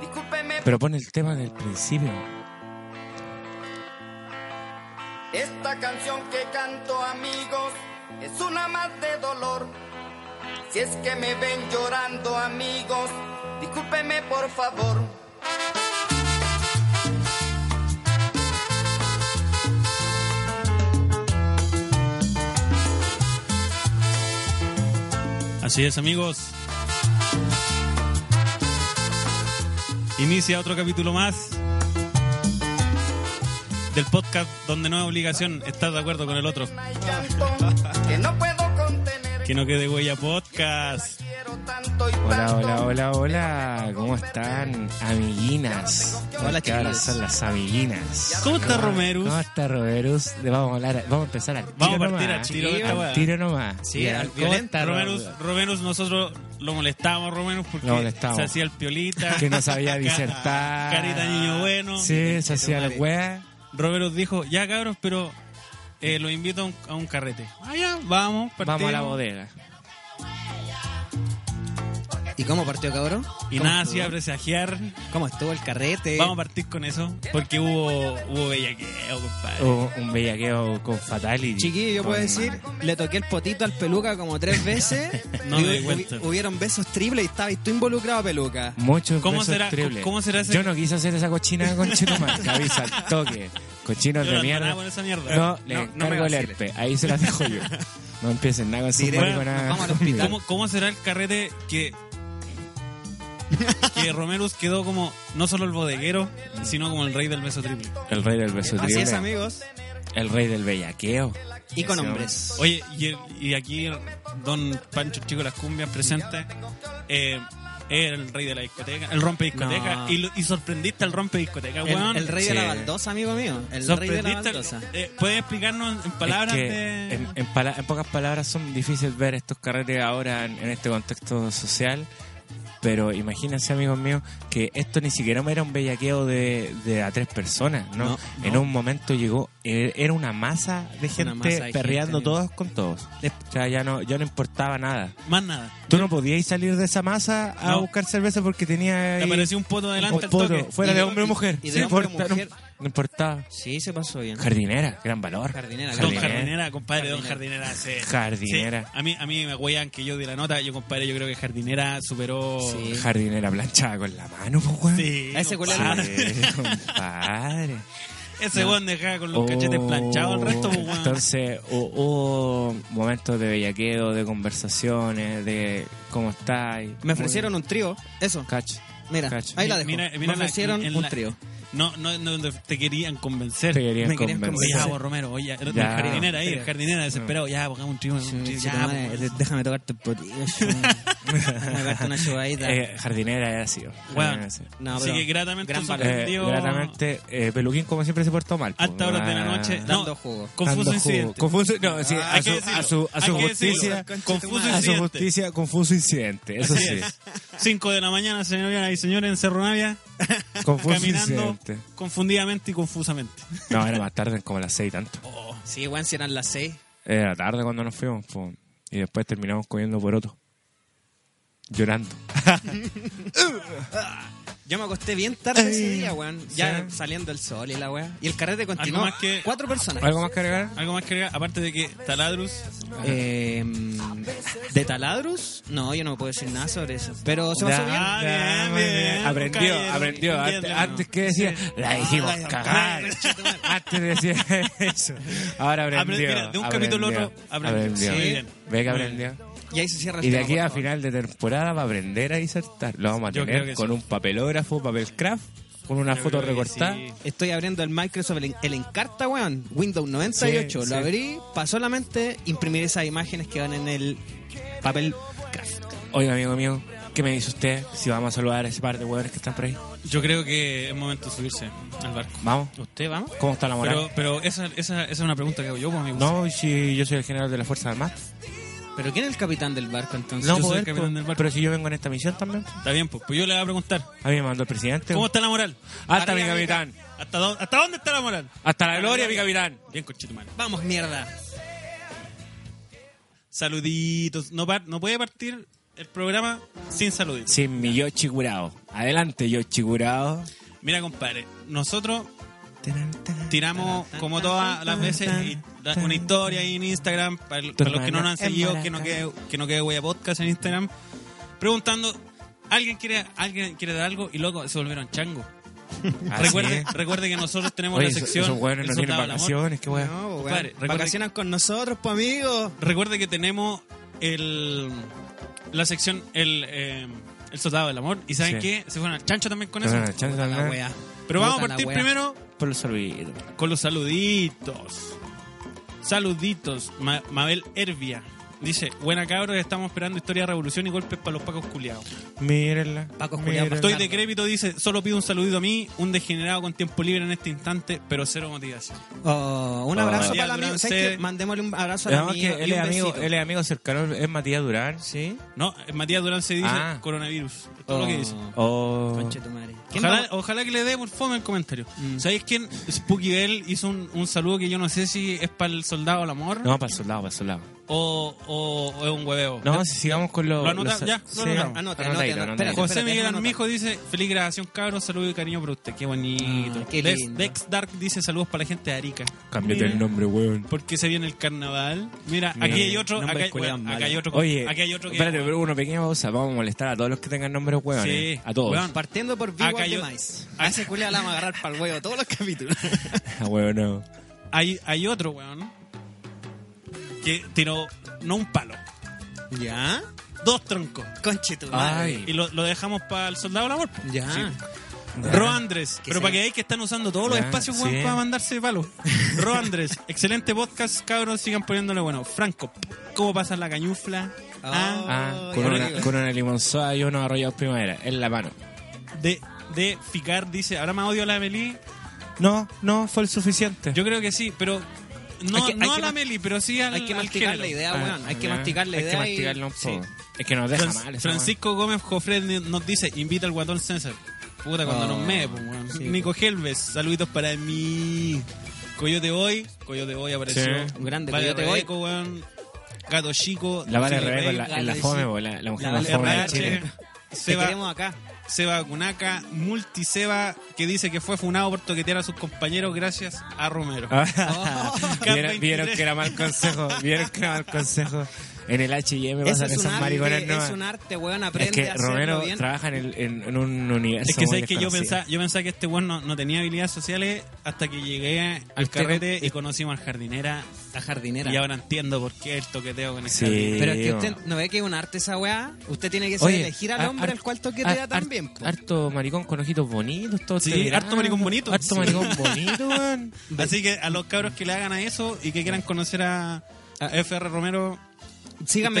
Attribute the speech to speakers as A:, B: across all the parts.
A: Discúlpeme,
B: Pero pon el tema del principio.
A: esta canción que canto, amigos, es una más de dolor. Si es que me ven llorando, amigos, discúlpeme por favor.
C: Así es, amigos. Inicia otro capítulo más del podcast donde no es obligación estar de acuerdo con el otro.
A: Hay llanto que no puedo contener.
C: Que no quede huella podcast.
A: Quiero tanto y
B: Hola,
A: tanto.
B: hola, hola, hola. ¿Cómo están, amiguinas?
D: Hola,
B: Que ahora
D: chiquillos.
B: son las amiguinas.
C: ¿Cómo está Romerus?
B: ¿Cómo está Romerus? Le Vamos a hablar, vamos a empezar al tiro
C: Vamos a partir
B: nomás.
C: al tiro de
D: Sí,
C: esta
B: Al
C: weá.
B: tiro nomás.
D: Sí,
B: Ya,
D: al
B: ¿cómo
D: violento,
B: está
C: Romerus, Romerus, nosotros lo molestábamos, Romerus, porque
B: Lo molestábamos.
C: se hacía el piolita.
B: Que no sabía
C: Ca-
B: disertar.
C: Carita niño bueno.
B: Sí, se hacía la weá.
C: Romerus dijo, ya cabros, pero eh, los invito a un, a un carrete. Ah, ya, vamos, partimos.
B: Vamos a la bodega.
D: ¿Y cómo partió, cabrón?
C: Y
D: ¿Cómo
C: nada
D: estuvo?
C: hacía presagiar.
D: ¿Cómo estuvo el
B: Eh.
D: carrete?
C: Vamos a partir con eso, porque hubo, hubo bellaqueo, compadre.
B: O un bellaqueo con fatality.
D: Chiquillo, yo
B: Con-
D: puedo decir, le toqué el potito al peluca como tres veces.
C: No me
D: Y
C: di
D: hubi-
C: cuenta.
D: Hubieron besos triples y estabas tú involucrado, peluca.
B: Muchos
C: ¿Cómo
B: besos
C: será-
B: triples.
C: cómo será ese-
B: Yo no quise hacer esa cochina con Chetumal. Cabeza al toque. Cochinos
C: Yo
B: de
C: no andaba
B: mierda.
C: con esa mierda.
B: No, le
D: no me
B: encargo el
D: vaciles.
B: herpe. Ahí se las dejo yo. No empiecen nada con su
D: Directo,
B: marico, nada.
D: vamos al hospital.
C: ¿Cómo, cómo será el carrete que, que Romerus quedó como no solo el bodeguero, sino como el rey del beso triple?
B: El rey del beso
D: Así es,
B: triple.
D: amigos.
B: el rey del bellaqueo.
D: Y con
B: Sí,
D: hombres.
C: Oye, y, el- y aquí Don Pancho Chico Las Cumbias presente. eh, era el rey de la discoteca, el rompe discoteca.
D: No.
C: Y, lo- y sorprendiste al rompe discoteca,
D: El,
C: weón.
D: el rey de
B: Sí.
D: la baldosa, amigo mío. El rey de la
C: sorprendiste. al-
D: baldosa.
C: eh, ¿Puedes explicarnos en palabras
B: Es que
C: de.?
B: en, en pala- en pocas palabras son difíciles ver estos carretes ahora en, en este contexto social. Pero imagínense, amigos míos, que esto ni siquiera era un bellaqueo de, de a tres personas, ¿no?
D: No, no.
B: En un momento llegó, eh, era una masa de gente
D: masa de gente,
B: perreando
D: amigo.
B: todos con todos. O sea, ya no, ya no importaba nada.
C: Más nada.
B: Tú no podías salir de esa masa a
C: No.
B: buscar cerveza porque tenía ahí
C: Te apareció un poto adelante
B: un
C: al
B: poto,
C: toque.
B: fuera
D: Y
B: de
D: de-
B: hombre o mujer.
D: y de
B: Sí,
D: hombre o
B: importa,
D: mujer.
B: No, no importaba.
D: Sí, se pasó bien.
B: Jardinera, gran valor.
D: Jardinera,
C: Don
D: Jardinera.
C: Jardinera, compadre, Don Jardinera. sí.
B: Jardinera.
C: Sí, A, mí, a mí me huellan que yo di la nota. Yo, compadre, yo creo que Jardinera superó.
D: Sí.
B: Jardinera planchada con la mano, pues, weón.
C: Sí,
D: A ese
C: compadre.
D: culiao.
B: Sí, compadre.
C: Ese weón dejaba con los
B: Oh,
C: cachetes planchados el resto, pues, weón.
B: Entonces, hubo momentos de bellaqueo, de conversaciones, de cómo estáis.
D: Me ofrecieron un trío. Eso.
B: Cacho.
D: Mira,
B: Cacho.
D: ahí la dejo.
C: Mira- mira
D: Me
C: la-
D: ofrecieron
C: en la-
D: un trío.
C: No, no, no, no, te querían convencer.
B: Te querían
D: Me querían
B: convencer.
C: Oye, ya,
D: convencer.
C: vos, Romero, oye, ya, el
B: Ya.
C: jardinera ahí, el jardinera desesperado, ya, pongamos un trío, un trío,
D: Sí,
C: ya, pues.
D: chica madre,
C: pongamos-
D: de- déjame tocarte el potito. Déjame darte una chubadita.
B: Eh, jardinera era así.
C: Weón.
B: Jardinera era así.
D: No,
C: Así
D: pero
C: que gratamente
D: gran valor.
B: Ah, Eh,
C: sorprendió
B: gratamente, eh, Peluquín como siempre se portó mal. pues,
C: hasta horas de la
B: weón.
C: noche. No,
D: Dando jugo.
C: Confuso
B: Dando jugo.
C: incidente.
B: Confuso, no, sí,
C: Ah,
B: a,
C: hay que
B: su,
C: decirlo,
B: a su- a su
C: hay que decirlo.
B: justicia.
C: Confuso
B: A su
C: incidente.
B: justicia, confuso incidente. Eso
C: Así
B: sí.
C: es. 5 de la mañana, señoras y señores, en Cerro Navia,
B: Confuso
C: caminando
B: incidente.
C: confundidamente y confusamente.
B: No, era más tarde, como las seis y tanto.
C: Oh,
D: Sí, weón, si eran las seis.
B: Era tarde cuando nos fuimos, po. y después terminamos comiendo poroto. Llorando.
D: Yo me acosté bien tarde ese
B: Ey.
D: día, weón. Ya
B: Eh, Sí.
D: saliendo el sol y la weá. Y el carrete continuó.
C: más Ah, que-
D: Cuatro personas.
B: ¿Algo más que agregar?
C: algo más que agregar, aparte de que Taladrus,
D: Eh, ¿De taladros? No, yo no puedo decir nada sobre eso. Pero se pasó bien.
C: Ah, bien,
B: muy
C: bien.
B: Aprendió,
C: Cayeron,
B: aprendió. Antes,
C: entiendo,
B: antes
C: ¿no?
B: que decía, la hicimos
C: la-
B: cagar. antes decía eso. Ahora aprendió.
C: Apre- mira, de un capítulo a otro, aprendió. Sí, muy bien.
B: Ve que
C: Muy
B: aprendió.
D: Y ahí se cierra este el
B: Y de
D: tema,
B: aquí
D: por
B: a
D: favor.
B: final de temporada va a aprender a disertar. Lo vamos a
C: Yo creo
B: tener
C: que
B: con
C: sí.
B: un papelógrafo, papel craft, con una
C: Yo
B: foto
C: creo que
B: recortada.
C: sí.
D: Estoy abriendo el Microsoft, el, el Encarta, weón. Windows 98.
B: Sí, sí.
D: Lo abrí para solamente imprimir esas imágenes que van en el papel craft.
B: Oiga, amigo mío, ¿qué me dice usted si vamos a saludar a ese par de hueones que están por ahí?
C: yo creo que es momento de subirse al barco.
B: Vamos.
D: ¿Usted, vamos?
B: ¿Cómo está la moral?
C: Pero, pero esa, esa, esa es una pregunta que hago yo, pues, amigo.
B: No, si yo soy el general de las Fuerzas Armadas.
D: ¿Pero quién es el capitán del barco entonces?
B: No,
C: soy
B: pues,
C: el capitán
B: pues,
C: del barco.
B: pero si yo vengo en esta misión también.
C: Está bien, pues, pues yo le voy a preguntar,
B: A mí me mandó el presidente.
C: ¿cómo está la moral?
B: Hasta mi
D: Arriba, mi
B: capitán.
C: ¿Hasta, dó- hasta dónde está la moral?
B: Hasta la gloria, mi capitán.
C: Bien, conchetumare.
D: Vamos, mierda.
C: Saluditos. No, par- no puede partir el programa sin saluditos.
B: Sí, mi Yoshi Curao. Adelante, Yoshi Curao.
C: Mira, compadre, nosotros tiramos como todas las veces y da- una historia ahí en Instagram para, el- para los que no nos han seguido que no quede que no quede huella podcast en Instagram preguntando alguien quiere alguien quiere dar algo y luego se volvieron chango
B: Así
C: recuerde
B: es.
C: recuerde que nosotros tenemos
B: Oye,
C: la
B: esos,
C: sección
B: esos hueones no
C: El
B: tienen
C: Soldado del Amor.
B: vacaciones, qué weón.
D: No, pues,
C: Compadre,
D: weón,
C: recuerde-
D: vacacionan con nosotros, pues amigos.
C: recuerde que tenemos el la sección el eh, el soldado del amor y saben
B: Sí.
C: qué se fueron al chancho también con
B: No,
C: eso
B: no, no, chanza,
D: La
B: no.
D: wea.
C: pero vamos a
D: Puta la
C: partir
D: wea.
C: primero
B: Por los saluditos.
C: con los saluditos. Saluditos, Ma- Mabel Hervia. Dice, buena cabros, estamos esperando historia de revolución y golpes para los pacos culiados.
B: Mírenla.
D: Paco Julián,
B: mírenla.
C: Estoy decrépito, dice, solo pido un saludito a mí, un degenerado con tiempo libre en este instante, pero cero motivación.
D: Oh, un
B: Oh.
D: abrazo
C: Matías
D: para el amigo.
C: Durán,
D: ¿Sabes
C: se-
D: qué? Mandémosle un abrazo al
B: Además
D: amigo.
B: que
D: y
B: él
D: un
B: es, amigo,
D: besito.
B: él es amigo cercano, es Matías Durán, ¿sí?
C: No, eh, Matías Durán se dice
B: Ah. Oh.
C: coronavirus. Esto es lo que dice.
B: O...
D: Conche tu madre. ¿Quién
C: Ojalá,
D: vamos-
C: ojalá que le dé por fome el comentario.
B: Mm.
C: ¿Sabéis quién? Spooky Bell hizo un, un saludo que yo no sé si es para el soldado al amor
B: No, para el soldado, para el soldado.
C: o, o- o es un hueveo.
B: No, si sigamos con los...
C: Lo anota,
B: los-
C: ya, lo
B: sí,
C: anotamos.
D: Anota,
B: anota ahí,
D: anota,
B: anota
D: espera,
B: ahí.
C: José
D: Espérate,
C: Miguel
D: déjame
C: Armijo dice, feliz grabación, cabros, saludos y cariño para usted. Qué bonito.
D: Ah, qué
C: Dex-
D: lindo.
C: Dex Dark dice, saludos para la gente de Arica.
B: Cámbiate
C: Mira,
B: el nombre, weón.
C: Porque se viene el carnaval. Mira,
B: Mira.
C: aquí hay otro,
D: Nombre
C: acá hay,
D: culiao
C: weón,
D: malo.
C: acá hay otro,
B: Oye,
C: aquí hay otro que...
B: espérate, pero una pequeña pausa. Vamos a molestar a todos los que tengan nombres hueones.
C: Sí.
B: A todos.
C: Weón.
D: Partiendo por
C: Acá
D: Vivo de
C: yo-
D: Mais. A ese culiao la vamos a agarrar para el huevo todos los capítulos.
B: A hueonao.
C: Hay, hay otro, weón, que tiró, no un palo,
D: ¿Ya?
C: dos troncos.
D: Conche tu
B: Ay.
D: madre.
C: Y lo, lo dejamos para el soldado del amor. po.
D: Ya.
C: Ro Andrés,
D: Que
C: pero
D: sea.
C: para que veáis que están usando todos los
B: Ya,
C: espacios weón,
B: sí.
C: para mandarse palos. Ro Andrés, excelente podcast, cabros, sigan poniéndole bueno. Franco, ¿cómo pasa la cañufla? Ah,
B: Ah,
D: Oh,
B: con
D: ya
B: una,
D: digo.
B: con una limonzada y unos arrollados primavera. En la mano.
C: de, de Ficar dice, ¿habrá más odio a la Meli?
B: No, no, fue el suficiente.
C: Yo creo que sí, pero no,
D: Hay que-
C: no
D: hay
C: a
D: que
C: la
D: ma-
C: Meli, pero sí al
D: Hay que
C: al
D: masticar
C: género.
D: la idea,
B: Ah,
D: weón. Hay que
B: ya.
D: masticar la
B: Hay
D: idea.
B: que
D: y-
B: masticarla un
D: Sí.
B: poco. Es que nos deja
C: Fran-
B: mal. esa
C: Francisco Gómez Jofred ni- nos dice, invita al guatón César. Puta, cuando
D: Oh,
C: nos mee, pues, weón.
D: sí,
C: Nico Helves, saluditos para mí. Coyote Hoy, Coyote Hoy apareció.
B: Sí.
D: Un grande
C: Vale
D: Coyote Hoy.
C: Rebeco, weón. Gato Chico.
B: weá. La vale
C: Chile
B: Rebeco en
C: Rey,
B: la, en la
D: Gales,
B: fome,
D: sí.
B: po, la, la mujer
D: La
B: más
D: vale
B: fome de
D: Rebeco.
B: Chile.
D: Te
C: Seba,
D: queremos acá.
C: Seba Gunaca, Multiseba, que dice que fue funado por toquetear a sus compañeros gracias a Romero.
B: Ah, vieron, vieron
C: 23.
B: que era mal consejo. Vieron que era mal consejo. En el HM
D: Eso
B: pasa que
D: es un
B: son maricones
D: arte,
B: no
D: es un arte, weón.
B: Es
D: Aprende
B: que
D: a hacerlo
B: Romero
D: bien.
B: trabaja en, el- en- en un universo.
C: Es que
B: muy
C: sabes que yo
B: desconocido.
C: pensaba, yo pensaba que este weón no, no tenía habilidades sociales hasta que llegué al
D: Usted
C: carrete
D: no-
C: y conocimos al jardinera
D: La jardinera.
C: y ahora entiendo por qué el toqueteo con el
B: Sí.
C: jardinero.
D: Pero es que
B: bueno.
D: usted no ve que es un arte esa weá. Usted tiene que saber
B: Oye,
D: elegir al
B: a-
D: hombre
B: har-
D: al cual toque
B: har-
D: te da también.
B: har-
D: po.
B: Harto maricón con ojitos bonitos, todo
C: Sí,
B: este verano.
C: harto maricón bonito.
B: Harto
C: Sí.
B: maricón bonito, weón.
C: Así que a los cabros que le hagan a eso y que quieran conocer a, a FR Romero,
D: Síganme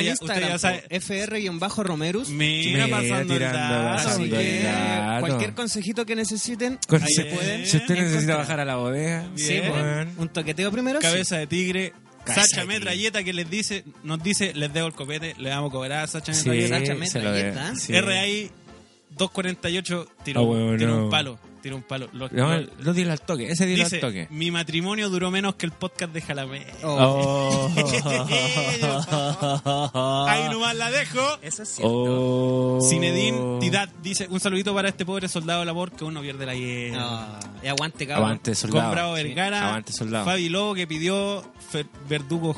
C: usted
D: en
C: ya-
D: Instagram.
C: usted ya sabe.
D: po, FR-Romerus.
C: mira,
B: Mira,
C: pasando el
B: tirando,
C: dato,
D: Así
B: pasando
C: bien.
B: el
D: que
B: dato.
D: cualquier consejito que necesiten,
B: Con-
C: Ahí
B: si,
C: se pueden
B: si usted necesita
D: encontrar.
B: bajar a la bodega,
D: Sí, po,
B: weón.
D: un toqueteo primero. sí.
C: Cabeza de tigre.
B: Cabeza de
C: Sacha
B: tigre.
C: Metralleta que les dice, nos dice, les debo el copete, le vamos a cobrar a Sacha
B: Sí,
C: Metralleta.
D: Sacha
B: se lo debe,
D: Metralleta.
B: sí.
C: RAI 248 tiró,
B: Ah, bueno,
C: tiró
B: no.
C: un palo, tiró un palo. Los-
B: No,
C: los-
B: lo dilo al toque, ese dilo
C: dice,
B: al toque.
C: mi matrimonio duró menos que el podcast de Jalamé.
D: Oh,
B: Oh.
C: Ahí nomás la dejo.
D: Eso es cierto.
B: Oh.
C: Zinedine Tidat dice, un saludito para este pobre soldado de labor que uno pierde la hiena.
D: Ah, y aguante, cabrón.
B: Aguante,
C: Con
B: soldado.
C: Bravo Vergara,
B: Sí, Aguante, soldado.
C: Fabi Lobo que pidió, Fer- Verdugo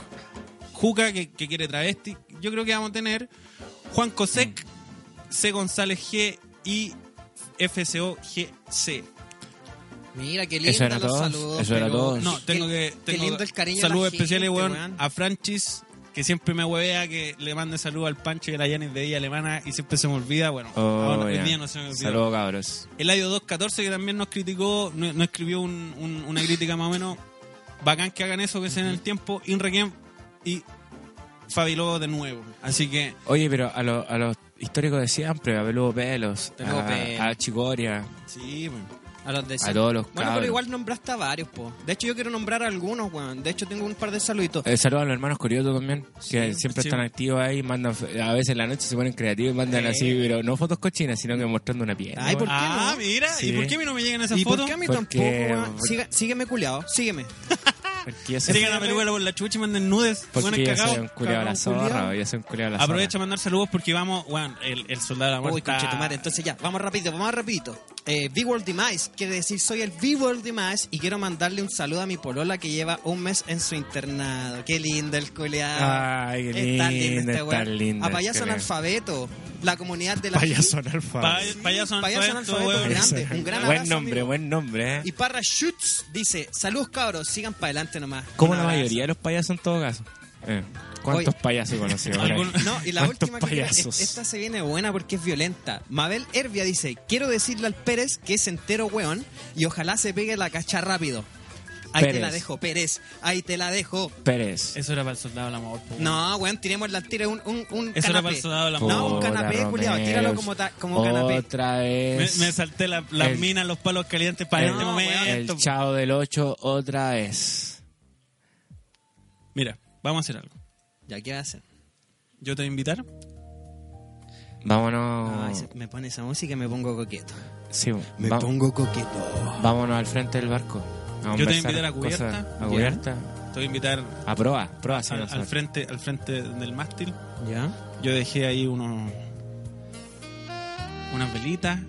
C: Juca que, que quiere travesti. Yo creo que vamos a tener Juan Cosec,
B: Mm.
C: C. González G y FCO GC.
D: Mira qué lindo
B: Eso era
D: los
B: todo,
D: saludos.
B: eso era
D: pero-
B: todo.
C: No, tengo
D: qué-
C: que.
D: qué
C: tengo
D: lindo el cariño de la
C: Saludos
D: gente,
C: especiales,
B: este
C: weón,
D: weón.
C: A Franchis, que siempre me huevea, que le mande saludos al Pancho y a la Yanis de Villa Alemana y siempre se me olvida. Bueno,
D: Ah,
C: ahora, hoy
B: Oh, ya.
C: día no se me olvida.
B: Saludos, cabros.
C: El Eladio 214, que también nos criticó, no, no escribió un- un- una crítica más o menos. Bacán que hagan eso, que sea en el tiempo. Inrequiem y Fabi Lobo de nuevo. Así que.
B: Oye, pero a, lo- a los históricos de siempre, a Peludo Pelos,
D: Peludo Pelos.
B: a, a Chicoria,
C: Sí, bueno.
D: A los de
B: a todos los
D: Bueno,
B: cabros.
D: pero igual nombraste a varios, po. De hecho, yo quiero nombrar a algunos, weón. De hecho, tengo un par de saluditos.
B: Eh, saludos a los hermanos Corioto también, que siempre
C: sí.
B: están activos ahí, mandan f- a veces en la noche se ponen creativos y mandan
D: Eh.
B: así, pero no fotos cochinas, sino que mostrando una piel.
D: Ay, ¿por qué
C: Ah,
D: no?
C: mira.
B: Sí.
C: ¿Y por qué a mí no me llegan esas
D: ¿Y por
C: fotos?
D: qué a mí
B: Porque-
D: tampoco, weón? Siga- sígueme culiado, sígueme.
B: Porque yo
C: Si
B: soy,
C: llegan a la película por la chucha y manden nudes,
B: porque
C: bueno,
B: yo
C: cagado.
B: soy un culiao a la
E: cagao,
B: zorra,
E: culiao.
B: yo soy un culiao a la zorra.
C: Aprovecha a mandar saludos porque vamos, bueno, el, el soldado de la muerte.
D: Uy, conchetumare. Entonces ya, vamos rapidito, vamos rapidito. Eh, V-World Demise, quiere decir soy el V-World Demise y quiero mandarle un saludo a mi polola que lleva un mes en su internado. Qué lindo el culeado.
B: Ay, qué
D: Es tan
B: lindo,
D: lindo
B: es
D: este
B: tan
D: weón.
B: lindo
D: A payaso
B: este
D: analfabeto, la comunidad de la...
E: Payaso analfabeto.
C: Pa- payaso analfabeto,
D: Payaso analfabeto,
C: weón.
D: grande. Un gran
B: ah. Buen
D: abrazo,
B: nombre,
D: amigo.
B: buen nombre, ¿eh?
D: Y Parra Schutz dice, saludos cabros, sigan para adelante nomás.
B: Como
D: Un
B: la
D: abrazo.
B: mayoría de los payasos en todo caso. Eh, ¿Cuántos
D: Oye.
B: payasos he conocido? por ahí?
C: Algún-
D: No, y la
B: ¿Cuántos
D: última que quiero-
B: payasos?
D: esta se viene buena porque es violenta. Mabel Herbia dice, quiero decirle al Pérez que es entero weón y ojalá se pegue la cacha rápido. Ahí te
B: Pérez.
D: la dejo, Pérez. Ahí te la dejo.
B: Pérez.
C: Eso era para el soldado de la muerte.
D: No, weón, tiremos la tira un, un, un
C: Eso era
D: canapé.
C: para el soldado de la muerte.
D: No, un
B: Puta,
D: canapé, culiao,
B: Romero.
D: tíralo como ta- como canapé.
B: Otra
C: Me,
B: vez.
C: me salté la- las
B: El-
C: minas, los palos calientes para
B: el-
C: este
D: No,
C: momento.
B: el chao del 8 otra vez.
C: Mira, vamos a hacer algo.
D: Ya, ¿qué hacen?
C: Yo te voy a invitar.
B: Vámonos.
D: Ay, se- me pone esa música y me pongo coqueto.
B: sí, va-
D: coqueto.
B: Vámonos al frente del barco.
C: Yo te voy a
B: conversar
C: invitar a
B: cosas-
C: cubierta.
B: A
C: Ya.
B: cubierta.
C: Te voy a invitar
B: A proa, proa, sí,
C: al,
B: no sé.
C: al frente, al frente del mástil.
D: ¿Ya?
C: Yo dejé ahí unos... Unas velitas.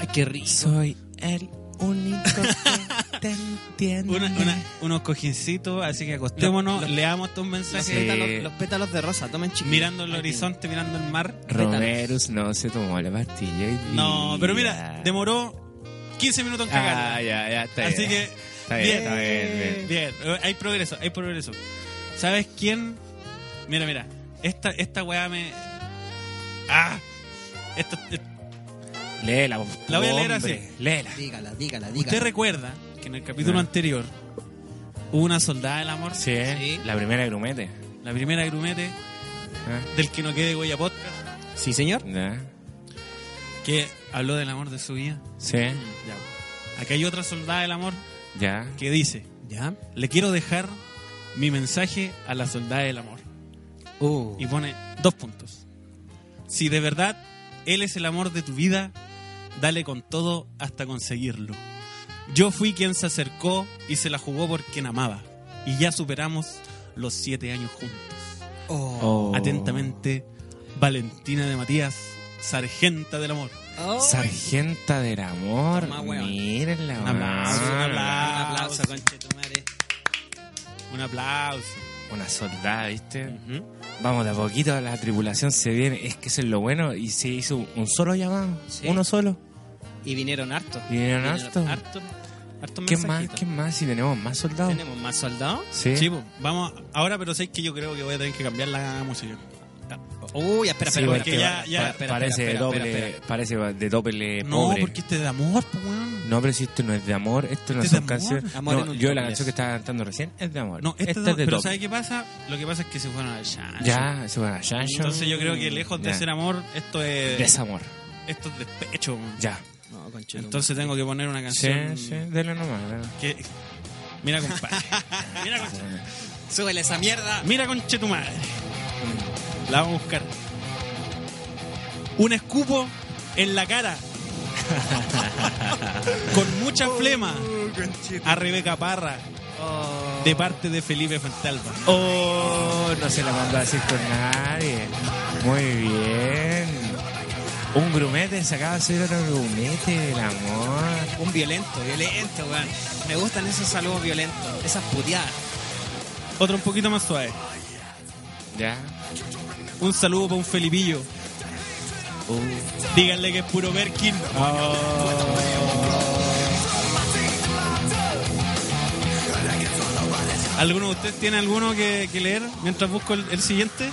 D: Ay, qué rico.
B: Soy el único que te entiende.
C: una- una- unos cojincitos. Así que acostémonos, leamos tus
D: Los,
C: mensajes.
B: Sí.
D: pétalos, los pétalos de rosa, tomen chiquillos.
C: Mirando el
D: Ahí tienen.
C: horizonte, mirando el mar.
B: Romerus no se tomó la pastilla. hoy
C: No,
B: día.
C: pero mira, demoró 15 minutos en
B: Ah,
C: cagarla.
B: ya, ya, está
C: Así
B: bien.
C: que,
B: Está bien, está bien, bien.
C: bien, eh, hay progreso, hay progreso. ¿Sabes quién? Mira, mira, esta, esta weá me... ¡Ah! Esto- eh,
B: Léela,
C: La voy a leer
B: hombre,
C: así.
B: Léela.
D: Dígala, dígala,
C: ¿Usted
D: dígala.
C: recuerda que en el capítulo
B: Ah.
C: anterior hubo una soldada del amor?
B: Sí, ¿eh?
D: Sí.
B: la primera de grumete.
C: La primera grumete
B: ¿eh?
C: del que no quede huella podcast,
D: Sí, señor.
B: Ya.
C: que habló del amor de su vida.
B: Sí,
C: Aquí hay otra soldada del amor
B: ya.
C: que dice,
D: ¿Ya?
C: le quiero dejar mi mensaje a la soldada del amor.
D: Uh.
C: y pone dos puntos. Si de verdad él es el amor de tu vida, dale con todo hasta conseguirlo. Yo fui quien se acercó y se la jugó por quien amaba. Y ya superamos los siete años juntos.
D: Oh.
B: Oh.
C: Atentamente, Valentina de Matías, sargenta del amor.
D: Oh.
B: Sargenta del amor.
D: Toma, weón.
B: Mírenla,
C: Un
B: weón.
C: aplauso, un aplauso.
D: Un aplauso, conchetumare.
C: Un aplauso.
B: Una soldada, ¿viste? Vamos, de a poquito la tripulación se viene. Es que eso es lo bueno. Y se hizo un solo llamado.
D: Sí.
B: Uno solo.
D: Y vinieron hartos.
B: Y vinieron hartos.
D: Hartos hartos
B: ¿Qué más?
D: mensajitos.
B: ¿Qué más? Si tenemos más soldados.
D: ¿Tenemos más soldados?
B: Sí.
C: Sí, pues, po, vamos ahora, pero sé que yo creo que voy a tener que cambiar la música.
D: Uy, espera, espera,
B: Sí, pues,
D: espera,
B: porque
C: ya-
D: espera,
C: ya-
D: espera, espera,
B: parece
D: espera,
B: de
D: espera,
B: doble,
D: espera.
B: parece de doble
C: No,
B: pobre.
C: porque este es de amor, po, weón.
B: No, pero si esto no es de amor, esto no
C: Este
B: son
C: es de amor.
B: canciones.
D: Amor
B: No,
D: en un
B: yo la
D: topless.
B: canción que estaba cantando recién es de amor.
C: No, este
B: Esta
C: no,
B: es de
C: pero
B: top.
C: ¿sabe qué pasa? Lo que pasa es que se fueron al chancho.
B: Ya, se van a Shanshon.
C: Entonces yo creo que lejos de
B: Ya.
C: ser amor, esto es
B: Desamor.
C: esto es despecho. man.
B: Ya.
D: No, conchetumare.
C: Entonces tengo que poner una
B: Sí,
C: canción
B: sí, dele nomás. dele.
C: que mira compadre. mira con
D: súbele esa mierda.
C: mira conche tu madre. La vamos a buscar. Un escupo en la cara. Con mucha
B: Oh,
C: flema a Rebeca Parra de parte de Felipe Fantalba.
B: Oh, no se la mandó a decir con nadie. Muy bien. Un grumete, se acaba de subir otro grumete del amor.
D: Un violento, violento, weón. Me gustan esos saludos violentos, esas puteadas.
C: Otro un poquito más suave.
B: Ya.
C: Un saludo para un Felipillo.
B: Uh.
C: Díganle que es puro Berkin. Ah. ¿Alguno de ustedes tiene alguno que, que leer mientras busco el, el siguiente?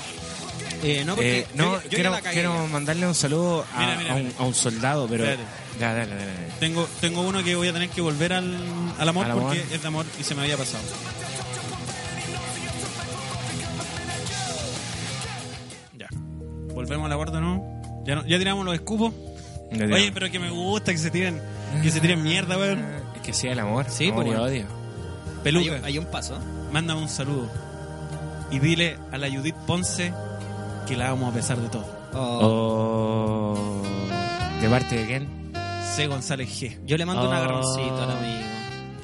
D: Eh, no, porque
B: Eh, no,
D: yo, yo ya
B: quiero,
D: la cagué.
B: quiero mandarle un saludo a,
C: Mira, mira,
B: a un,
C: mira.
B: a un soldado, pero.
C: Espérate.
B: Ya, dale, dale, dale.
C: Tengo, tengo uno que voy a tener que volver al, al amor
B: Al amor.
C: porque es de amor y se me había pasado. Ya. Volvemos al amor de nuevo. Ya, no- ya tiramos los escupos.
B: No te-
C: Oye, pero que me gusta que se tiren, que se tiren mierda, weón.
B: Ah, Es que sí, el amor.
D: Sí,
B: amor
D: pues,
B: y
D: bueno.
B: odio.
D: Hay,
C: Peluca.
D: un- hay un paso.
C: mándame un saludo y dile a la Judith Ponce que la amo a pesar de todo.
D: Oh,
B: Oh. ¿De parte de quién?
C: C. González G.
D: Yo le mando un
B: Oh.
D: agarroncito al amigo.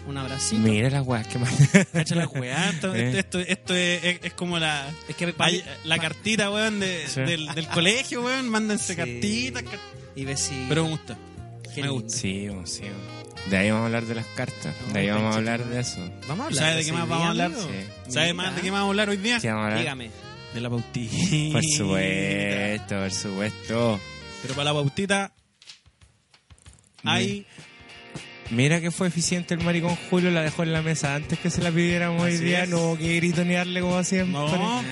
D: un abracito.
B: Mira las weas que más.
C: Cacha la weá, esto,
B: Eh.
C: esto, esto es, es- es como la,
D: Es que pa-
C: hay- la cartita, weón, de-
B: Sí.
C: del, del colegio, weón. Mándense
D: Sí.
C: cartitas. car-
D: y vecino.
C: Pero me gusta.
D: Qué
C: me
D: lindo.
C: gusta.
B: Sí, bueno, sí. bueno. De ahí vamos a hablar de las cartas.
D: No,
B: de ahí vamos a
D: concha,
B: hablar
D: tu
B: de eso.
D: Vamos a hablar.
C: ¿Sabes de
D: eso
C: qué más
D: hoy
C: vamos a
D: día,
C: hablar?
D: amigo?
B: Sí.
C: ¿Sabes más de qué más vamos a hablar hoy día?
B: Sí, vamos a hablar.
D: Dígame.
C: De la pautita.
B: Por supuesto, por supuesto.
C: Pero para la pautita hay...
B: Mira que fue eficiente el maricón Julio, la dejó en la mesa antes que se la pidiéramos hoy
C: Así
B: día.
C: es.
B: No, que gritonearle como siempre.
C: No.
D: Ah,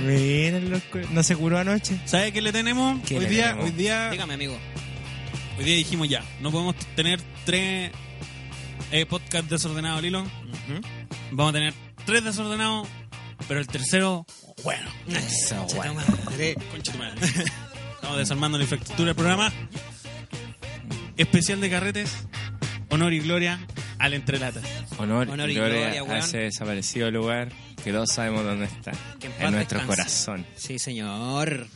B: Miren, los cu- no se curó anoche.
C: ¿Sabes qué le tenemos?
B: ¿Qué
C: hoy,
B: le
C: día,
B: tenemos?
C: hoy día
D: Ah, dígame, amigo.
C: hoy día dijimos ya, no podemos t- tener tres eh, podcasts desordenados al hilo. Vamos a tener tres desordenados, pero el tercero, bueno.
B: Eso,
D: Concha
B: bueno.
D: tu madre.
C: Concha tu madre. Estamos desarmando la infraestructura del programa. Especial de carretes, honor y gloria al entrelatas.
B: Honor,
D: Honor
B: y
D: y
B: gloria,
D: gloria,
B: a
D: weón.
B: ese desaparecido lugar que todos sabemos dónde está.
D: Que en paz
B: En nuestro
D: descanse.
B: corazón.
D: Sí, señor.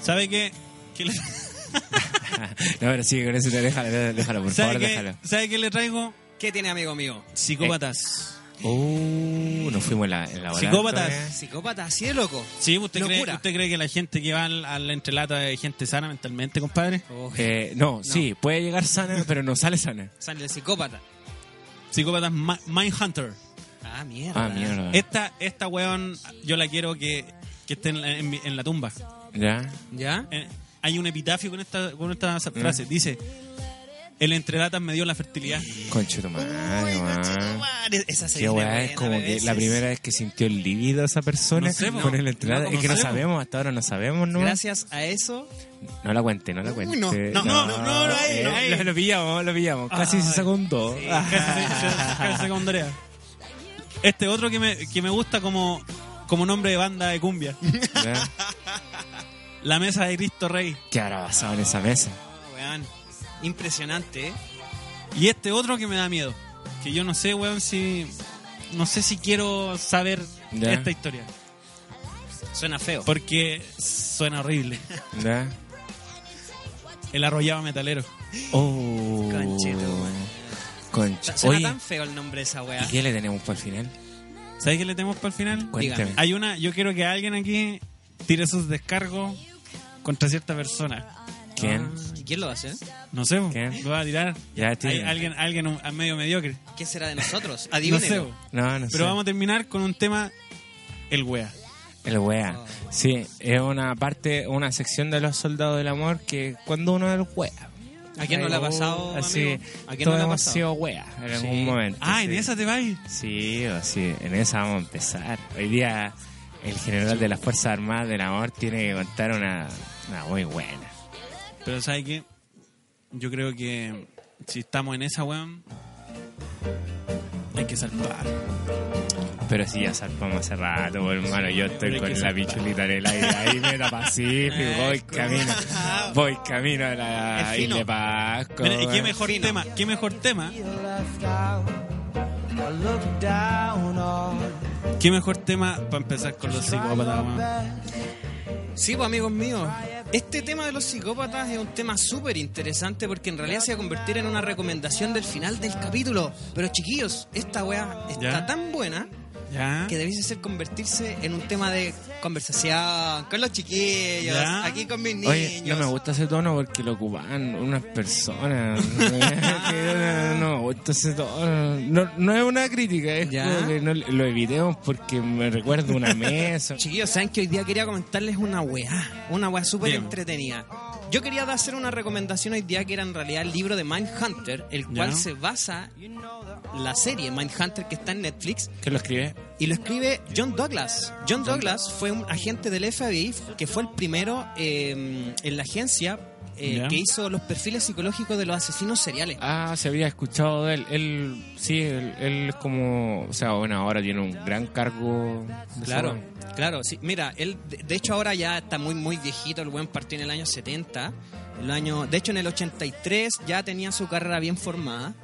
C: ¿Sabe qué? ¿Qué le-
B: No, pero sí, con eso te déjalo, déjalo, por
C: ¿Sabe
B: favor,
C: qué?
B: déjalo.
C: ¿Sabe qué le traigo?
D: ¿Qué tiene, amigo mío?
B: Eh,
C: Psicópatas.
B: Uh, nos fuimos en la, en la volada.
C: Psicópatas.
D: Psicópata, así de loco.
C: Sí, ¿usted cree,
D: Locura.
C: ¿usted cree que la gente que va al- a la entrelata es gente sana mentalmente, compadre?
D: Oh,
B: Eh, no, sí, puede llegar sana, pero no sale sana.
D: Sale el psicópata.
C: Psicópatas Ma- Mindhunter.
D: Ah, mierda.
B: Ah, mierda.
C: Esta, esta weón, yo la quiero que, que esté en la, en mi- en la tumba.
B: ¿Ya?
D: ¿Ya?
C: Eh, hay un epitafio con esta, con esta
B: Mm.
C: frase. Dice, el entrelatas me dio la fertilidad.
B: Concho tu madre,
D: Uy,
B: weón.
D: conchetumare. Esa se
B: Qué
D: viene
B: weá, es
D: buena,
B: como que
D: bebés.
B: la primera vez que sintió el lívido esa persona
C: No sé, po.
B: con el entrada.
C: No,
B: es que
C: no
B: no
C: sé, po.
B: sabemos, hasta ahora no sabemos, ¿no?
D: Gracias a eso.
B: No la cuente, no la cuente. Eh,
D: no,
C: no, no, no, no, no, ahí, no, ahí.
B: Lo, lo pillamos, lo pillamos. Casi se sacó un dos. Ah,
C: Casi se- se- casi se condorea. Este otro que me, que me gusta como, como nombre de banda de cumbia.
B: ya.
C: La mesa de Cristo Rey.
B: ¿Qué habrá pasado en esa mesa?
D: Ah, weón. Impresionante, ¿eh?
C: Y este otro que me da miedo. Que yo no sé, weón, si... No sé si quiero saber
B: Ya.
C: esta historia.
D: Suena feo.
C: Porque suena horrible.
B: ¿Ya?
C: El arrollado metalero.
B: Oh.
D: Conchetumare.
B: Concha.
D: Suena
B: Oye,
D: tan feo el nombre de esa weá.
B: ¿y qué le tenemos para el final?
C: ¿Sabes qué le tenemos para el final?
B: Cuéntame.
C: Hay una, yo quiero que alguien aquí tire sus descargos contra cierta persona.
B: ¿Quién?
C: ah.
D: Ah, ¿Y quién lo va a hacer?
C: No sé, bo.
B: ¿Quién?
C: lo va a tirar.
B: Ya, tío.
C: Hay alguien, alguien un- a medio mediocre.
D: ¿Qué será de nosotros?
C: No sé,
D: Adivínelo.
C: bo.
B: No, no sé.
C: Pero vamos a terminar con un tema, el wea.
B: El
D: Ah,
B: wea. Sí, es una parte, una sección de los soldados del amor que cuando uno es el wea.
D: ¿A quién no le ha
B: Ahí,
D: pasado,
B: Así,
D: amigo? ¿A quién no
B: todos
D: le ha
B: hemos
D: pasado?
B: sido wea en
D: Sí.
B: algún momento.
C: Ah,
B: sí.
C: en esa te vais.
B: Sí, o sí, en esa vamos a empezar. Hoy día el general de las Fuerzas Armadas del Amor tiene que contar una, una muy buena.
C: Pero ¿sabes qué? Yo creo que si estamos en esa, weón, hay que salvar.
B: Pero si ya salpamos hace rato, po, hermano, yo estoy
C: Hay que
B: con la
C: salpar.
B: pichulita en el aire. Ahí me da Pacífico, voy camino. Voy camino a la
D: Es fino.
B: isla de Pascua.
C: Mira, ¿y qué
B: weón.
C: mejor
D: Fino.
C: tema? ¿Qué mejor tema? ¿Qué mejor tema para empezar con los psicópatas, weón?
D: Sí, pues amigos míos, este tema de los psicópatas es un tema súper interesante porque en realidad se va a convertir en una recomendación del final del capítulo. Pero chiquillos, esta weá está
C: ¿Ya?
D: tan buena
C: ¿Ya?
D: que debiese ser convertirse en un tema de conversación con los chiquillos,
C: ¿Ya?
D: aquí con mis niños.
B: Oye, no me gusta ese tono porque lo ocupan unas personas. Que no, no me gusta ese tono. No, no es una crítica, es
D: Ya.
B: como que no- lo evitemos porque me recuerda una mesa.
D: Chiquillos, saben que hoy día quería comentarles una weá, una weá súper
C: Bien.
D: entretenida. Yo quería hacer una recomendación hoy día que era en realidad el libro de Mindhunter, el cual
C: Ya.
D: se basa la serie Mindhunter que está en Netflix,
B: ¿Qué lo escribe?
D: Y lo escribe John Douglas. John Douglas fue un agente del FBI que fue el primero eh, en la agencia eh,
C: Ya.
D: que hizo los perfiles psicológicos de los asesinos seriales.
B: Ah, se había escuchado de él. Él, sí, él, él es como. O sea, bueno, ahora tiene un gran cargo. de
D: Claro,
B: salud.
D: claro, sí. Mira, él, de- de hecho ahora ya está muy, muy viejito, el buen partió en el año 70, el año, de hecho en el 83 ya tenía su carrera bien formada.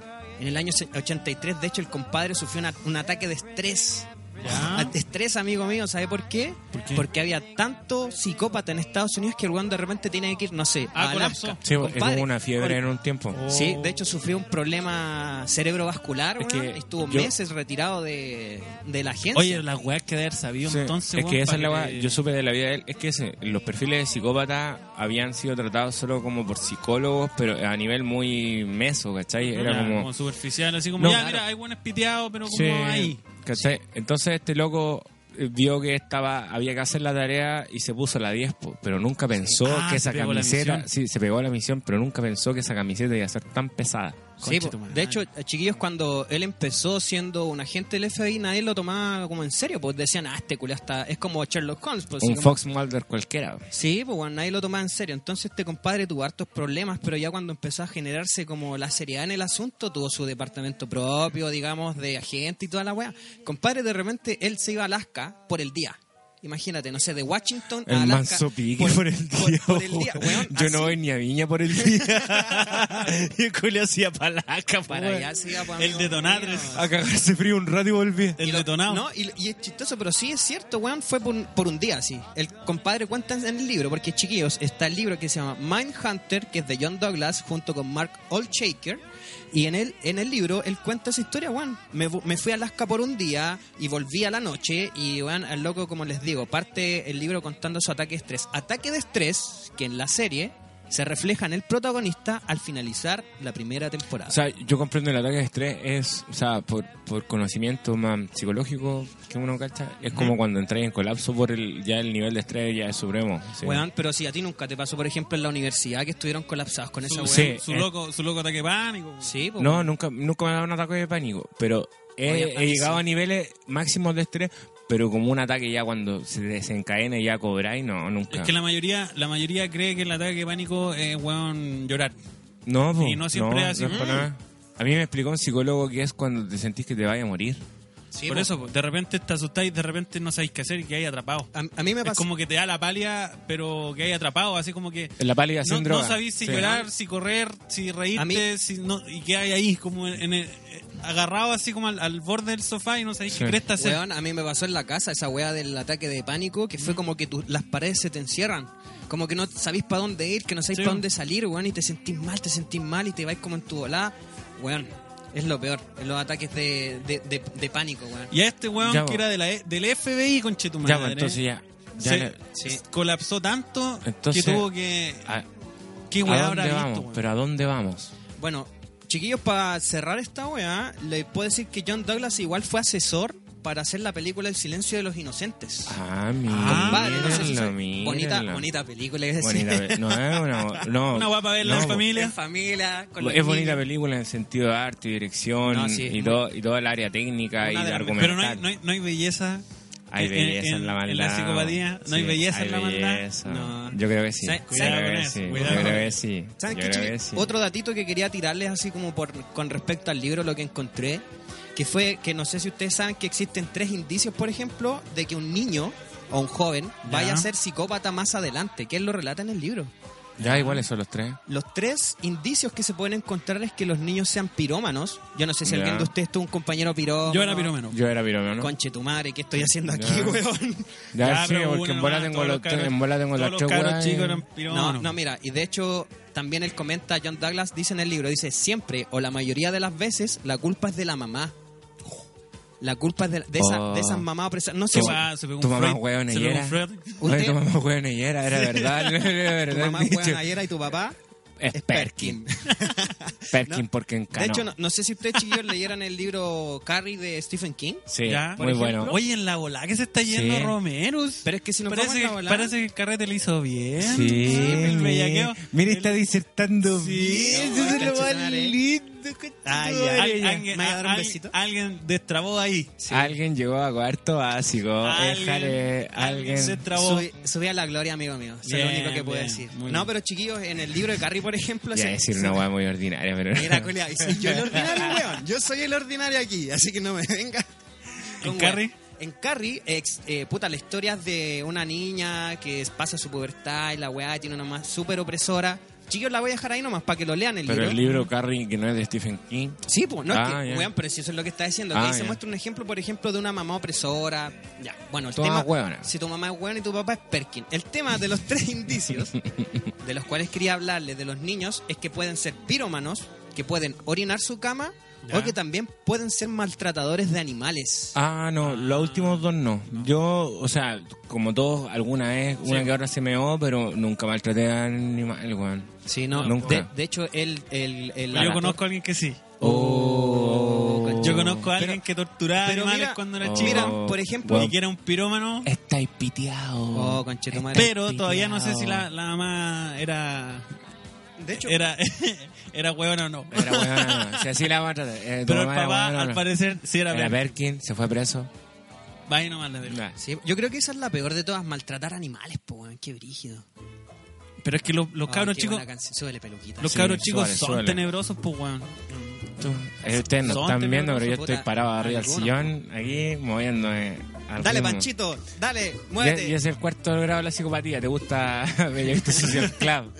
D: En el año se- 83, de hecho, el compadre sufrió una- un ataque de estrés.
C: ¿Ya?
D: De estrés, amigo mío, ¿sabe por qué?
C: ¿Por
B: qué?
D: Porque había tanto psicópata en Estados Unidos que el weón de repente tiene que ir, no sé,
C: Ah,
D: a
C: colapsó.
D: Alaska.
B: Sí, es
D: Compadre,
B: como una fiebre en un tiempo.
C: Oh.
D: Sí, de hecho sufrió un problema cerebrovascular,
B: Es
D: weón,
B: que
D: estuvo
B: yo-
D: meses retirado de, de la agencia.
C: Oye, las weas que debe haber sabido
B: Sí,
C: entonces.
B: es
C: weón,
B: que esa
C: para
B: es la weá.
C: que-
B: Yo supe de la vida de él. Es que ese, los perfiles de psicópata habían sido tratados solo como por psicólogos, pero a nivel muy meso, ¿cachai? Era
C: Ya,
B: como.
C: como superficial, así como,
B: No,
C: ya,
B: claro.
C: mira, hay buenos piteados, pero como
B: Sí,
C: ahí.
B: ¿cachai? Entonces este loco eh, vio que estaba había que hacer la tarea y se puso la 10, po, pero nunca pensó
C: Ah,
B: que
C: se
B: esa
C: pegó la
B: camiseta,
C: misión.
B: sí, se pegó a la misión, pero nunca pensó que esa camiseta iba a ser tan pesada.
D: Sí,
C: Conche
D: po.
C: tu madre.
D: de hecho, eh, chiquillos, cuando él empezó siendo un agente del FBI, nadie lo tomaba como en serio, pues decían, ah, este culo está... es como Sherlock Holmes. Pues, así
B: Un
D: como-
B: Fox Mulder cualquiera.
D: Sí, pues bueno, nadie lo tomaba en serio. Entonces este compadre tuvo hartos problemas, pero ya cuando empezó a generarse como la seriedad en el asunto, tuvo su departamento propio, digamos, de agente y toda la weá. Compadre, de repente él se iba a Alaska por el día. Imagínate, no sé, de Washington a
B: El
D: Alaska.
B: manso pique por, el día.
D: por el día,
B: weón.
D: weón,
B: Yo
D: así.
B: no voy ni a Viña por el día. y el culo hacía palaca
D: Para allá se iba, pues,
C: El
D: amigo
C: detonadres.
D: mío.
B: A cagarse frío un rato y volví.
C: El
D: Y lo-
C: detonado.
D: No, y, y es chistoso, pero sí es cierto, weón. Fue por, un- por un día, sí. El compadre cuenta en el libro, porque chiquillos, está el libro que se llama Mindhunter, que es de John Douglas, junto con Mark Olshaker. Y en el, en el libro él cuenta esa historia, weón. Me, fu- me fui a Alaska por un día y volví a la noche. Y, weón, al loco, como les digo, parte el libro contando su ataque de estrés. Ataque de estrés, que en la serie se refleja en el protagonista al finalizar la primera temporada.
B: O sea, yo comprendo el ataque de estrés es, o sea, por, por conocimiento más psicológico que uno cacha, es como cuando entráis en colapso por el ya el nivel de estrés ya es supremo. sí.
D: Weón, pero si a ti nunca te pasó, por ejemplo, en la universidad que estuvieron colapsados con esa
C: su,
D: weón.
B: Sí.
C: su
B: eh.
C: loco, su loco ataque de pánico. weón.
D: Sí, po,
B: No,
D: weón.
B: nunca nunca me ha dado un ataque de pánico, pero
D: Oye,
B: he,
D: a
B: he
D: mí
B: llegado
D: sí.
B: a niveles máximos de estrés, pero como un ataque ya cuando se desencadena y ya cobráis, no, nunca.
C: Es que la mayoría, la mayoría cree que el ataque de pánico es weón llorar.
B: No, po,
C: Y no siempre es así. Mm.
B: no para nada. A mí me explicó un psicólogo que es cuando te sentís que te vaya a morir.
D: Sí,
C: Por
D: po.
C: eso, po, de repente te asustáis, de repente no sabéis qué hacer y que hay atrapado.
D: A, a mí me
C: Es
D: pasó.
C: como que te da la palia, pero que hay atrapado, así como que
B: La pálida
C: no,
B: sin
C: no
B: droga.
C: sabís si
B: Sí.
C: llorar, si correr, si reírte,
D: A mí-
C: si no, y que hay ahí, como en el- eh, agarrado así como al, al borde del sofá y no sabéis
B: Sí.
C: qué cresta hacer.
D: Weón, a mí me pasó en la casa esa weá del ataque de pánico que fue
C: Mm.
D: como que tu- las paredes se te encierran. Como que no sabís para dónde ir, que no sabís
C: Sí.
D: para dónde salir, weón, y te sentís mal, te sentís mal y te vais como en tu volada. Weón, es lo peor, en los ataques de, de, de- de pánico, weón.
C: Y a este weón
B: Ya,
C: que
B: po.
C: era de la, E- del FBI, con Chetumadre.
B: Ya, pues, entonces ya. ya
C: se,
B: le-
C: se colapsó tanto
B: Entonces-
C: que tuvo que.
B: a-
C: ¿Qué
B: ¿A
C: weá
B: dónde
C: habrá visto,
B: vamos?
C: weón?
B: Pero ¿a dónde vamos?
D: Bueno, chiquillos, para cerrar esta weá, les puedo decir que John Douglas igual fue asesor para hacer la película El silencio de los inocentes.
B: Ah, mira.
D: Compadre, no sé si
B: míralo,
D: soy- bonita,
B: míralo.
D: bonita película es decir.
B: Bonita pe- No, es una, no,
C: Una guapa verla
B: no,
C: en
B: po.
C: familia.
D: en familia, con los
B: Es bonita
D: niños.
B: película en el sentido de arte y dirección
D: No, sí,
B: y,
D: muy-
B: todo, y toda el área técnica y
C: Una de
B: de
C: las-
B: argumental.
C: pero no hay, no, hay, no hay belleza.
B: Hay
C: en-
B: belleza en, la maldad.
C: En la psicopatía. No hay
B: Sí,
C: belleza en la maldad.
B: belleza.
D: No.
B: Yo creo que sí.
D: ¿Sabe-
B: Yo
D: sabe-
B: creo que
C: cuidado
B: sí.
C: con
B: Yo
C: eso,
B: creo
C: cuidado.
B: que sí.
D: ¿Saben
B: Yo
D: qué,
B: creo que
D: chiquillos?
B: sí.
D: Otro datito que quería tirarles así como por con respecto al libro, lo que encontré, que fue que no sé si ustedes saben que existen tres indicios, por ejemplo, de que un niño o un joven vaya
C: Ya.
D: a ser psicópata más adelante, que él lo relata en el libro.
B: Ya iguales son los tres.
D: Los tres indicios que se pueden encontrar es que los niños sean pirómanos. Yo no sé si
B: Ya.
D: alguien de ustedes tuvo un compañero pirómano.
C: Yo era pirómano.
B: Yo era piromano.
D: Conche tu madre, ¿qué estoy haciendo aquí,
B: Ya.
D: weón?
B: Ya,
C: Ya,
B: sí,
C: pero
B: porque
C: uno
B: en bola
C: nomás,
B: tengo
C: todos
B: los
C: los cabros-
B: tres. En bola tengo
C: todos
B: las
C: los
B: tres
C: cabros
B: weas y-
C: chicos eran
D: No,
C: pirómanos.
D: no, mira, y de hecho también él comenta, John Douglas dice en el libro, dice, siempre o la mayoría de las veces la culpa es de la mamá. La culpa es de, de, esa-
B: Oh.
D: de esas mamás opresas. No
C: Se
D: sé,
B: Tu-
D: weón,
C: va- se pegó
B: tu
C: un
B: mamá
C: Freud,
B: hueona
C: se
B: y
C: pegó un
B: era.
C: Freud.
B: Oye,
D: Usted-
B: tu mamá hueona y era, era verdad. era verdad
D: tu mamá
B: el
D: fue
B: dicho.
D: ayer y tu papá
B: Es
D: es
B: Perkin.
D: Perkin.
B: Perkin
D: No,
B: porque encanó.
D: De hecho, no, no sé si ustedes chiquillos leyeran el libro Carrie de Stephen King.
B: Sí,
C: Ya, por
B: muy
C: ejemplo.
B: bueno.
C: Oye, en la bola que se está yendo
B: Sí.
C: Romeros.
D: Pero es que si nos vamos
C: parece,
D: a
C: que-
D: la volada-
C: parece que el carrete le hizo bien.
B: Sí,
C: pues, el bellaqueo.
B: Mira, está disertando.
C: Sí,
B: bien,
D: no,
B: eso es lo más
D: conchetumare.
B: lindo.
D: Ay,
B: conchetumare.
D: ay,
C: Al-
D: ya.
C: alguien,
D: ¿Me vas a dar un
C: al-
D: besito?
C: alguien destrabó ahí.
B: Alguien llegó a cuarto básico.
C: Alguien-
B: Déjale,
C: alguien se
B: eh, alguien.
C: trabó.
D: Subí, subí a la gloria, amigo mío. Eso es lo
C: Bien,
D: único que puedo
C: bien,
D: decir.
C: muy
D: No,
C: bien.
D: pero chiquillos, en el libro de Carrie, por ejemplo...
B: Ya
D: se-
B: decir
D: se-
B: una hueá muy ordinaria, pero.
D: Mira, culiao, y soy yo el ordinario, weón. Yo soy el ordinario aquí, así que no me venga.
C: ¿En
D: con
C: Carrie?
D: weón. En Carrie, ex- eh, puta, la historia es de una niña que pasa su pubertad y la weá tiene una más súper opresora. Chicos, la voy a dejar ahí nomás para que lo lean el
B: Pero
D: libro.
B: el libro Carrie, que no es de Stephen King.
D: Sí, pues, no
B: Ah,
D: es que,
B: ya.
D: weón, pero si eso es lo que está diciendo. que
B: Ah,
D: ahí se
B: ya.
D: muestra un ejemplo, por ejemplo, de una mamá opresora. Ya, bueno, el
B: Todas
D: tema.
B: hueonas.
D: Si tu mamá es weón y tu papá es Perkin. El tema de los tres indicios, de los cuales quería hablarles de los niños, es que pueden ser pirómanos, que pueden orinar su cama,
C: Ya.
D: o que también pueden ser maltratadores de animales.
B: Ah, no, los últimos dos no. Yo, o sea, como todos, alguna vez, una que ahora se meó, pero nunca maltraté a animal, weón.
D: Sí, no.
B: Nunca.
D: De, de hecho, el. el, el
C: Yo conozco a alguien que sí.
B: Oh,
C: Yo conozco a alguien
D: Pero-
C: que torturaba
D: pero
C: animales
D: mira-
C: cuando era
B: Oh.
C: chico.
D: Mira, por ejemplo.
B: Bueno.
C: Y que era un pirómano.
B: Estáis piteado.
D: Oh, conchetumare.
C: Pero todavía no sé si
B: oh.
C: la, la mamá era.
D: De hecho,
C: Era, era huevona o no.
B: Eh, Era weón, no. Si así la va a tratar. eh, tu
C: Pero el
B: mamá era
C: papá,
B: weona,
C: al
B: no.
C: parecer, sí era.
B: Era
C: ver.
B: Perkin, se fue preso.
C: Vaya nomás la verdad.
B: Nah.
D: sí, yo creo que esa es la peor de todas, maltratar animales, po, weón, qué brígido.
C: Pero es que los, los
D: Ay,
C: cabros
D: qué
C: chicos.
D: buena canción, súbele peluquita.
C: Los
B: Sí,
C: cabros chicos
B: suele,
C: son
B: suele.
C: tenebrosos, pues, weón.
B: Tú- eh, Ustedes no
C: Son
B: están viendo,
C: temerosos,
B: pero yo
D: puta,
B: estoy parado arriba del
D: alguno.
B: sillón, aquí, moviéndome. al
D: Dale,
B: ritmo.
D: Panchito, dale,
B: Y,
D: muévete.
B: y es el cuarto grado de la psicopatía. ¿Te gusta Bellavista Social Club?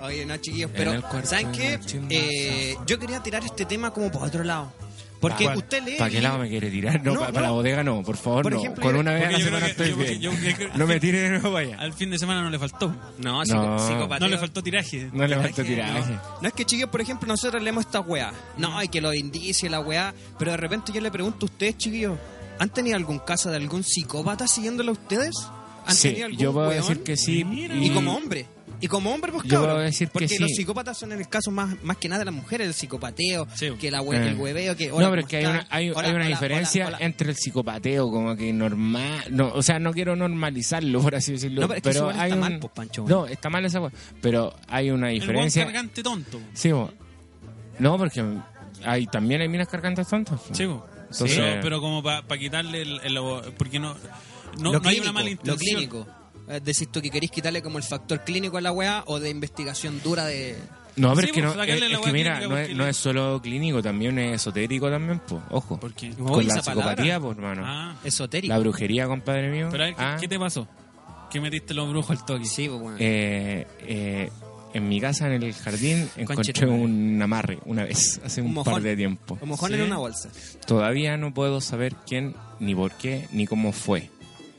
D: Oye, no, chiquillos,
B: En
D: pero
B: el cuarto
D: ¿saben qué?
B: del chimbo.
D: Eh, yo quería tirar este tema como por otro lado. Porque
B: ¿Cuál?
D: usted lee.
B: ¿Para qué lado me quiere tirar? No,
D: No,
B: pa- para,
D: no.
B: la bodega no, por favor,
D: Por
B: no.
D: ejemplo,
B: Con
D: yo-
B: una vez a
C: porque
B: la
C: yo
B: semana
C: creo que-
B: estoy bien.
C: yo- yo creo que-
B: no me tire de nuevo para allá.
C: Al fin de semana no le faltó.
D: No,
B: No.
D: psicopateo-
C: No le faltó tiraje.
B: No le falta tiraje.
D: No es que chiquillos, por ejemplo, nosotros leemos esta weá. No, hay que los indicios, y la weá. Pero de repente yo le pregunto a ustedes, chiquillos, ¿han tenido algún caso de algún psicópata siguiéndolo a ustedes? ¿Han
B: Sí,
D: tenido algún
B: yo puedo
D: weón?
B: decir que sí.
D: Y como hombre. Y como hombre, pues
B: Yo
D: cabrón.
B: voy a decir que
D: Porque
B: sí.
D: los psicópatas son en el caso más, más que nada las mujeres, el psicopateo,
C: Sí.
D: que la hue-
B: Eh.
D: el hueveo, que.
B: no, pero es que hay una, hay, hay una diferencia
D: entre
B: entre el psicopateo, como que normal. No, o sea, no quiero normalizarlo, por así decirlo.
D: No, pero es que eso igual
B: hay
D: está
B: un-
D: mal, pues, Pancho.
B: No, está mal esa cosa. Pero hay una
C: El weón
B: diferencia.
C: cargante tonto.
B: Sí, bo. no, porque hay, también hay minas cargantes tontas. po.
C: Sí, po.
B: Entonces-
C: pero, pero como para quitarle el, el- Porque no, no,
D: lo
C: no hay
D: clínico,
C: una mala
D: Lo
C: intención.
D: clínico. Es decir, tú que querés quitarle como el factor clínico a la weá o de investigación dura de.
B: No, pero
C: Sí,
B: es que,
C: pues,
B: no,
C: sacarle
B: es-
C: la
B: es que
C: hueá
B: mira,
C: clínica,
B: no es,
C: porque
B: no
C: le-
B: es solo clínico, también es esotérico también, po. ojo.
C: Porque.
D: Oye,
B: Con la
D: esa palabra.
B: psicopatía, po, hermano.
C: Ah,
D: Esotérico.
B: La brujería, compadre mío.
C: pero a ver, ¿qué,
B: Ah,
C: qué te pasó? ¿Qué metiste los brujos al toque?
D: Sí, pues, weón.
B: eh, eh, en mi casa, en el jardín, encontré
D: madre.
B: un amarre una vez, hace
D: Un
B: un,
D: mojón.
B: par de tiempo.
D: A lo mejor
C: sí.
D: en una bolsa.
B: Todavía no puedo saber quién, ni por qué, ni cómo fue.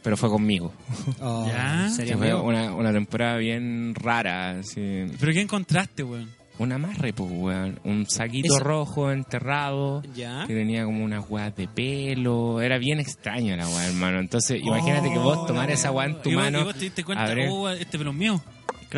B: Pero fue conmigo.
D: Oh,
C: Ya.
D: sería
B: Fue
D: amigo.
B: una, una temporada bien rara. Así.
C: ¿Pero qué encontraste, weón?
B: Un amarre, pues, weón. Un saquito
D: Eso-
B: rojo enterrado.
D: Ya.
C: ¿Ah?
B: Que tenía como unas weas de pelo. Era bien extraño la wea, hermano. Entonces, imagínate que vos tomar esa wea en tu
C: Oh, Y vos-
B: mano.
C: Y vos te diste cuenta,
B: abrir-
C: oh, este pelo es mío.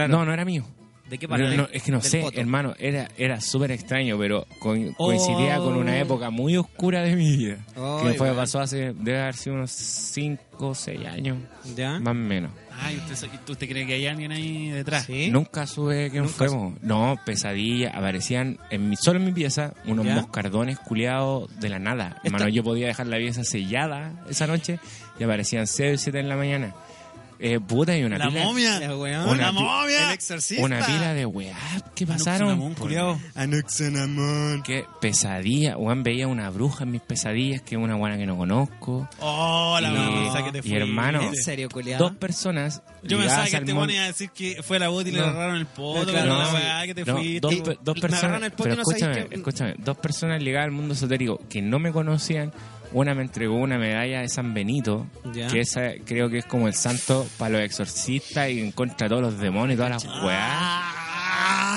B: No, no era mío.
D: ¿De qué parte?
B: No, no, es que no
D: Del
B: sé,
D: poto.
B: hermano. Era, era súper extraño, pero co-
C: Oh.
B: coincidía con una época muy oscura de mi vida.
D: Ay,
B: que fue,
D: weón.
B: pasó hace, debe haber sido unos 5 o 6 años,
C: ¿Ah?
D: Ya.
B: más o menos.
C: eh, Ay, ¿usted, sa- y ¿tú te crees que hay alguien ahí detrás?
D: Sí.
B: Nunca supe quién
D: Nunca
B: fue. mo. No, pesadillas. Aparecían en mi, solo en mi pieza unos
D: ¿Ya?
B: moscardones culiados de la nada. Hermano, yo podía dejar la pieza sellada esa noche y aparecían 6 o 7 en la mañana. Eh, puta, y una
C: La
B: pila.
C: momia.
D: Ya, weón.
B: Una
C: la
B: pi-
C: momia.
D: El exorcista.
B: Una pila de weá que
C: Pasaron.
B: pasaron. por- Qué pesadilla. Juan veía una bruja en mis pesadillas, que es una buena que no conozco.
C: Oh, la
B: Y-
C: vergüenza que te
B: y
C: fue.
B: hermano,
D: ¿En serio, culiado?
B: Dos personas.
C: Yo pensaba
B: ligadas
C: que
B: al
C: este
B: mon-
C: weón iba a decir que fue la bot y le
B: No.
C: agarraron el poto,
D: No,
C: pero
D: claro,
C: la
D: no.
C: weá ah, que te
B: No,
C: fuiste.
B: dos, pe- dos
D: Me
B: personas,
D: agarraron el poto
B: pero
D: y no sabéis
B: escúchame,
D: que-
B: escúchame, dos personas ligadas al mundo esotérico que no me conocían, una me entregó una medalla de San Benito,
D: Ya.
B: que esa creo que es como el santo para los exorcistas y en contra de todos los demonios y todas las weas.
C: Ah.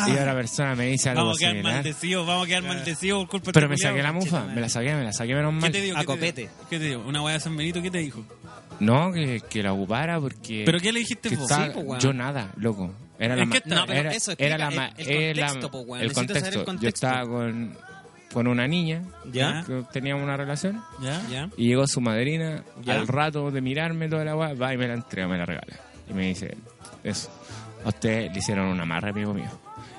B: Y otra persona me dice algo
C: Vamos a quedar
B: similar.
C: maldecidos, vamos a quedar maldecidos por culpa de
B: Pero
C: este
B: me
C: culiao,
B: saqué la mufa, me la saqué, me la saqué menos
C: ¿Qué
B: mal.
C: te digo?
D: A
C: ¿Qué te
D: copete.
C: digo? ¿Qué te digo? Una weá de San Benito, ¿qué te dijo?
B: No, que, que la ocupara porque...
C: ¿Pero qué le dijiste
B: que
C: vos?
B: estaba-
D: Sí, po, weón.
B: yo nada, loco. Era
C: ¿En
B: la ma-
C: qué estaba?
B: no, pero era,
D: eso
B: era la
D: explica
B: ma-
D: el- el
B: era la-
D: contexto, po, weón.
B: el
D: Necesito saber el
B: contexto. Yo
D: contexto.
B: estaba con, con una niña,
D: Ya.
B: que teníamos una relación,
C: ¿Ya?
D: Ya.
B: y llegó su madrina,
D: Ya.
B: al rato de mirarme toda la guay, va y me la entrega, me la regala. Y me dice, eso, a usted le hicieron una amarre, amigo mío.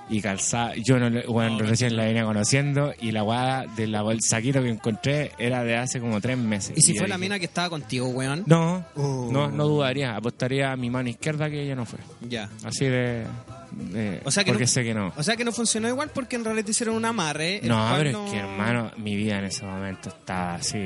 B: Y calzada, yo no, le-
D: Oh,
B: bueno,
C: No,
B: recién la venía conociendo y la guada del la- el saquito que encontré era de hace como tres meses.
D: ¿Y si
B: yo
D: fue la
B: dije,
D: mina que estaba contigo, weón?
B: No, no, no dudaría, apostaría a mi mano izquierda que ella no fue.
D: Ya.
B: Así de. de-
D: O sea que
B: porque
D: no-
B: sé que no.
D: O sea que no funcionó igual porque en realidad te hicieron un amarre. el
B: No,
D: cual
B: pero es que, hermano, mi vida en ese momento estaba así.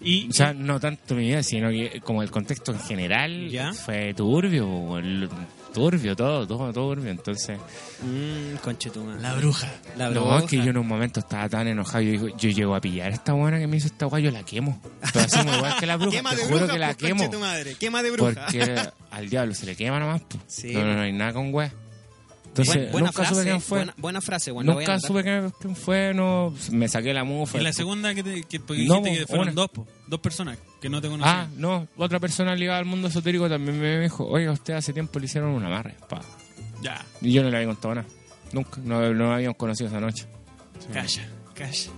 C: Y,
B: O sea, no tanto mi vida, sino que como el contexto en general
C: ¿Ya?
B: fue turbio, po, el- turbio todo, todo turbio. Entonces,
D: Mmm, conchetumá.
C: la bruja.
D: La
B: no, es que yo en un momento estaba tan enojado, yo digo, yo llego a pillar a esta buena que me hizo esta guay, yo la quemo. Pero así como igual que la bruja,
D: Quema
B: te
D: de
B: juro
D: bruja,
B: que la
D: pues,
B: quemo.
D: conche tu madre. Quema de bruja.
B: Porque al diablo se le quema nomás, po.
D: Sí,
B: no, no,
D: po.
B: no hay nada con wea. Entonces,
D: Buen- buena,
B: nunca
D: frase,
B: supe quién fue.
D: buena, buena frase, bueno, la voy a
B: nunca
D: anotar.
B: supe quién quién fue, no, me saqué la mufa.
C: Y la segunda que, te, que porque
B: No,
C: dijiste
B: po,
C: que fueron
B: una.
C: dos, po, dos personas que no te
B: Ah,
C: conocían.
B: no, otra persona ligada al mundo esotérico también me dijo, oiga, usted hace tiempo le hicieron un amarre, pa.
C: Ya,
B: Y yo no le había contado nada, nunca, no, no la habíamos conocido esa noche.
C: calla, calla.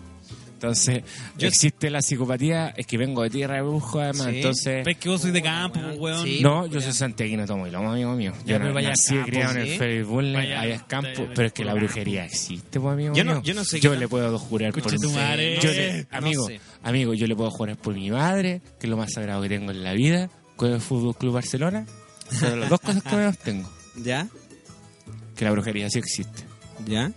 B: Entonces,
C: Yo-
B: existe la psicopatía, es que vengo de tierra de brujo, además,
D: Sí,
B: entonces...
C: Pero es que vos sois de campo, po, weón.
D: Sí.
B: No, yo soy santiaguino, tomo y lomo, amigo mío.
C: Ya,
B: Yo
D: pues
C: pero
B: no,
C: vaya
B: nací y
C: campo,
B: criado en
D: ¿sí?
B: el Ferry Bull,
C: Vaya-
B: allá es campo,
C: vaya-
B: pero es que la
C: puro
B: brujería existe, pues, amigo
D: Yo no-
B: mío.
D: yo no sé
B: Yo
D: qué-
B: le puedo jurar por
C: Conche tu madre.
B: Yo le-
D: No
B: amigo,
D: sé.
B: amigo, yo le puedo jurar por mi madre, que es lo más sagrado que tengo en la vida, con el Fútbol Club Barcelona. Son las dos cosas que menos tengo,
D: ¿Ya?
B: que la brujería sí existe.
D: ¿Ya?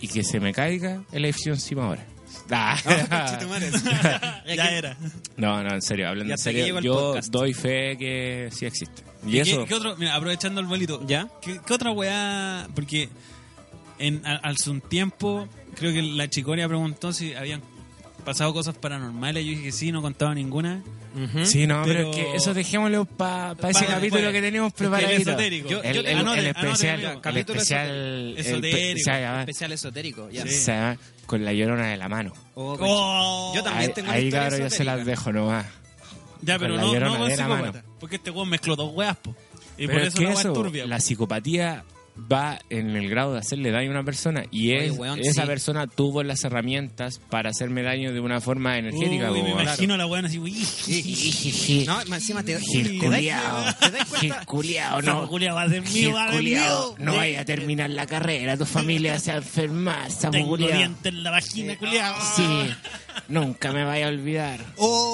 B: Y que se me caiga el edificio encima ahora.
D: Conche tu
B: Ah.
D: madre.
C: Ya era.
B: No, no, en serio, hablando
D: Y
B: en
D: hasta aquí
B: serio,
D: llegó el
B: yo
D: podcast.
B: doy fe que sí existe. Y,
C: ¿Qué-
B: eso,
C: ¿Qué, otro? Mira, aprovechando el bolito.
D: ¿Ya?
C: ¿Qué, qué otra weá? Porque en, a- hace un tiempo, creo que la chicoria preguntó si habían pasado cosas paranormales. Yo dije que sí, no contaba ninguna.
D: Ujú.
B: Sí, no, ¿Mm? pero,
C: Pero-
B: es que eso dejémoslo para ese
C: Pa-
B: capítulo
C: después.
B: que tenemos
C: Porque el
B: preparado.
C: esotérico. Yo-
B: El,
C: yo-
B: ah, el- el
C: anote, anote,
B: especial.
C: amigo.
B: el
D: Capítulo
B: especial. el
C: esotérico.
B: pe- se va a llamar-
D: Especial esotérico. Ya.
C: Sí.
B: se va a llamar con la llorona de la mano.
D: Oh, conche-
C: Oh.
D: Yo También
B: ahí,
D: tengo una
B: ahí,
D: historia
B: cabrón, yo se las
D: esotérica.
B: dejo nomás.
C: Ya, pero
B: con la
C: no,
B: llorona
C: no con
B: de la
C: psicópata.
B: mano.
C: Porque este weón mezcló dos weas, po. Y
B: Pero
C: por
B: es
C: eso
B: que
C: la wea
B: eso,
C: es turbia. pues. po.
B: la psicopatía va en el grado de hacerle daño a una persona y
D: Oye,
B: es-
D: weón,
B: esa
D: sí.
B: persona tuvo las herramientas para hacerme daño de una forma energética.
C: Uy,
B: como-
C: me imagino a la weón así, uy,
D: No, más encima te,
B: Gil
D: te
B: culiao,
D: das, te das
B: Gil
D: cuenta.
B: culiao,
C: no,
B: no,
C: Julia va a ser mío, va a ser mío.
B: no vaya a terminar la carrera, tu familia se va a enfermar,
C: Tengo dientes en la
B: Eh,
C: vagina, culiao.
B: Sí, nunca me vaya a olvidar.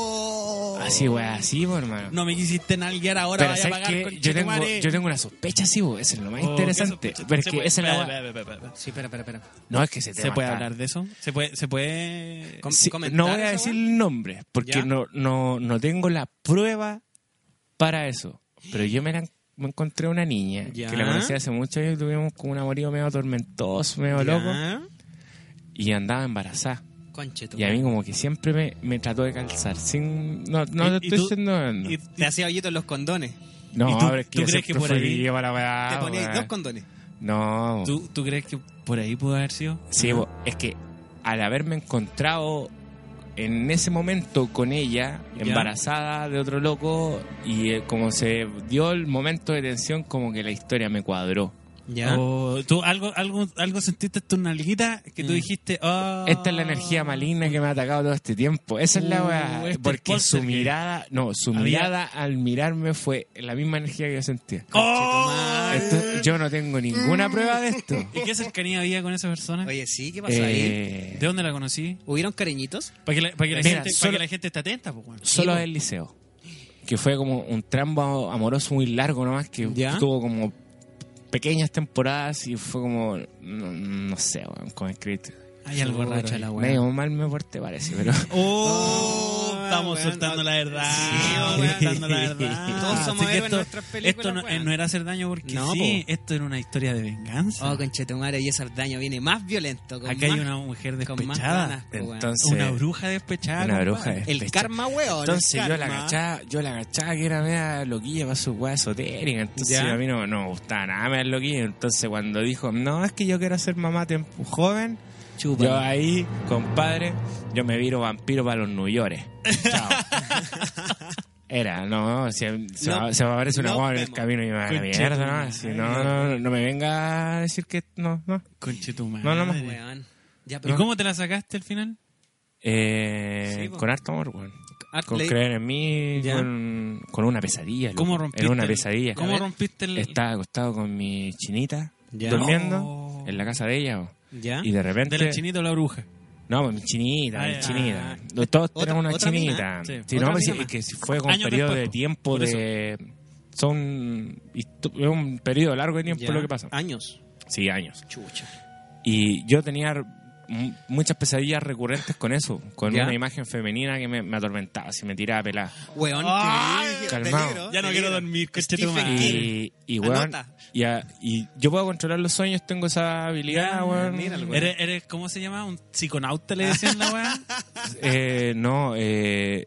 D: Oh.
B: Así, wey, así, po, hermano.
C: No me quisiste nalguear ahora,
B: Pero
C: vaya a
B: ¿sabes
C: pagar
B: qué?
C: con Oh,
B: Yo tengo, yo tengo una sospecha, sí, bo, eso es lo más interesante. Pero es que esa es la wea-
D: Sí, espera, espera, espera.
B: No, es que se,
C: ¿Se puede hablar de eso? ¿Se puede, se puede...
D: Com- comentar
B: no voy
D: esa
B: a
D: wea?
B: decir nombres, porque
D: ¿Ya?
B: no, no, no tengo la prueba para eso. Pero yo me, la en- me encontré una niña
D: ¿Ya?
B: que la conocí hace mucho y tuvimos como un amorío medio tormentoso, medio loco.
D: Ya.
B: y andaba embarazada.
D: Conche tu
B: Y a mí como que siempre me, me trató de calzar. Sin, no,
C: ¿Y-
B: no
C: y
B: te estoy
C: tú-
B: diciendo...
C: y-
B: No,
D: Te hacía hoyito en los condones.
B: no
C: y tú-
B: pero es
C: tú
B: que yo
C: crees que
B: siempre
C: por
B: fui
C: ahí
B: lleva la weá,
D: te ponías
B: weá.
D: dos condones.
B: No.
C: ¿Tú, ¿Tú crees que por ahí pudo haber sido?
B: Sí, bo, es que al haberme encontrado en ese momento con ella,
C: Ya.
B: embarazada de otro loco, y eh, como se dio el momento de tensión, como que la historia me cuadró.
D: Ya.
B: ¿Ah?
C: ¿O tú algo, algo, algo sentiste en tu nalguita que tú
D: Mm.
C: dijiste... ah
B: Esta es la energía maligna que me ha atacado todo este tiempo. Esa es la
C: Uh,
B: weá.
C: este
B: Porque su
C: poltergeist.
B: mirada, no, su
C: Había-
B: mirada al mirarme fue la misma energía que yo sentía.
C: ¡Oh!
B: Esto- yo no tengo ninguna prueba de esto.
C: ¿Y qué cercanía había con esa persona?
D: Oye, sí, ¿qué pasó ahí?
B: Eh,
C: ¿De dónde la conocí?
D: ¿Hubieron cariñitos?
C: Para que la, para que
B: Mira,
C: la gente, para
B: solo-
C: que la gente esté atenta, pues, weón.
B: solo
D: po.
B: del liceo. Que fue como un trambo amoroso muy largo nomás, que
D: Ya.
B: tuvo como pequeñas temporadas y fue como, no, no sé, weón, con escrito.
C: Hay algo
D: Chucha,
C: raro. ahí.
D: la weá.
B: Medio mal me porté, parece, pero...
C: Oh,
D: Oh,
C: estamos
D: weón,
C: soltando
D: no-
C: la verdad.
D: Sí,
C: estamos
D: weón.
C: soltando la verdad.
D: Todos somos
C: Así que
D: héroes en nuestras películas,
C: Esto no,
D: weón.
C: eh, no era hacer daño porque
D: No,
C: sí, esto era una historia de venganza.
D: Oh, conchetumare, y ese daño viene más violento. Con
C: Acá hay
D: más-
C: una mujer
D: con más
C: despechada.
D: ganas, po, weón.
B: Entonces,
C: Una bruja despechada.
B: Una
C: compadre.
B: bruja despechada.
D: El karma, weón.
B: Entonces
D: el
B: yo la
D: karma.
B: agachaba, yo la agachaba que era media loquilla para su weá esotérica. Entonces
D: Ya.
B: a mí no, no me gustaba nada más loquilla. Entonces cuando dijo, no, es que yo quiero ser mamá tempo- joven,
D: Chupa.
B: yo ahí, compadre, yo me viro vampiro para los New York. Chao. Era, no, se, se,
D: No,
B: va- se me aparece una
D: nos
B: guagua en el
D: vemos.
B: camino y me va a la
C: Conchetumare.
B: mierda, ¿no? Así, no, no, no me venga a decir que no, no.
C: Conchetumare.
B: No, no más.
D: Weón. Ya,
C: ah, ¿Y
D: pero
C: cómo te la sacaste al final?
B: Eh,
D: Sí, po.
B: con harto amor, weón.
D: Ah,
B: Con
D: le-
B: creer en mí,
D: Ya.
B: con, con una pesadilla. loco.
C: ¿Cómo rompiste?
B: Era una
C: el-
B: pesadilla.
C: ¿Cómo rompiste el.?
B: Estaba acostado con mi chinita,
D: Ya.
B: durmiendo,
C: Oh.
B: en la casa de ella, po.
D: ¿Ya?
B: y de repente...
C: De la chinita o la bruja.
B: No, pues mi chinita,
C: Ah,
B: mi
C: ya.
B: chinita. Todos
D: Otra-
B: tenemos una
D: otra mina,
B: chinita.
C: sí.
B: Si
D: Otra
B: no, pues,
D: mina
B: es que fue con un
C: Años
B: periodo
C: después,
B: de
C: po.
B: tiempo
C: Por eso.
B: de. Son. histo- Es un periodo largo de tiempo
D: Ya.
B: lo que pasa.
D: Años.
B: Sí, años.
D: Chucha.
B: Y yo tenía m- muchas pesadillas recurrentes con eso, con
D: ¿Ya?
B: una imagen femenina que me, me atormentaba, si me tiraba pelada.
D: Weón,
C: Ay,
D: te dije,
B: calmado.
D: te libro,
C: Ya no
D: te
C: quiero
D: libro.
C: dormir, coche tu
D: Stephen
C: madre.
D: King.
B: Y, y, weón,
D: Ah, Anota.
B: y, a- y yo puedo controlar los sueños, tengo esa habilidad, weón.
D: míralo, weón.
C: ¿Eres, eres, ¿Cómo se llama? ¿Un psiconauta le decían la weá?
B: Eh, no, eh,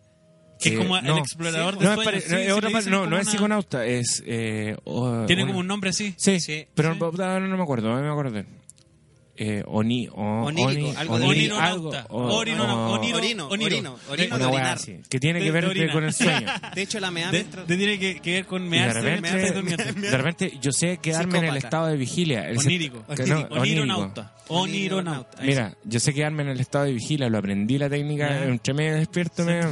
C: Que es
B: eh,
C: como
B: no.
C: el explorador de
B: No, es
C: sueños,
B: pare-
C: sí,
B: no, es
C: sí,
B: otra
C: le
B: pa-
C: dicen
B: no,
C: como
B: no es
C: una-
B: psiconauta, es... eh, o-
C: Tiene
B: una-
C: como un nombre así.
B: Sí,
D: Sí,
B: pero
D: sí.
B: No, no me acuerdo, no me acuerdo. Eh, oni, o,
D: Onírico,
B: oni,
D: algo de-
B: oni- algo,
C: Orinonauta.
B: o-
C: Orinono-
B: o-
C: Oniro- oniro.
D: Orino, orino,
C: Eh,
D: orino
B: una
D: de
B: weá
D: orinar.
B: así, que tiene
C: De-
B: que
C: de
B: ver
C: orina.
B: con el sueño.
D: De hecho, la meada
C: De-
D: mientras-
C: te tiene que, que ver con
B: Y de
C: mearse mientras
B: repente,
C: durmiente.
B: de repente yo sé quedarme en el
D: Psicópata.
B: estado de vigilia. El-
C: Onírico.
B: que no,
C: Onírico.
B: onírico.
C: Onironauta. Onironauta.
B: Mira, yo sé quedarme en el estado de vigilia, lo aprendí la técnica
C: Ya.
B: entre medio despierto. medio-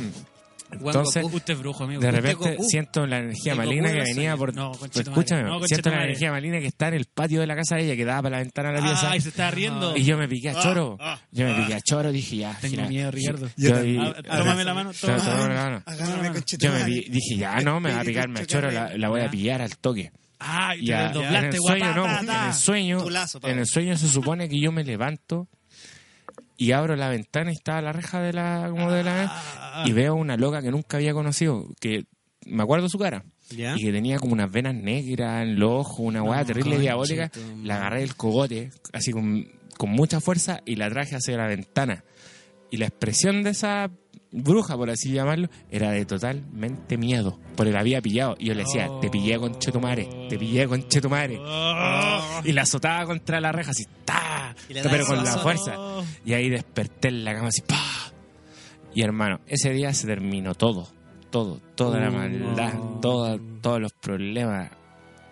B: Entonces,
D: Goku.
C: Usted es brujo, amigo.
B: de
C: Usted-
B: repente
D: Goku.
B: siento la energía
D: El
B: maligna
D: Goku
B: que
D: de los
B: venía
D: sueños.
B: por...
C: No, conchetumare.
B: escúchame,
C: No,
B: siento la
C: conchetumare.
B: energía maligna que está en el patio de la casa de ella, que daba para la ventana de la pieza.
C: Ay, se está riendo.
B: Y yo me piqué a choro.
C: ah,
B: yo me piqué a choro y dije, ya.
C: Tengo miedo, Ricardo.
B: Yo,
C: Ah,
B: y-
C: tómame la mano, Ah,
B: Tó-
C: tómame.
B: tómame la mano.
C: Yo
E: Agárrame, conchito.
B: Yo me pi- dije, ya no, me va a picar, me choro, la, la voy a
C: Ya.
B: pillar al toque.
C: Ay,
B: Y a-
C: te
B: en el
C: doblaste,
B: sueño, no,
C: guapa.
B: en el sueño,
E: Tu lazo, Pablo.
B: en el sueño se supone que yo me levanto y abro la ventana y estaba la reja de la, como de la, y veo una loca que nunca había conocido, que me acuerdo su cara.
D: ¿Ya? Ah,
B: Y que tenía como unas venas negras en los ojos, una hueá terrible
D: conchito,
B: diabólica.
D: madre.
B: La agarré del cogote, así con, con mucha fuerza, y la traje hacia la ventana. Y la expresión de esa bruja, por así llamarlo, era de totalmente miedo, porque la había pillado. Y yo le decía, te pillé con Chetumare, te pillé con Chetumare.
D: Ah.
B: Y la azotaba contra la reja, así, ¡ta!
D: Y le
B: Pero
D: daba
B: con
D: su
B: la
D: azote.
B: fuerza. Y ahí desperté en la cama, así, ¡pa! Y hermano, ese día se terminó todo. Todo, toda
D: Oh.
B: la maldad, toda- todos los problemas,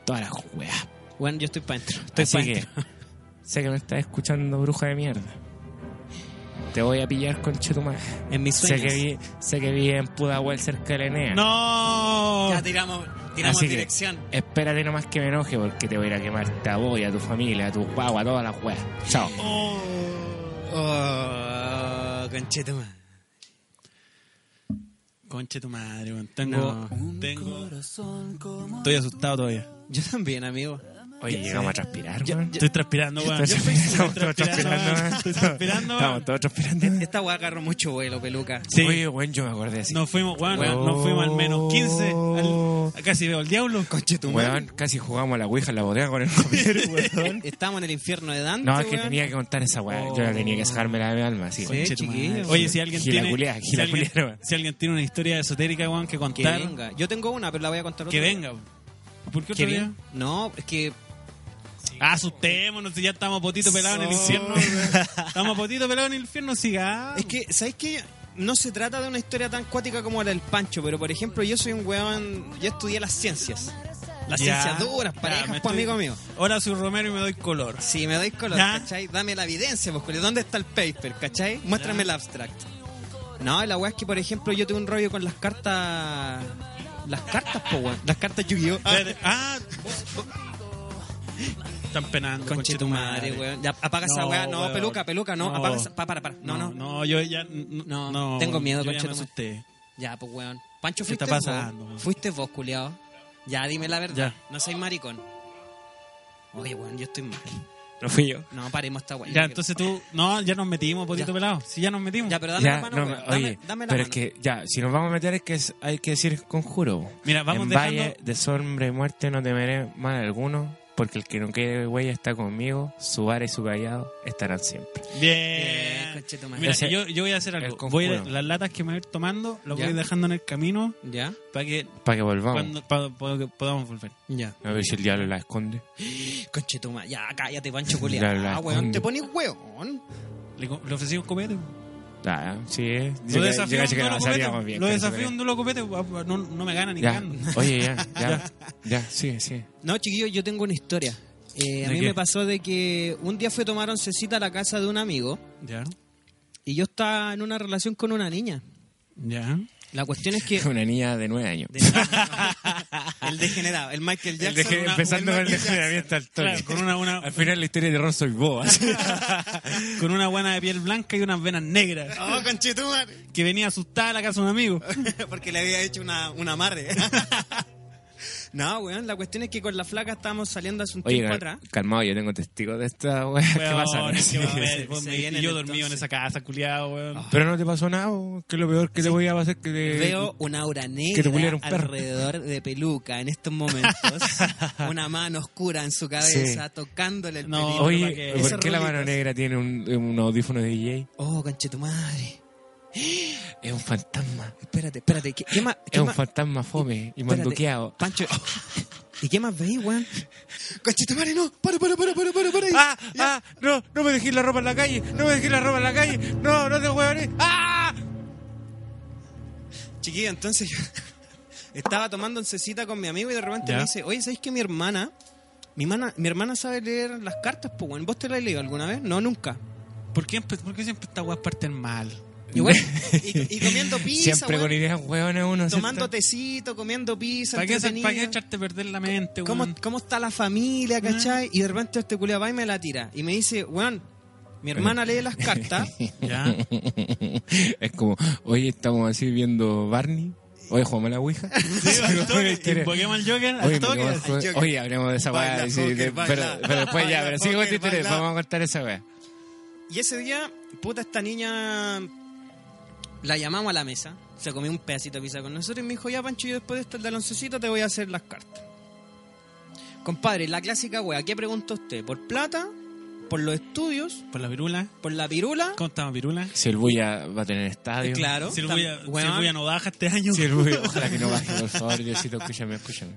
B: todas las weas.
D: Bueno, yo estoy para dentro. Estoy
B: Así
D: pa'
B: que,
D: dentro.
B: sé que me estás escuchando, bruja de mierda. Te voy a pillar con Chetumare.
D: En mis
B: Sé
D: sueños.
B: que, vi, sé que vi en Pudahuel cerca de la Enea.
C: No.
D: Ya tiramos, tiramos
B: Así que-
D: dirección.
B: Espérate nomás que me enoje porque te voy a ir a quemarte a vos y a tu familia, a tu guagua, a todas las weas. Chao.
D: Oh, conchetumare.
C: Conche tu madre, weón. Tengo. Tengo. Estoy asustado todavía.
D: Yo también, amigo.
B: Oye, llegamos a transpirar, weón.
C: Estoy transpirando, weón.
B: Estoy
C: Estoy
B: transpirando,
C: transpirando,
B: weón.
C: Estoy transpirando,
B: Estamos
C: weón.
B: todos transpirando.
D: Esta weá agarró mucho vuelo, peluca.
C: Sí.
B: Oye, weón, yo me acordé así.
C: Nos fuimos, weón.
B: Weón.
C: Nos fuimos al menos 15. al- casi veo al diablo.
B: Oh. Weón, casi jugamos a la Ouija en la bodega con el comer, weón.
D: Estamos en el infierno de Dante.
B: No, es que
D: weón.
B: tenía que contar esa weá. Yo la tenía que sacármela de mi alma, así.
D: Sí. chiquillo.
C: Oye, si alguien
B: Gila
C: tiene.
B: culiá,
C: si
B: gila
C: alguien-
B: culiá, weón.
C: si alguien tiene una historia esotérica, weón, que
D: Que
C: contar.
D: venga. Yo tengo una, pero la voy a contar
C: Que
D: otro día.
C: venga. weón. ¿Por qué
D: Que
C: otro día? Ah,
D: venga. No, es que
C: Asustémonos, si ya estamos potito pelados en el
D: Oh,
C: infierno. estamos potito pelados en el infierno, sigamos.
D: Es que, ¿sabes qué? No se trata de una historia tan cuática como la del Pancho, pero por ejemplo, yo soy un weón. Yo estudié las ciencias. Las
C: Ya.
D: ciencias duras,
C: Ya,
D: parejas,
C: me
D: pues,
C: estoy-
D: amigo mío.
C: Ahora soy Romero y me doy color.
D: Si me doy color,
C: Ya.
D: ¿cachai? Dame la evidencia, pues, culiao. ¿dónde está el paper, cachai? Muéstrame el abstract. No, la weá es que, por ejemplo, yo tuve un rollo con las cartas. Las cartas, po, weón. Las cartas Yu-Gi-Oh!
C: Ah, ah, están penando.
D: Conche tu madre, weón. Ya, apaga esa
C: No,
D: weá. No,
C: weón.
D: peluca, peluca, no.
C: No.
D: Apaga esa. Pa, para, para. No, no.
C: No, yo ya. n-
D: No,
C: No,
D: tengo miedo,
C: yo ya me
D: conchetumare.
C: asusté.
D: Ya, pues, weón. Pancho,
C: ¿Qué
D: fuiste
C: está pasando,
D: vos.
C: weón?
D: Fuiste vos, culiao. Ya, dime la verdad.
C: Ya.
D: No soy maricón. Oye, weón, yo estoy mal.
B: No fui yo.
D: No, paremos esta weá.
C: Ya, entonces tú. No, ya nos metimos, potito
D: Ya.
C: pelado. Sí, ya nos metimos.
D: Ya, pero dame la
B: Ya,
D: mano,
B: no,
D: weón. Dame,
B: oye,
D: dame la
B: pero es
D: mano.
B: que ya, si nos vamos a meter es que es- hay que decir conjuro.
C: Mira, vamos
B: en
C: dejando-
B: valle de sombra y muerte no temeré mal alguno, porque el que no quede huella está conmigo, su vara y su callado estarán siempre.
C: Bien.
D: conchetumare.
C: Mira,
B: Ese-
C: yo, yo voy a hacer
B: el
C: algo.
B: conjuro.
C: Voy a, las latas que me voy a ir tomando, las voy
D: Ya.
C: a ir dejando en el camino
D: Ya,
C: para que
B: Para que volvamos.
C: cuando, pa- pa- que podamos volver.
D: ya.
B: A ver si el diablo la esconde.
D: Conchetuma, ya cállate, Pancho
B: Ya,
D: culiao.
B: la
D: Ah, weón,
B: esconde.
D: te pones weón.
C: Le, co- le ofrecí un copete.
B: Ah, sí, eh.
C: Lo
B: Llega- llega
C: desafío a
B: a
C: un
B: que
C: duelo
B: no salíamos
C: copete.
B: bien,
C: Lo
B: pero
C: desafío a
B: se
C: un duelo copete. guap, No, no me gana ni
B: pelea. Ya,
C: gana.
B: oye, ya, ya, ya, sigue, sigue.
D: No, chiquillos, yo tengo una historia. Eh, a
C: ¿De
D: mí
C: qué?
D: me pasó de que un día fui a tomar oncecita a la casa de un amigo
C: Ya.
D: y yo estaba en una relación con una niña.
C: Ya.
D: La cuestión es que
B: Una niña de nueve años.
D: el degenerado, el Michael
B: El
D: Jackson.
B: deje-
D: una-
B: empezando
D: el
B: con el
D: Michael Jackson.
B: degeneramiento al toque.
C: Claro, con una- una-
B: Al final la historia de terror soy vos.
C: Con una guana de piel blanca y unas venas negras.
E: Oh, conchetumar.
C: Que venía asustada a la casa de un amigo.
D: Porque le había hecho una, un amarre. No, weón, la cuestión es que con la flaca estábamos saliendo hace un
B: Oye,
D: tiempo
B: cal-
D: atrás.
B: calmado, yo tengo testigos de esta weá. ¿Qué pasa?
C: Weón,
B: Sí.
C: que va a haber,
D: Se
C: vos me-
D: vienen
C: y yo dormido en
D: entonces.
C: esa casa, culiado, weón.
B: Pero no te pasó nada, bo, que lo peor que te voy a hacer que te...
D: Veo una aura
B: Eh, que te
D: negra
B: puliera un perro.
D: alrededor de peluca en estos momentos. una mano oscura en su cabeza tocándole el
C: No,
D: pelito.
C: para
B: Oye,
C: que-
B: ¿por
D: Esas
B: qué la mano
D: rolitas.
B: negra tiene un, un audífono de DJ?
D: Oh, conche tu madre.
B: Es un fantasma.
D: Espérate, espérate. ¿Qué, qué más? qué
B: Es un
D: más-
B: fantasma fome y
D: espérate,
B: manduqueado.
D: Pancho. ¿Y qué más veis, weón? Conche tu madre, no. Para, para, para, para, para. para.
B: ¡Ah! ¡Ah! ¡No! ¡No me dejé la ropa en la calle! ¡No me dejé la ropa en la calle! ¡No! ¡No te huevones! ¡Ah!
D: Chiquilla, entonces yo estaba tomando oncecita con mi amigo y de repente
C: Ya.
D: me dice, oye, ¿sabes que mi hermana, mi hermana, mi hermana sabe leer las cartas, pues, weón? ¿Vos te las has leído alguna vez? No, nunca.
C: ¿Por qué, empe- por qué siempre estas weas parten mal?
D: Y, bueno, y, y comiendo pizza,
B: Siempre
D: weón,
B: con ideas huevones uno.
D: tomando
B: ¿cierto?
D: tecito, comiendo pizza,
C: ¿Para qué, hacer- para qué
D: entretenido.
C: echarte a perder la mente, weón? Ah.
D: ¿Cómo, ¿Cómo está la familia, cachai? Y de repente este culiao va y me la tira. Y me dice, weón, mi hermana lee las cartas.
C: ¿Ya?
B: Es como, oye, estamos así viendo Barney. Oye, jugamos la Ouija.
C: Sí, al toque.
B: Quiere-
C: ¿Y Pokémon Joker, al
B: Oye,
C: toque.
B: Pokémon Joker. Oye, hablemos de esa
D: Baila,
B: weá. sí,
D: Joker,
B: de-
D: baila.
B: pero, pero después ya,
D: Baila,
B: pero sí, vos
D: Joker,
B: te-
D: baila.
B: vamos a contar esa weá.
D: Y ese día, puta, esta niña la llamamos a la mesa, se comió un pedacito de pizza con nosotros y me dijo, ya Pancho, yo después de estar del oncecito te voy a hacer las cartas. Compadre, la clásica wea, ¿qué pregunta usted? ¿Por plata? ¿Por los estudios?
C: ¿Por la virula?
D: ¿Por la pirula?
C: ¿Cómo estamos, virula?
B: Si el Buya va a tener estadio.
D: Claro.
C: Si el
D: tam-
C: Buya si
D: weón.
C: el Buya no baja este año.
B: Si el Buya, ojalá que no baje, por favor. Diosito, escúchame, escúchame.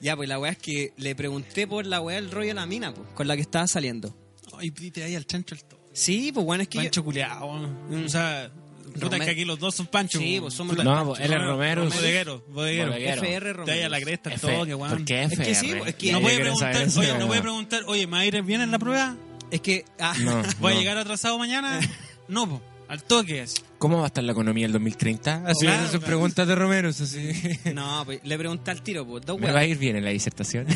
D: Ya, pues la wea es que le pregunté por la wea del rollo de la mina, pues, con la que estaba saliendo.
C: Ay, pite ahí al chancho el toque.
D: Sí, pues bueno, es que... yo-
C: Pancho culeado. weón. O sea, puta
D: Romero.
C: que aquí los dos son Pancho.
D: Sí,
C: weón.
D: pues somos los-
B: No, pues, él es Romero.
C: Bodeguero, bodeguero.
B: Bodeguero.
C: Te vaya
D: FR Romero.
C: la cresta, el
B: F-
C: toque, weón.
B: ¿Por qué
D: Es
B: FR?
D: que sí, es que-
C: pues, No
D: Yo
C: puede
B: quiero saber
C: preguntar,
B: eso,
C: oye, no
B: weón.
C: puede preguntar, oye, ¿Maire viene en la prueba?
D: Es que... ah,
B: No,
C: ¿Voy a
B: no.
C: llegar atrasado mañana? No, po, al toque. así.
B: ¿Cómo va a estar la economía el 2030? Así
C: Claro,
B: esas son
C: claro.
B: preguntas de Romero, eso sí.
D: No, pues le pregunté al tiro, pues, dos
B: Me
D: weas.
B: va a ir bien en la disertación.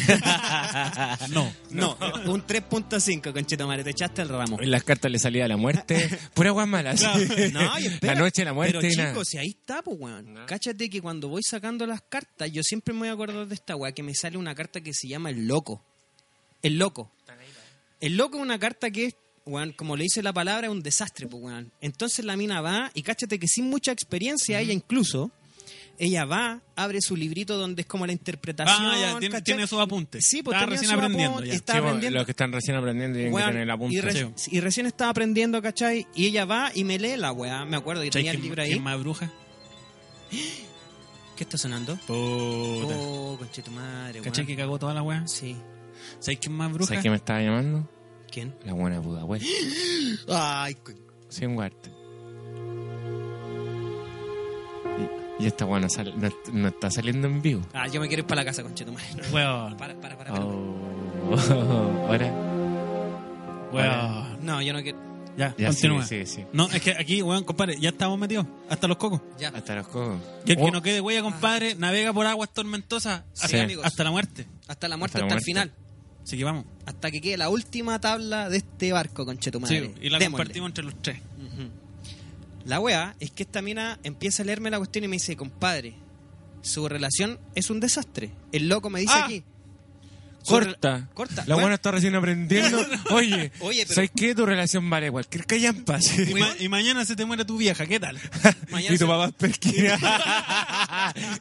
C: No.
D: No, un 3.5, conchetomare, te echaste el ramo.
B: en las cartas le salía la muerte. Pura guas malas.
C: Claro.
D: No, y espera,
B: la noche de la muerte.
D: Pero
B: y nada.
D: chicos, si ahí está, pues, weón. Cáchate que cuando voy sacando las cartas, yo siempre me voy a acordar de esta weá, que me sale una carta que se llama El Loco. El Loco. El Loco es una carta que es, weón, como le dice la palabra, es un desastre, pues, weón. Entonces la mina va y cáchate que sin mucha experiencia, ella incluso, ella va, abre su librito donde es como la interpretación.
C: Ah, ya, tiene,
D: ¿cachai?
C: tiene sus apuntes.
D: Sí, pues
C: Estaba
D: tenía Este,
C: recién
D: sus
C: aprendiendo
D: apuntes,
C: ya.
D: está
B: Sí, pues,
D: aprendiendo.
B: Los que están recién aprendiendo tienen
D: Weón,
B: que tener la punta.
D: y, re- y recién estaba aprendiendo, ¿cachai? Y ella va y me lee la weá. Me acuerdo que
C: ¿Sabes
D: tenía el
C: quién-
D: libro ahí.
C: quién más bruja?
D: ¿Qué está sonando?
C: Puta.
D: Oh, conche tu madre, weón.
C: ¿Cachai que cagó toda la weá?
D: Sí.
C: ¿Sabes quién más bruja?
B: ¿Sabes quién me estaba llamando?
D: ¿Quién?
B: La buena Buda, güey.
D: Ay, co-
B: Sin guarte. Y, y esta buena no, no está saliendo en vivo.
D: ah, yo me quiero ir para la casa, conche tu madre.
C: Weón,
D: Para, para, para. para.
B: Oh. Ahora.
C: weón.
D: No, yo no quiero.
C: Ya,
B: Ya sí,
C: continúa.
B: sí, sí.
C: No, es que aquí, weón, compadre, ya estamos metidos. Hasta los cocos.
D: Ya.
B: Hasta los codos.
C: Y el
B: Oh,
C: que no quede huella, compadre, navega por aguas tormentosas hasta,
D: Sí, amigos.
C: hasta la muerte.
D: Hasta la muerte,
B: Hasta
D: hasta,
B: la
D: el final.
C: Así que vamos.
D: Hasta que quede la última tabla de este barco, conche tu
C: Sí,
D: madre.
C: y la
D: Démosle.
C: compartimos entre los tres.
D: Ujú. La weá es que esta mina empieza a leerme la cuestión y me dice, compadre, su relación es un desastre. El loco me dice
C: Ah.
D: aquí. su
B: Corta.
D: rela- Corta.
B: La
D: Weón,
B: buena está recién aprendiendo. Oye,
D: Oye, pero-
B: ¿sabes qué? Tu relación vale cualquier callampa. sí.
C: Y, ma- y mañana se te muere tu vieja, ¿qué tal?
D: mañana
B: y tu
D: se-
B: papá es Perkin.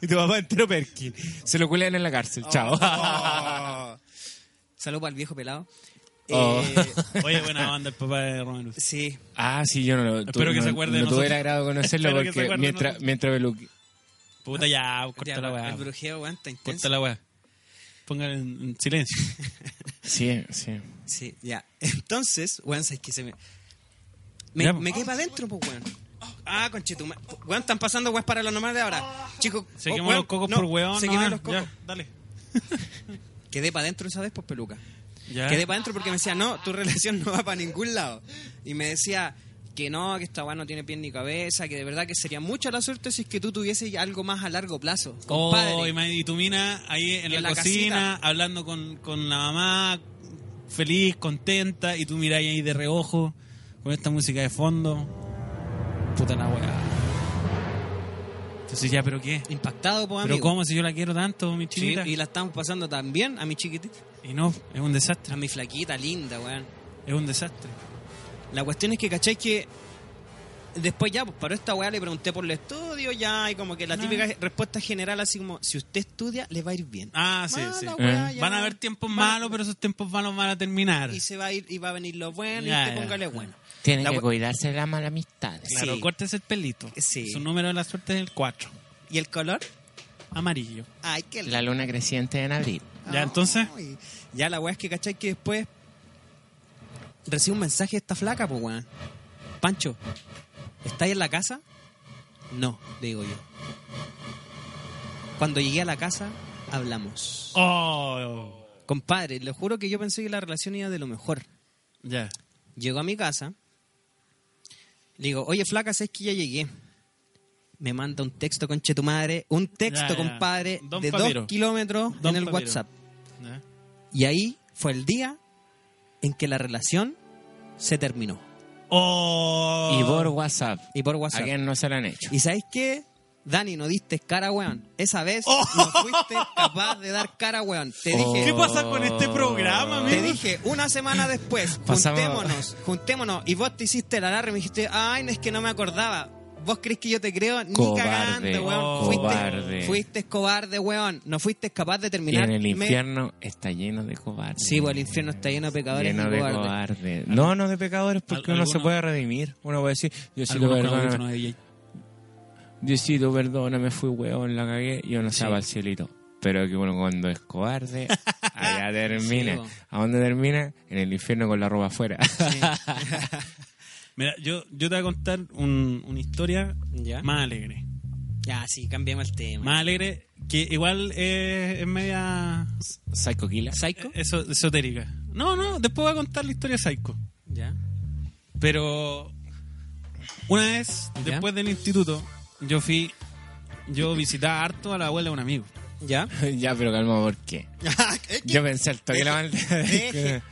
B: y tu papá entero Perkin. Se lo culean en la cárcel.
C: Oh.
B: Chao. Ah,
D: Salud para el Oh. viejo pelado.
B: Oh.
D: Eh,
C: Oye, buena banda el papá de Romero.
D: sí.
B: Ah, sí, yo no lo
C: Espero que
B: no-
C: se acuerde de
B: No tuve el
C: nosotros.
B: agrado de conocerlo
C: Espero que se
B: porque
C: acuerde de
B: mientras,
C: nosotros.
B: mientras Beluqui-
C: Puta ya, corta
D: Ya,
C: la weá.
D: el brujeo, weón, está
C: Corta
D: intenso.
C: la weá. Pongan en, en silencio.
B: Sí, sí.
D: Sí, ya. Entonces, weón, sabes que se me. Me,
C: Ya,
D: me
C: po.
D: quedé para adentro, pues, weón. Ah, conchetumare. Weón, están pasando weón para los normales de ahora. Chicos,
C: Se
D: oh,
C: queman
D: weón,
C: los cocos
D: no,
C: por weón.
D: Se
C: no,
D: queman
C: ah,
D: los cocos.
C: Ya, dale.
D: Quedé para adentro esa vez, pues, peluca.
C: Ya.
D: Quedé para adentro porque me decía, no, tu relación no va para ningún lado. Y me decía que no, que esta weá no tiene pie ni cabeza, que de verdad que sería mucha la suerte si es que tú tuvieses algo más a largo plazo. Compadre.
C: Oh, y ma- y tu mina ahí en,
D: En
C: la,
D: la
C: cocina, hablando con, con la mamá, feliz, contenta, y tú miráis ahí de reojo, con esta música de fondo. Puta la weá. Entonces ya, ¿pero qué?
D: Impactado, pues,
C: ¿Pero
D: amigo.
C: cómo si yo la quiero tanto, mi
D: Sí,
C: chiquita?
D: y la estamos pasando también a mi chiquitita,
C: y... no, es un desastre.
D: a mi flaquita linda, weón.
C: Es un desastre.
D: La cuestión es que, ¿cachai? Que después ya, pues paró esta weá, le pregunté por el estudio, ya, y como que la
C: No.
D: típica respuesta general, así como, si usted estudia, le va a ir bien.
C: Ah, sí,
D: Mala
C: sí.
D: weá,
B: Eh.
D: ya.
C: Van a haber tiempos
D: Van-
C: malos, pero esos tiempos malos van a terminar.
D: Y se va a ir, y va a venir lo bueno,
C: Ya,
D: y usted
C: ya.
D: póngale bueno.
B: Tiene
D: La
B: que
D: cu-
B: cuidarse de las malas amistades.
C: Claro,
D: Sí.
C: cortes el pelito.
D: Sí.
C: Su número de la suerte es el 4.
D: ¿Y el color?
C: Amarillo.
D: Ay, qué
B: La luna creciente en abril.
C: Ya, entonces.
D: Ay, Ya la weá es que, ¿cachai? Que después recibe un mensaje de esta flaca, pues weón. Pancho, ¿estáis en la casa? No, le digo yo. Cuando llegué a la casa, hablamos.
C: Oh.
D: Compadre, le juro que yo pensé que la relación iba de lo mejor.
C: Ya.
D: Llego a mi casa, le digo, oye flaca, ¿sabes que ya llegué? Me manda un texto, conche tu madre, un texto,
C: Ya, ya.
D: compadre,
C: Don
D: de
C: Papiro.
D: dos kilómetros
C: Don
D: en el
C: Papiro.
D: WhatsApp.
C: Ya.
D: Y ahí fue el día en que la relación se terminó.
C: Oh.
B: Y por WhatsApp.
D: Y por
B: ¿A
D: WhatsApp.
B: quién no se lo han hecho?
D: ¿Y sabéis qué? Dani, no diste cara, weón. Esa vez no fuiste capaz de dar cara, weón. Te dije,
C: Oh. ¿Qué pasa con este programa,
D: te
C: amigo?
D: dije una semana después,
B: Pasamos-
D: juntémonos, juntémonos. Y vos te hiciste la larga y me dijiste, ay, no es que no me acordaba. ¿Vos crees que yo te creo? Ni
B: Cobarde.
D: cagando, weón.
C: Oh.
B: Cobarde.
D: Fuiste, fuiste cobarde, weón. No fuiste capaz de
B: Y
D: terminar.
B: en el infierno está lleno de cobardes.
D: Sí, pues el infierno está lleno de pecadores
B: Lleno
D: y
B: de
D: cobardes.
B: cobardes. No, no de pecadores, porque
C: Al-
B: uno se
C: alguno-
B: puede redimir. Uno puede decir, Diosito,
C: Algunos con audífonos
B: perdóname.
C: de DJ.
B: Diosito, perdóname, fui hueón, la cagué. Y uno se va al cielito. Pero que uno cuando es cobarde, allá termina.
D: Sí, po.
B: ¿A dónde termina? En el infierno con la ropa afuera.
C: Mira, yo, yo te voy a contar un- una historia
D: ¿Ya?
C: más alegre.
D: Ya, sí, cambiamos el tema.
C: Más alegre que igual eh, es media
B: Psycho Killer.
D: ¿Psycho?
C: eso, esotérica. No, no, después voy a contar la historia psycho.
D: Ya.
C: Pero una vez,
D: ¿Ya?
C: después del instituto, yo fui, yo visitaba harto a la abuela de un amigo.
D: ¿Ya?
B: ya, pero calma, ¿por qué? Yo pensé, al toque la
D: Deje
B: maldad.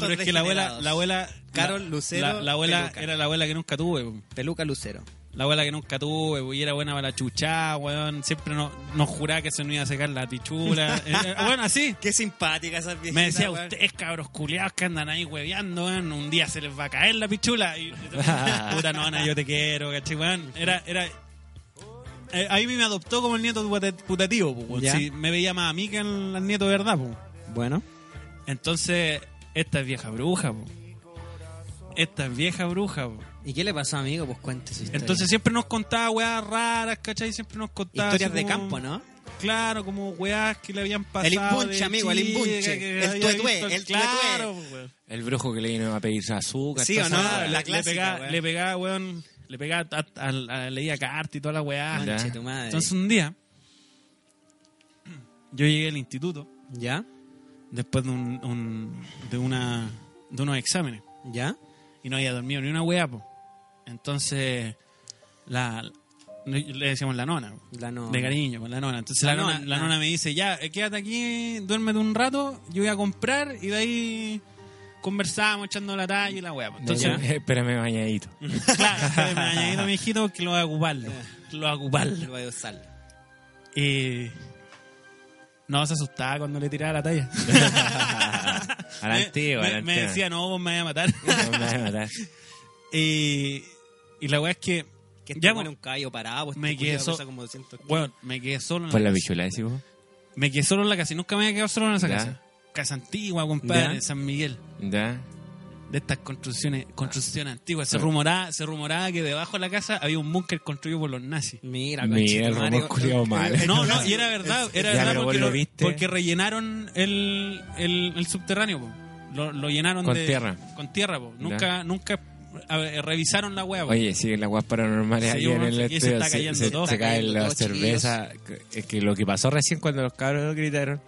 C: no, pero es que la abuela, la abuela,
D: Carol
C: la-
D: Lucero
C: la, la abuela
D: Peluca.
C: era la abuela que nunca tuve. po.
D: Peluca Lucero.
C: La abuela que nunca tuve, po, y era buena para la chuchá, weón. Siempre no- nos juraba que se nos iba a secar la pichula. Eh, eh, bueno, así.
D: Qué simpática esa vieja.
C: Me decía, ustedes cabros culiados que andan ahí hueveando, weón, un día se les va a caer la pichula. Y, puta nona, yo te quiero, caché, weón. Era, era... eh, ahí me adoptó como el nieto puta- putativo, po, weón.
D: Ya.
C: Sí, me veía más a mí que al, al nieto de verdad, po.
D: Bueno.
C: Entonces, esta es vieja bruja, po. Esta es vieja bruja, po.
D: ¿Y qué le pasó, amigo? Pues cuéntese.
C: Entonces siempre nos contaba weas raras, ¿cachai? Siempre nos contaba...
D: historias
C: así
D: de
C: como-
D: campo, ¿no?
C: Claro, como weas que le habían pasado.
D: El impunche,
C: de
D: amigo, el
C: chica,
D: impunche.
C: que
D: El
C: había
D: tuetué,
C: visto-
D: el
C: Claro, po, weón.
B: El brujo que le vino a pedir azúcar.
D: Sí
B: toda
D: o no,
B: esa
D: la
B: weá.
C: le
D: clásica,
C: pegaba-
D: weón.
C: Le pegaba, weón. Le pegaba, a, a- a- leía carta y toda la weá.
B: Ya.
D: Conche tu madre.
C: Ah. Entonces un día, yo llegué al instituto
D: ¿Ya?
C: después de, un, un- de, una, de unos exámenes
D: ¿Ya?
C: y no había dormido ni una weá, po. Entonces, la, le decíamos la nona. po.
D: La no.
C: De cariño, con la nona. Entonces
D: La
C: la, nona,
D: nona.
C: la nona me dice, ya, eh, quédate aquí, duérmete un rato, yo voy a comprar y de ahí conversamos echando la talla y la weá. po. Entonces,
B: Entonces, Eh, espérame bañadito.
C: Claro, pero me han añadido mi hijito que lo voy a ocuparlo. Lo voy a
D: Lo
C: ocuparlo.
D: voy a usar.
C: Eh, no, se asustaba cuando le tiraba la talla.
B: Al
C: Me-
B: antiguo,
C: me,
B: al antiguo.
C: me decía, no, vos me vas a matar.
B: No me vas a matar.
C: Eh, y la weá es que.
D: Que
C: ya,
D: este
C: bueno,
D: bueno, un callo parado. Pues,
C: me
D: este
C: quedé
D: culiao
C: so-
D: pesa como 200
C: weón, me quedé solo en
B: Por
C: la
B: la
C: casa.
B: pichula, decís vos.
C: Me quedé solo en la casa y nunca me había quedado solo en esa
B: Ya.
C: casa. Casa antigua, compadre,
B: Ya.
C: en San Miguel.
B: ¿Ya?
C: De estas construcciones, construcciones antiguas. Se rumoraba, se rumoraba que debajo de la casa había un búnker construido por los nazis.
D: Mira,
B: Mira, el rumor culiao malo.
C: No, no, y era verdad, era
B: Ya,
C: verdad
B: pero vos
C: porque,
B: lo
C: lo-
B: viste.
C: porque rellenaron el, el, el subterráneo, po. Lo, lo llenaron
B: Con
C: de,
B: tierra.
C: Con tierra, po. Nunca, nunca a ver, eh, revisaron la hueá, po.
B: Oye, siguen las guas paranormales
C: Ah, Sí,
B: ahí en
C: bueno,
B: el
C: aquí se
B: estudio.
C: está
B: Se,
C: cayendo
B: se-
C: todo.
B: se
D: Está
B: caen
D: cayendo
B: las
D: todo,
B: cervezas. Es que lo que pasó recién cuando los cabros gritaron.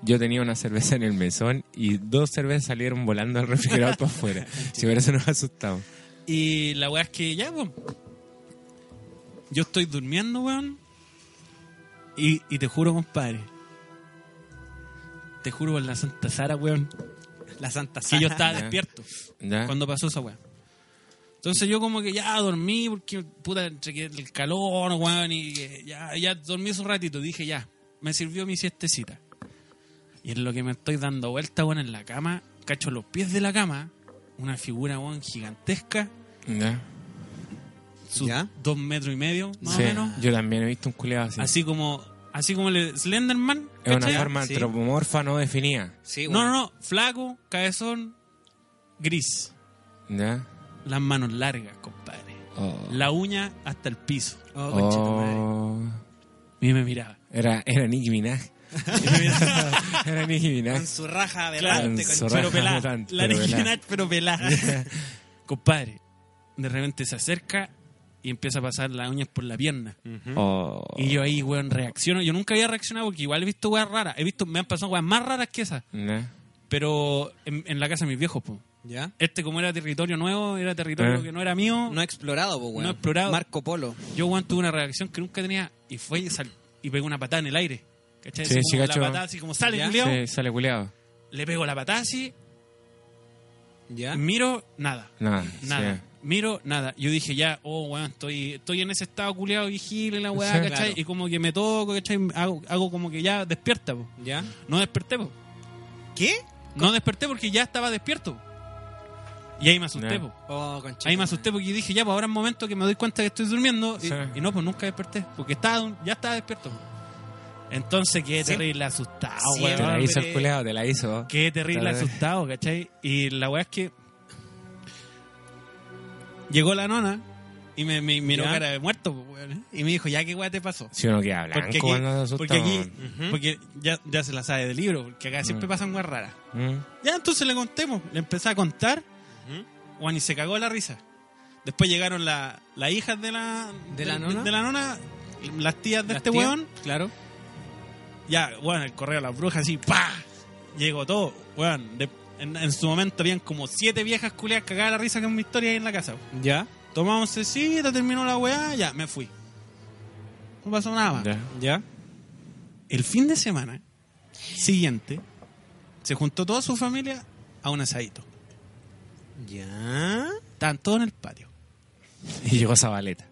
B: Yo tenía una cerveza en el mesón y dos cervezas salieron volando al refrigerador para afuera. Si hubiera eso nos asustado.
C: Y la weá es que ya, po. Yo estoy durmiendo, weón. Y, y te juro, compadre. Te juro por la Santa Sara, weón.
D: La Santa
C: Que
D: Sara.
C: yo estaba
B: Ya.
C: despierto
B: ¿Ya?
C: cuando pasó esa weá. Entonces yo como que ya dormí, porque puta, entre que el calor, weón, y que ya, ya dormí un ratito. Dije, ya, me sirvió mi siestecita. Y en lo que me estoy dando vuelta, weón, en la cama, cacho los pies de la cama, una figura, weón, gigantesca,
B: Ya.
C: sus
D: ¿Ya?
C: dos metros y medio, más
B: Sí,
C: o menos.
B: Yo también he visto un culeado así.
C: Así como, así como el Slenderman.
B: es una
C: ¿cachai?
B: forma
D: Sí.
B: antropomorfa no definida.
D: Sí,
C: No, no,
D: weón.
C: no, flaco, cabezón, gris.
B: ¿Ya?
C: Las manos largas, compadre.
B: Oh.
C: La uña hasta el piso.
D: Oh, conchetumadre.
B: Oh.
C: Y me miraba.
B: Era, era Nicki Minaj. era Nicki Minaj.
D: Con su raja
C: Claro,
D: adelante,
B: con su
D: conche-
C: pero
B: raja
C: pelada.
B: adelante,
C: la
B: pero
C: Nicki
B: pelada.
C: Minaj, pero pelada. compadre, de repente se acerca y empieza a pasar las uñas por la pierna.
B: Oh.
C: Y yo ahí, weón, reacciono. Yo nunca había reaccionado porque igual he visto weas raras. He visto, me han pasado weas más raras que esas.
B: ¿Ya?
C: Pero en, en la casa de mis viejos, po.
D: ¿Ya?
C: Este, como era territorio nuevo, era territorio
B: Eh.
C: que no era mío.
D: No explorado, pues, weón.
C: No explorado.
D: Marco Polo.
C: Yo, weón, tuve una reacción que nunca tenía y fue y, sal- y pegó una patada en el aire. ¿Cachai?
B: Sí,
C: Así
B: sí,
C: como
B: cacho.
C: la patada así como sale,
D: Ya.
C: culiao.
B: Sí, sale culeado.
C: Le pego la patada así,
D: ¿Ya?
C: miro, nada.
B: Nada.
C: Nada.
B: ¿Ah? sí.
C: Miro, nada. Yo dije, ya, oh, weón, estoy, estoy en ese estado culiado, vigile la weá,
B: Sí.
C: ¿cachai?
D: Claro.
C: Y como que me toco, ¿cachai? Hago, hago como que ya despierta, po.
D: ¿Ya?
C: No desperté, po.
D: ¿Qué?
C: No desperté porque ya estaba despierto. Y ahí me asusté,
B: Ya.
C: po.
D: Oh, conche
C: Ahí me
D: tu
C: asusté porque dije, ya, pues ahora es momento que me doy cuenta que estoy durmiendo. Y,
B: Sí.
C: y no, pues nunca desperté. Porque estaba, ya estaba despierto. Entonces quedé
D: Siempre-
C: terrible asustado,
D: Siempre-
B: Te la
C: weón.
B: hizo el culeado, te la hizo.
C: Quedé terrible
B: Tal vez.
C: asustado, ¿cachai? Y la weá es que. Llegó la nona y me, me miró
D: Ya.
C: cara de muerto, pues, weón. Y me dijo, ya, ¿qué weá te pasó?
B: Si uno queda blanco
C: Porque
B: cuando se
C: aquí,
B: asusta.
C: porque, aquí-
B: weón.
D: Ujú.
C: porque ya, ya se la sabe del libro, porque acá siempre
B: Mm.
C: pasan weas raras.
B: Mm.
C: Ya, entonces le contemos. Le empecé a contar. Juan y se cagó la risa. Después llegaron la- las hijas de la,
D: ¿De la nona?
C: de la nona, las tías de
D: ¿Las
C: este
D: tías?
C: weón.
D: Claro.
C: Ya, weón, el correo de las brujas así, pa Llegó todo, weón. De- en, en su momento habían como siete viejas culeas cagadas de la risa con mi historia ahí en la casa.
D: ¿Ya?
C: Tomamos cecita, terminó la weá, ya, me fui. No pasó nada más.
B: Ya.
D: ¿Ya?
C: El fin de semana siguiente se juntó toda su familia a un asadito.
D: ¿Ya?
C: Estaban todos en el patio.
B: Y llegó Zabaleta.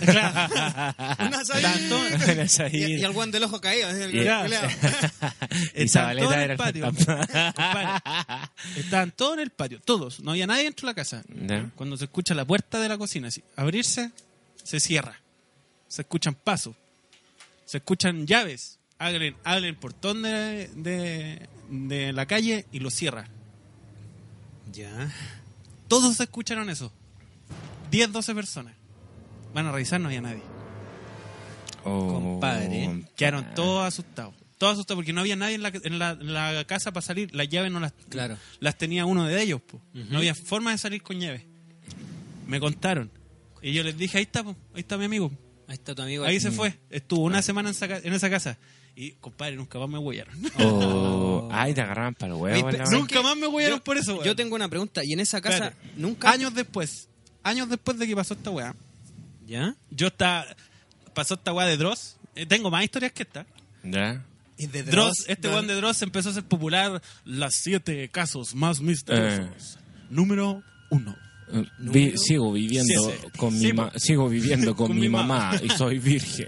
D: Una
C: Estaban todos-
B: Bueno, es
D: Y,
B: ahí.
D: y el guan del ojo caído. es el
B: Y-
D: culeado.
B: Y
C: Estaban todos en
B: Zabaleta
C: el
B: era el
C: patio.
B: fantasma.
C: Compadre, Estaban todos en el patio, todos. No había nadie dentro de la casa.
B: Ya.
C: Cuando se escucha la puerta de la cocina así, abrirse, se cierra. Se escuchan pasos. Se escuchan llaves. Abren, abren el portón de, de- de la calle y lo cierra.
D: ¿Ya?
C: Todos escucharon eso. 10, 12 personas. Van a revisar, no había nadie.
B: Oh,
D: Compadre,
C: Quedaron todos asustados. Todos asustados porque no había nadie en la, en la- en la casa para salir. Las llaves no las,
D: Claro.
C: las tenía uno de ellos. po. No había forma de salir con llaves. Me contaron. Y yo les dije, ahí está, po, ahí está mi amigo.
D: Ahí está tu amigo.
C: Ahí se fue. Estuvo una semana en esa, ca- en esa casa. Y, compadre, nunca más me huellaron.
B: Oh, ay, te agarraban para el huevo.
D: Oye, pero-
B: la
D: ¿sabes
B: wea.
C: nunca más me huellaron
D: Yo-
C: por eso, weón.
D: Yo tengo una pregunta. ¿Y en esa casa
C: Espérate.
D: nunca...
C: Años después, años después de que pasó esta weá,
D: ¿Ya?
C: yo está pasó esta weá de Dross. Eh, tengo más historias que esta.
B: Ya.
D: ¿Y de
C: Dross, este
D: ¿no?
C: weón de Dross empezó a ser popular las siete casos más misteriosos.
B: Eh.
C: Número uno.
B: Vi- sigo viviendo
C: Siete.
B: con mi
C: Sí,
B: ma-
C: po.
B: sigo viviendo con,
C: Con
B: mi
C: mi
B: mamá y soy virgen.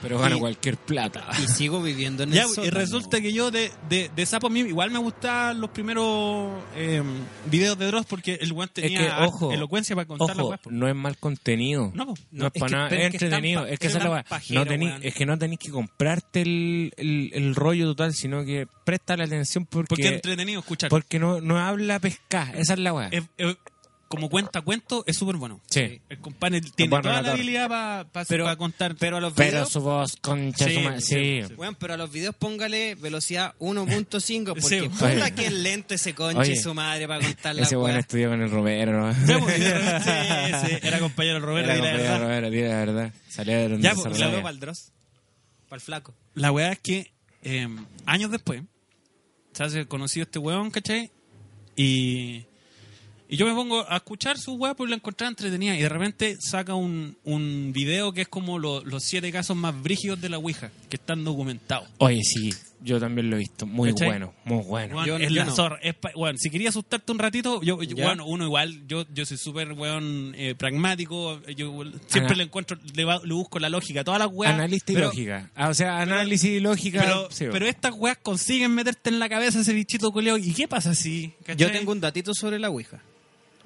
B: Pero gano cualquier plata.
D: Y sigo viviendo en
C: Ya,
D: el
C: y
D: sótano.
C: resulta que yo de, de, de sapo a mí igual me gustaban los primeros eh, videos de Dross porque el weón tenía
B: es que, ojo,
C: elocuencia para contar las
B: ojo,
C: weas, po.
B: no es mal contenido.
C: No, po.
B: No
D: No,
B: es,
D: es
B: para
D: que-
B: nada,
D: pero
B: es
D: es que es tan
B: entretenido.
D: pa-
B: Es que esa es la
D: es tan
B: wea.
D: pajero,
B: No tení-
D: weón.
B: es que no tenéis que comprarte el, el- el rollo total, sino que presta la atención porque,
C: Porque es entretenido escuchar.
B: porque no, no habla pesca. Esa es la weá.
C: Es- es- como cuenta cuento, es súper bueno.
B: Sí.
C: El compadre tiene
B: buen
C: toda la
B: relator.
C: habilidad para
D: Pero-
C: contar.
D: Pero a los
B: Pero
D: videos...
B: su voz, concha,
C: Sí,
B: su madre, sí.
C: sí, sí.
D: Weón, pero a los videos póngale velocidad 1.5 porque
C: Sí,
B: oye.
D: puta que es lento ese conche
B: Oye,
D: y su madre para contar la
B: Ese weón
D: weá.
B: estudió con el Romero. ¿no?
C: Ya, pues, y de repente- sí, sí, era compañero del Roberto
B: Era
C: y la
B: compañero
C: verdad.
B: del Romero, di la verdad. Salió de donde
C: Ya,
B: se
C: pues,
D: Un
B: rodea.
D: saludo para el Dross. Para el flaco.
C: La weá es que eh, años después se hace conocido este weón, ¿cachai? Y, y yo me pongo a escuchar su weá porque la encontraba entretenida. Y de repente saca un, un video que es como lo- los siete casos más brígidos de la Ouija, que están documentados.
B: Oye, sí. Yo también lo he visto. Muy
C: ¿Cachai?
B: bueno, muy bueno.
F: Weón,
D: Yo-
C: es
D: yo
C: la
D: no.
C: zorra. es pa- weón, si quería asustarte un ratito, yo, yo-
D: Ya.
C: weón, uno igual, yo, yo soy súper weón eh, pragmático, yo weón, siempre
B: Ana-
C: le encuentro, le, va- le busco la lógica, a todas las weas.
B: Analista y
C: pero-
B: lógica. Ah, o sea, análisis y lógica.
C: Pero,
B: sí,
C: pero estas weas consiguen meterte en la cabeza ese bichito culeo. ¿Y qué pasa si? ¿cachai?
D: Yo tengo un datito sobre la Ouija.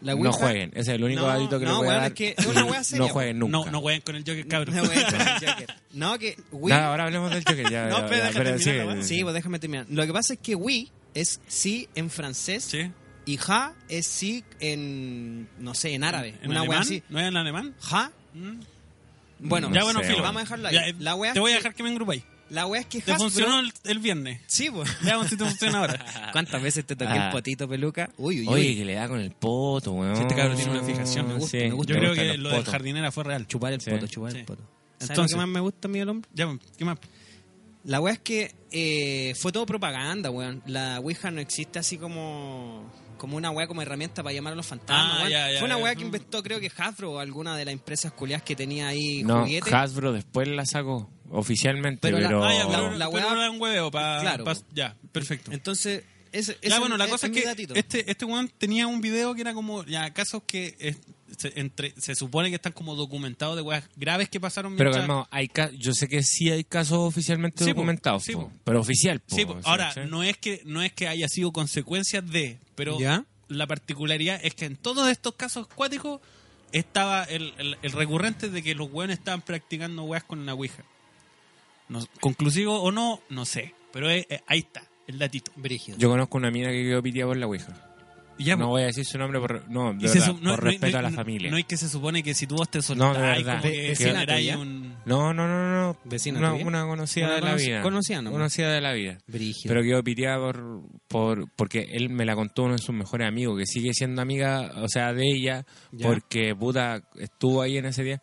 D: La
B: no jueguen. Ese es el único
D: No,
B: adito que le
D: no,
B: voy a
D: weón,
B: dar.
D: es que es una wea seria,
B: no jueguen nunca.
C: No, no jueguen con el Joker, cabrón.
D: No, güey, con el Joker. No, que Wii.
B: Nada, ahora hablemos del Joker. Ya,
F: No, pero
B: ya,
D: pues,
B: ya,
F: deja terminar la wea.
D: Sí, pues déjame terminar. Lo que pasa es que Wii es sí en francés
C: Sí.
D: y ja es sí en. no sé, en árabe.
C: ¿En
D: una wea
C: alemán?
D: así.
C: ¿No es en alemán?
D: Ja. Bueno,
C: ya, bueno,
B: sé,
C: filo.
B: weón.
D: Vamos a dejarlo ahí.
C: Ya, eh,
D: la wea Ah,
C: te voy a
D: es que-
C: dejar que me engrupe ahí.
D: La wea es que
C: Te
D: Hasbro-
C: funcionó el, el viernes.
D: Sí, pues.
C: Veamos si te funciona ahora.
D: ¿Cuántas veces te toqué
B: Ah.
D: el potito, peluca? Uy, uy, uy.
B: Oye, que le da con el poto, weón.
C: Sí, este cabrón tiene una fijación, me
D: gusta,
B: Sí,
D: me gusta.
C: Yo
B: le
C: creo
B: gustan
C: que
B: los
C: lo del
B: potos.
C: jardinera fue real.
D: Chupar el
B: Sí.
D: poto, chupar
C: Sí.
D: el poto. ¿Sabes
C: Entonces-
D: lo que más me gusta a mí del hombre?
C: Ya, ¿qué más?
D: La wea es que eh, fue todo propaganda, weón. La Ouija no existe así como como una wea como herramienta para llamar a los fantasmas,
C: Ah,
D: weón.
C: ya, ya,
D: Fue una
C: ya.
D: wea que inventó creo que Hasbro o alguna de las empresas culiadas que tenía ahí
B: No,
D: juguetes.
B: Hasbro después la sacó oficialmente, pero...
D: Pero la-
C: Ah, ya, pero,
D: La- la
C: pero
D: weá-
C: era un hueveo para...
D: Claro, po.
C: ya, perfecto.
D: Entonces, ese, ese
C: ya, bueno, la
D: es-
C: cosa es
D: es mi
C: que
D: datito.
C: este, este weón tenía un video que era como, ya, casos que es- se, entre, se supone que están como documentados de weas graves que pasaron
B: Pero
C: mientras-
B: calmado, hay ca- yo sé que sí hay casos oficialmente
C: Sí, po,
B: documentados,
C: sí,
B: po,
C: po.
B: pero oficial. Po,
C: Sí, po.
B: o sea,
C: ahora,
B: ¿sí?
C: no es que no es que haya sido consecuencia de, pero
D: Ya.
C: la particularidad es que en todos estos casos cuáticos estaba el, el- el recurrente de que los weones estaban practicando weas con la Ouija. No- conclusivo o no, no sé, pero es- eh, ahí está, el datito.
D: Brígido.
B: Yo conozco una mina que quedó pitiada por la Ouija.
C: Y ya,
B: no
C: po.
B: voy a decir su nombre por, no, de
C: Y se
B: verdad,
C: su- no-
B: por
C: no-
B: respeto
C: no-
B: a la
C: no-
B: familia.
C: No es que se supone que si tú vos te
B: No, de
C: soltás,
B: verdad.
C: como que
D: Ve- vecina
C: generáis
D: tuya.
C: un...
B: No, no, no, no.
D: ¿Vecina
B: una,
D: tuya?
B: una conocida
D: Una
B: de la
D: conoc-
B: vida.
D: conocida nomás.
B: Conocida de la vida.
D: Brígido.
B: Pero quedó piteada por, por, porque él me la contó uno de sus mejores amigos, que sigue siendo amiga, o sea, de ella,
D: Ya.
B: porque puta estuvo ahí en ese día,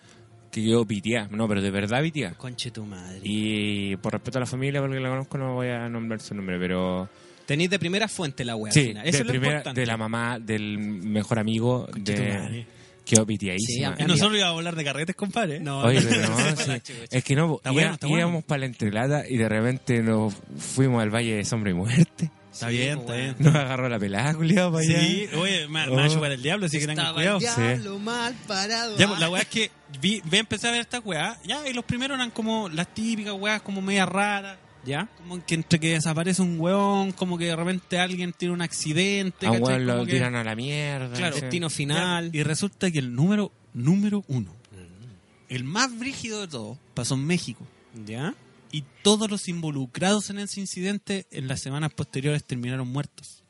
B: que quedó piteada. No, pero de verdad piteada.
D: Conche tu madre.
B: Y por respeto a la familia, porque la conozco, no voy a nombrar su nombre, pero...
D: Tenéis de primera fuente la wea. al
B: Sí,
D: final.
B: de,
D: Eso es lo
B: primera-
D: importante.
B: de la mamá, del mejor amigo, de...
C: madre. Eh,
B: Quedó piteadísima.
D: Sí, a-
C: Y nosotros íbamos a hablar de carretes, compadre. ¿eh?
D: No,
B: Oye,
D: no,
B: pero no,
D: no,
B: sí.
D: la chucha.
B: es que no,
C: Está
B: iba-
C: bueno, está bueno.
B: íbamos para la entrelada y de repente nos fuimos al Valle de Sombra y Muerte.
C: Está
D: Sí,
C: bien,
D: po,
C: está
D: weón.
C: bien.
B: Nos agarró la pelada, culiado, para
C: Sí,
B: allá.
C: oye, me, me
B: Oh.
C: va a chupar el diablo, así que tengan
D: Estaba
C: cuidado.
D: el
B: Sí.
D: diablo mal parado.
C: Ya, pues, la weá es que vi, vi empecé a ver estas weas, ya, y los primeros eran como las típicas weas, como media raras,
D: ¿Ya?
C: como que entre que desaparece un weón, como que de repente alguien tiene un accidente,
B: A un
C: ¿cachai?
B: weón lo
C: Como que-
B: tiran a la
D: Ah,
B: mierda.
C: Claro,
B: sí.
D: Destino final.
C: Claro, Y resulta que el número, número uno,
D: Mm.
C: el más brígido de todos, pasó en México.
D: ¿Ya?
C: Y todos los involucrados en ese incidente en las semanas posteriores terminaron muertos.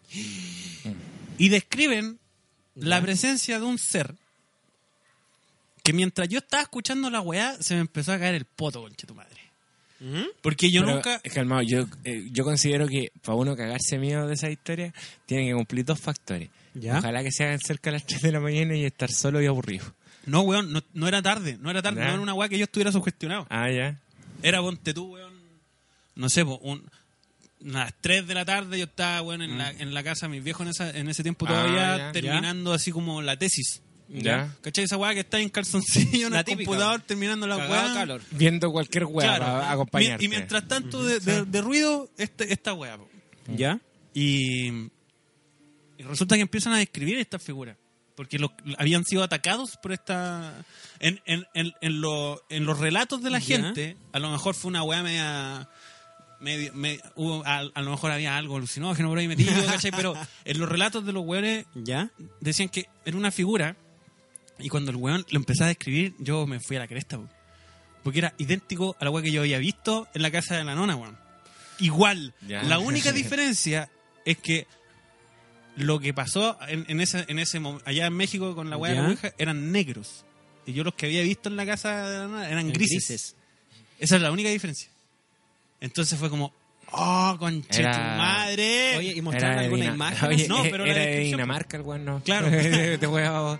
C: Y describen la presencia de un ser que mientras yo estaba escuchando la weá, se me empezó a caer el poto, conche tu madre. Porque yo
B: Pero,
C: nunca...
B: eh, Calmado, yo, eh, yo considero que para uno cagarse miedo de esa historia, tiene que cumplir dos factores.
D: Ya.
B: Ojalá que se hagan cerca a las 3 de la mañana y estar solo y aburrido.
C: No, weón, no, no era tarde, no era tarde,
B: Ya.
C: no era una weá que yo estuviera sugestionado.
B: Ah, ya.
C: Era ponte tú, weón. No sé, po, un, unas 3 de la tarde yo estaba, weón, en, la, en la casa de mis viejos en, esa- en ese tiempo
B: Mm. Ah,
C: todavía
B: ya.
C: terminando así como la tesis.
B: Ya.
C: ¿Cachai? Esa weá que está en calzoncillo en
D: La
C: el
D: típica.
C: computador terminando la
D: Cagado
C: weá.
D: calor.
B: Viendo cualquier weá
C: Claro.
B: para acompañarte.
C: Mi- Y mientras tanto de, de- de ruido, este, esta weá. po.
D: ¿Ya?
C: Y, y resulta que empiezan a describir estas figuras. Porque los- habían sido atacados por esta. En, en, en, en lo- en los relatos de la
D: Ya.
C: gente, a lo mejor fue una weá media. medio- me- hubo- a, a lo mejor había algo alucinógeno por ahí metido, ¿cachai? Pero en los relatos de los weones
D: ¿Ya?
C: decían que era una figura. Y cuando el weón lo empezaba a describir, yo me fui a la cresta, po. Porque era idéntico a la weá que yo había visto en la casa de la nona, weón. Igual.
B: Ya.
C: La única diferencia es que lo que pasó en, en ese, en ese mom- allá en México con la weá de la
D: Ya.
C: Ouija eran negros. Y yo los que había visto en la casa de la nona eran grises.
D: Grises.
C: Esa es la única diferencia. Entonces fue como, oh, conche
B: Era-
C: tu madre.
D: Oye, ¿y mostraron
B: de
D: alguna
B: Dina-
D: imagen?
B: Oye,
C: No,
B: eh,
C: pero la
B: era de
C: descripción-
B: Dinamarca el weón, no. Este
C: Claro.
B: Te weá,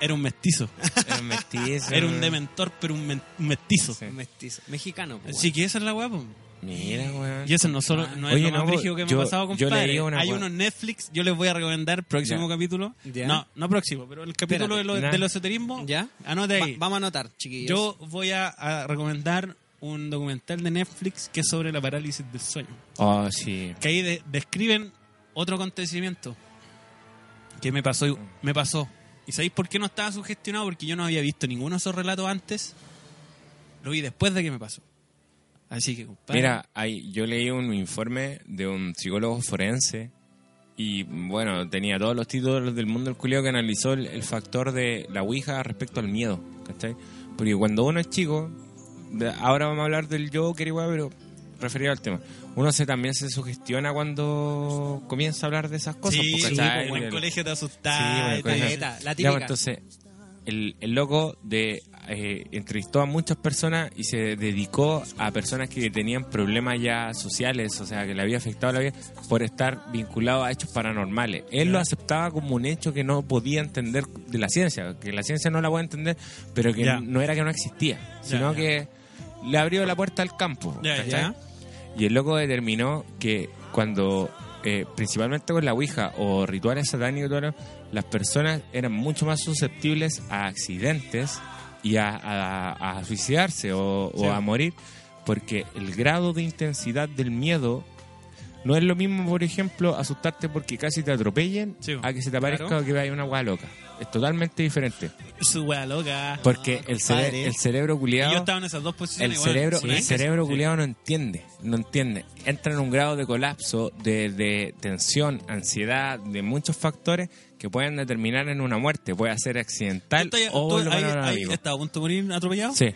C: Era un mestizo.
B: Era un mestizo.
C: Era un dementor, pero un, men- un mestizo.
B: Sí.
D: Mestizo. Mexicano, pues, po,
C: Así que esa es la weá, po.
B: Mira, weón.
C: Y eso no, solo, no es
B: Oye,
C: lo más
B: no,
C: brígido que me
B: yo-
C: ha pasado,
B: yo
C: compadre.
B: leí una
C: Hay
B: weá.
C: uno en Netflix, yo les voy a recomendar próximo
B: Ya.
C: capítulo.
D: Ya.
C: No, no próximo, pero el capítulo de
D: Espérate.
C: lo-
B: Ya.
C: del esoterismo.
D: ¿Ya?
C: Anota
D: weón.
C: ahí.
D: Va- vamos a anotar, chiquillos.
C: yo voy a, a recomendar un documental de Netflix que es sobre la parálisis del sueño.
B: Oh, sí.
C: Que ahí de- describen otro acontecimiento que me pasó. y- Me pasó. ¿Y sabéis por qué no estaba sugestionado? Porque yo no había visto ninguno de esos relatos antes. Lo vi después de que me pasó. Así que, compadre.
B: Mira, hay, yo leí un informe de un psicólogo forense y bueno, tenía todos los títulos del mundo del culiao que analizó el, el factor de la Ouija respecto al miedo, ¿cachai? Porque cuando uno es chico, de- ahora vamos a hablar del yo, que pero referido al tema, uno se también se sugestiona cuando comienza a hablar de esas cosas,
C: sí,
B: pues,
C: sí,
B: ¿cachai?
C: como en
B: Del-
C: colegio te
B: Sí,
C: asustás.
B: bueno,
C: y
B: con
C: tal.
B: esa-
D: caleta, la
B: Ya,
D: típica.
B: pues, entonces, el, el loco de, eh, entrevistó a muchas personas y se dedicó a personas que tenían problemas ya sociales, o sea, que le había afectado la vida por estar vinculado a hechos paranormales. Él lo aceptaba como un hecho que no podía entender de la ciencia, que la ciencia no la puede entender, pero que
C: Ya.
B: no era que no existía, sino
C: ya.
B: que le abrió la puerta al campo.
C: Ya,
B: ¿cachai?
C: ya.
B: Y el loco determinó que cuando, eh, principalmente con la Ouija o rituales satánicos, y todo lo- las personas eran mucho más susceptibles a accidentes y a, a- a suicidarse o, o
C: Sí.
B: a morir, porque el grado de intensidad del miedo no es lo mismo, por ejemplo, asustarte porque casi te atropellen
C: Sí,
B: a que se te aparezca
C: claro.
B: o que vaya una hueá loca. Es totalmente diferente.
C: Su wea loca.
B: Porque el, cere-
D: compadre.
B: el cerebro culiado
C: Y yo estaba en esas dos posiciones.
B: el
C: weón.
B: cerebro,
C: Sí.
B: el cerebro
C: Sí.
B: culiado no entiende, no entiende. Entra en un grado de colapso, de, de tensión, ansiedad, de muchos factores que pueden determinar en una muerte. Puede ser accidental
C: ¿Tú estás-
B: o
C: tú-
B: lo
C: ahí-
B: mandaron a un
C: ahí
B: amigo.
C: estás a punto de morir atropellado?
B: Sí,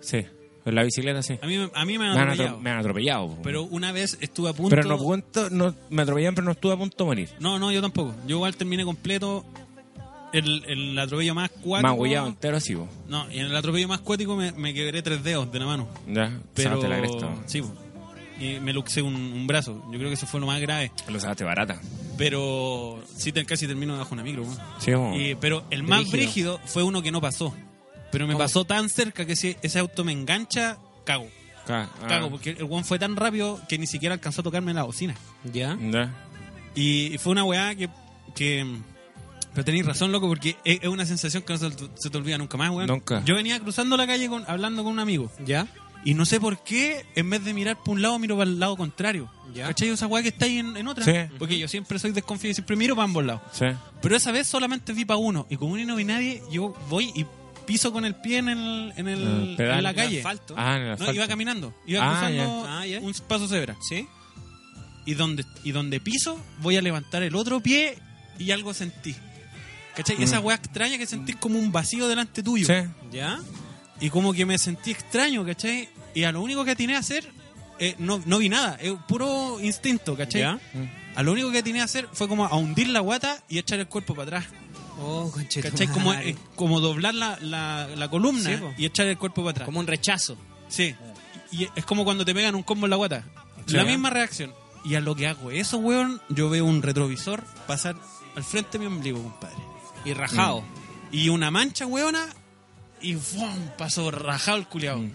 B: sí. En la bicicleta sí.
C: A mí, me- a mí me
B: Me
C: han
B: han, atro-
C: atropellado.
B: me han atropellado. po.
C: Pero una vez estuve a punto.
B: Pero no, a punto- no- me atropellaron, pero no estuve a punto de morir.
C: No, no, yo tampoco. Yo igual terminé completo. El, el atropello más cuático.
B: Magullado entero sí, po.
C: No, y en el atropello más cuático me, me quebré tres dedos de la mano.
B: Ya,
C: Pero.
B: sacaste la cresta.
C: sí, po. y me luxé un, un brazo. Yo creo que eso fue lo más grave.
B: Lo sacaste barata.
C: Pero sí, te- casi termino bajo una micro. weón.
B: Sí, po.
C: Y- pero el más
B: Oh, Brígido.
C: brígido fue uno que no pasó. Pero me pasó tan cerca que si ese auto me engancha, cago.
B: Ca- ah,
C: Cago, porque el one fue tan rápido que ni siquiera alcanzó a tocarme la bocina.
D: ¿Ya?
B: Mm. ya.
C: Y fue una weá que. que- pero tenéis razón, loco, porque es, es una sensación que no se, te- se te olvida nunca más, weón.
B: Nunca.
C: Yo venía cruzando la calle con, hablando con un amigo.
D: ¿Ya?
C: Y no sé por qué, en vez de mirar por un lado, miro para el lado contrario.
D: Ya.
C: ¿Cachai? Esa weá que está ahí en, en otra.
B: Sí.
C: Porque yo siempre soy desconfiado y siempre miro para ambos lados.
B: Sí.
C: Pero esa vez solamente vi para uno. Y como no vi nadie, yo voy y piso con el pie en, el, en, el-
B: El pedal.
C: en la calle.
D: El asfalto.
B: Ah, en el
C: No,
B: asfalto.
C: iba caminando. Iba
B: Ah,
C: cruzando
D: ya. Ah, ya.
C: un paso cebra.
D: ¿Sí?
C: Y donde, y donde piso, voy a levantar el otro pie y algo sentí. ¿Cachai? Esa weá extraña que sentís como un vacío delante tuyo.
B: Mm. Sí.
D: ¿Ya?
C: Y como que me sentí extraño, ¿cachai? Y a lo único que atiné a hacer, eh, no, no vi nada, es puro instinto, ¿cachai?
D: ¿Ya?
C: A lo único que atiné a hacer fue como a hundir la guata y echar el cuerpo para atrás.
D: Oh, conchetumare.
C: ¿Cachai? Como, eh, como doblar la, la- la columna
D: Sí, po.
C: y echar el cuerpo para atrás.
D: Como un rechazo.
C: Sí. Y es como cuando te pegan un combo en la guata. La misma reacción. Y a lo que hago eso, weón, yo veo un retrovisor pasar al frente de mi ombligo, compadre.
D: Y
B: Mm.
D: rajado.
C: Y una mancha, weona, y ¡fum! pasó rajado el culiao.
B: Mm.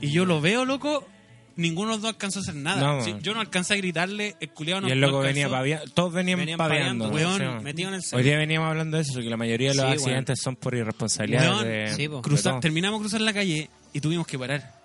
C: Y yo lo veo, loco, ninguno de los dos alcanzó a hacer nada.
B: No,
C: Sí,
B: man.
C: yo no alcancé a gritarle, el culiao no
B: y el loco
C: alcanzó.
B: venía paviando. Todos venían,
D: Venían
B: paviando.
D: paveando,
C: weón,
B: weón.
D: metido en el cerro.
B: Hoy día veníamos hablando de eso, que la mayoría de los
D: Sí,
B: accidentes son por irresponsabilidad.
C: Weón,
B: de,
D: sí, po.
B: de
C: Cruza-
B: todo.
C: terminamos de cruzar la calle y tuvimos que parar.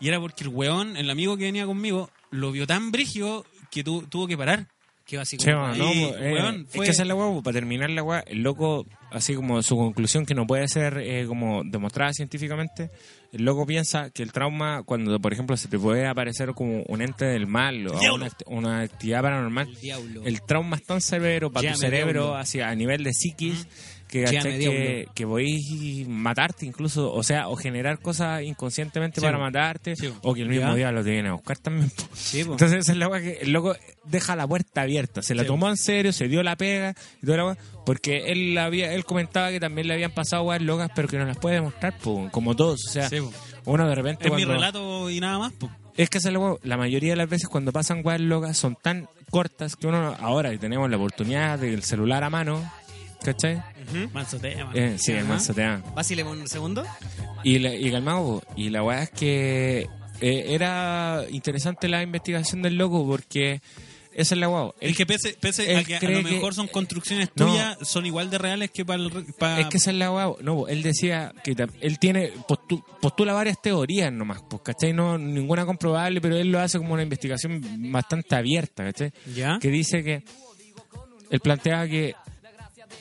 C: Y era porque el weón, el amigo que venía conmigo, lo vio tan brígido que tu- tuvo que parar.
D: Que va así
B: Sí,
D: como...
B: man,
C: ahí,
B: no, po, eh,
C: weón,
B: Es
C: fue-
B: que esa es la hueá, po, para terminar la hueá, el loco, así como su conclusión que no puede ser eh, como demostrada científicamente, el loco piensa que el trauma, cuando por ejemplo se te puede aparecer como un ente del mal o
C: Diablo.
B: una, act- una actividad paranormal,
D: El diablo.
B: el trauma es tan severo para tu
D: Llame,
B: cerebro
D: diablo.
B: hacia, a nivel de psiquis que,
D: Llame,
B: ¿cachai? que,
D: diablo.
B: que podéis matarte incluso, o sea, o generar cosas inconscientemente para matarte,
C: Sí.
B: o que el mismo
C: Ya.
B: diablo te viene a buscar también. po.
D: Sí, po.
B: Entonces esa es la weá que el loco deja la puerta abierta, se la
C: Sí.
B: tomó en serio, se dio la pega y toda la weá, porque él la había, él comentaba que también le habían pasado weas locas, pero que no las puede demostrar, po, como todos, o sea,
C: Sí, po.
B: uno de repente
C: Es mi
B: cuando-
C: relato y nada más. po.
B: es que esa es la hueá. la mayoría de las veces cuando pasan weas locas son tan cortas que uno, ahora que tenemos la oportunidad del celular a mano, ¿cachai?
C: Manso tema.
B: Eh, sí, el
D: Ajá.
B: manso te da.
D: Vacilemos un segundo.
B: Y, la- y calmado, po. y la weá es que eh, era interesante la investigación del loco porque Esa es la guau.
C: El que pese, pese
B: él
C: a que a
B: cree
C: lo
B: que- eh,
C: mejor son construcciones
B: No.
C: tuyas, son igual de reales que para el. re- para-
B: Es que esa es la guau. No, po, él decía que tam- él tiene postu- postula varias teorías nomás, pues, ¿cachai? No, ninguna comprobable, pero él lo hace como una investigación bastante abierta, ¿cachai?
D: ¿Ya?
B: que dice que él planteaba que,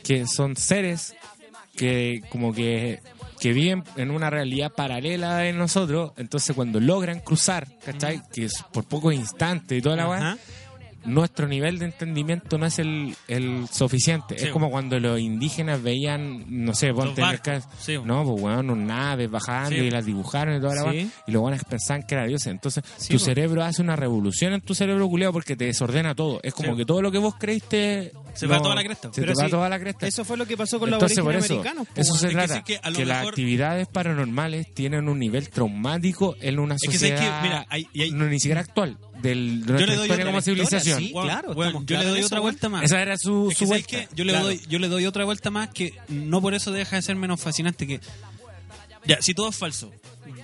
B: que son seres que como que, que viven en una realidad paralela de nosotros, entonces cuando logran cruzar, ¿cachai? Que es por pocos instantes y toda la weá,
C: Ajá.
B: nuestro nivel de entendimiento no es el, el suficiente.
C: Sí.
B: Es como cuando los indígenas veían, no sé, ponte en el
C: barcos,
B: caso-
C: sí.
B: No, pues weón, unas naves bajando
C: Sí.
B: y las dibujaron y toda la
D: Sí.
B: weá, Y los buenos pensaban que era Dios. Entonces,
C: Sí, pues.
B: tu
C: po.
B: cerebro hace una revolución en tu cerebro culiao porque te desordena todo. Es como
C: Sí.
B: que todo lo que vos creíste.
C: Se va toda la cresta.
B: Se
C: Pero
B: te va
D: sí,
B: toda la cresta.
D: Eso fue lo que pasó con
B: Entonces,
D: los
B: por
D: aborígenes
B: eso,
D: americanos. pues, po,
B: eso
D: weón.
B: se
C: pues, Es que
B: trata.
C: sí que
B: que
C: a lo
B: las
C: mejor-
B: actividades paranormales tienen un nivel traumático en una
C: que sabes
B: sociedad.
C: que, mira, hay- y hay-
B: no, ni siquiera actual. Del, de nuestra
C: doy
B: historia
C: otra
B: como
C: historia,
B: civilización.
D: sí.
C: Weón,
D: claro,
C: weón,
D: estamos
C: yo le
D: claros en
C: doy
D: eso,
C: otra
D: weón.
C: vuelta más.
B: Esa era su,
C: Es que,
B: su
C: ¿sabes
B: vuelta.
C: qué? Yo, le
B: Claro.
C: doy, yo le doy otra vuelta más que no por eso deja de ser menos fascinante que... Ya, si todo es falso,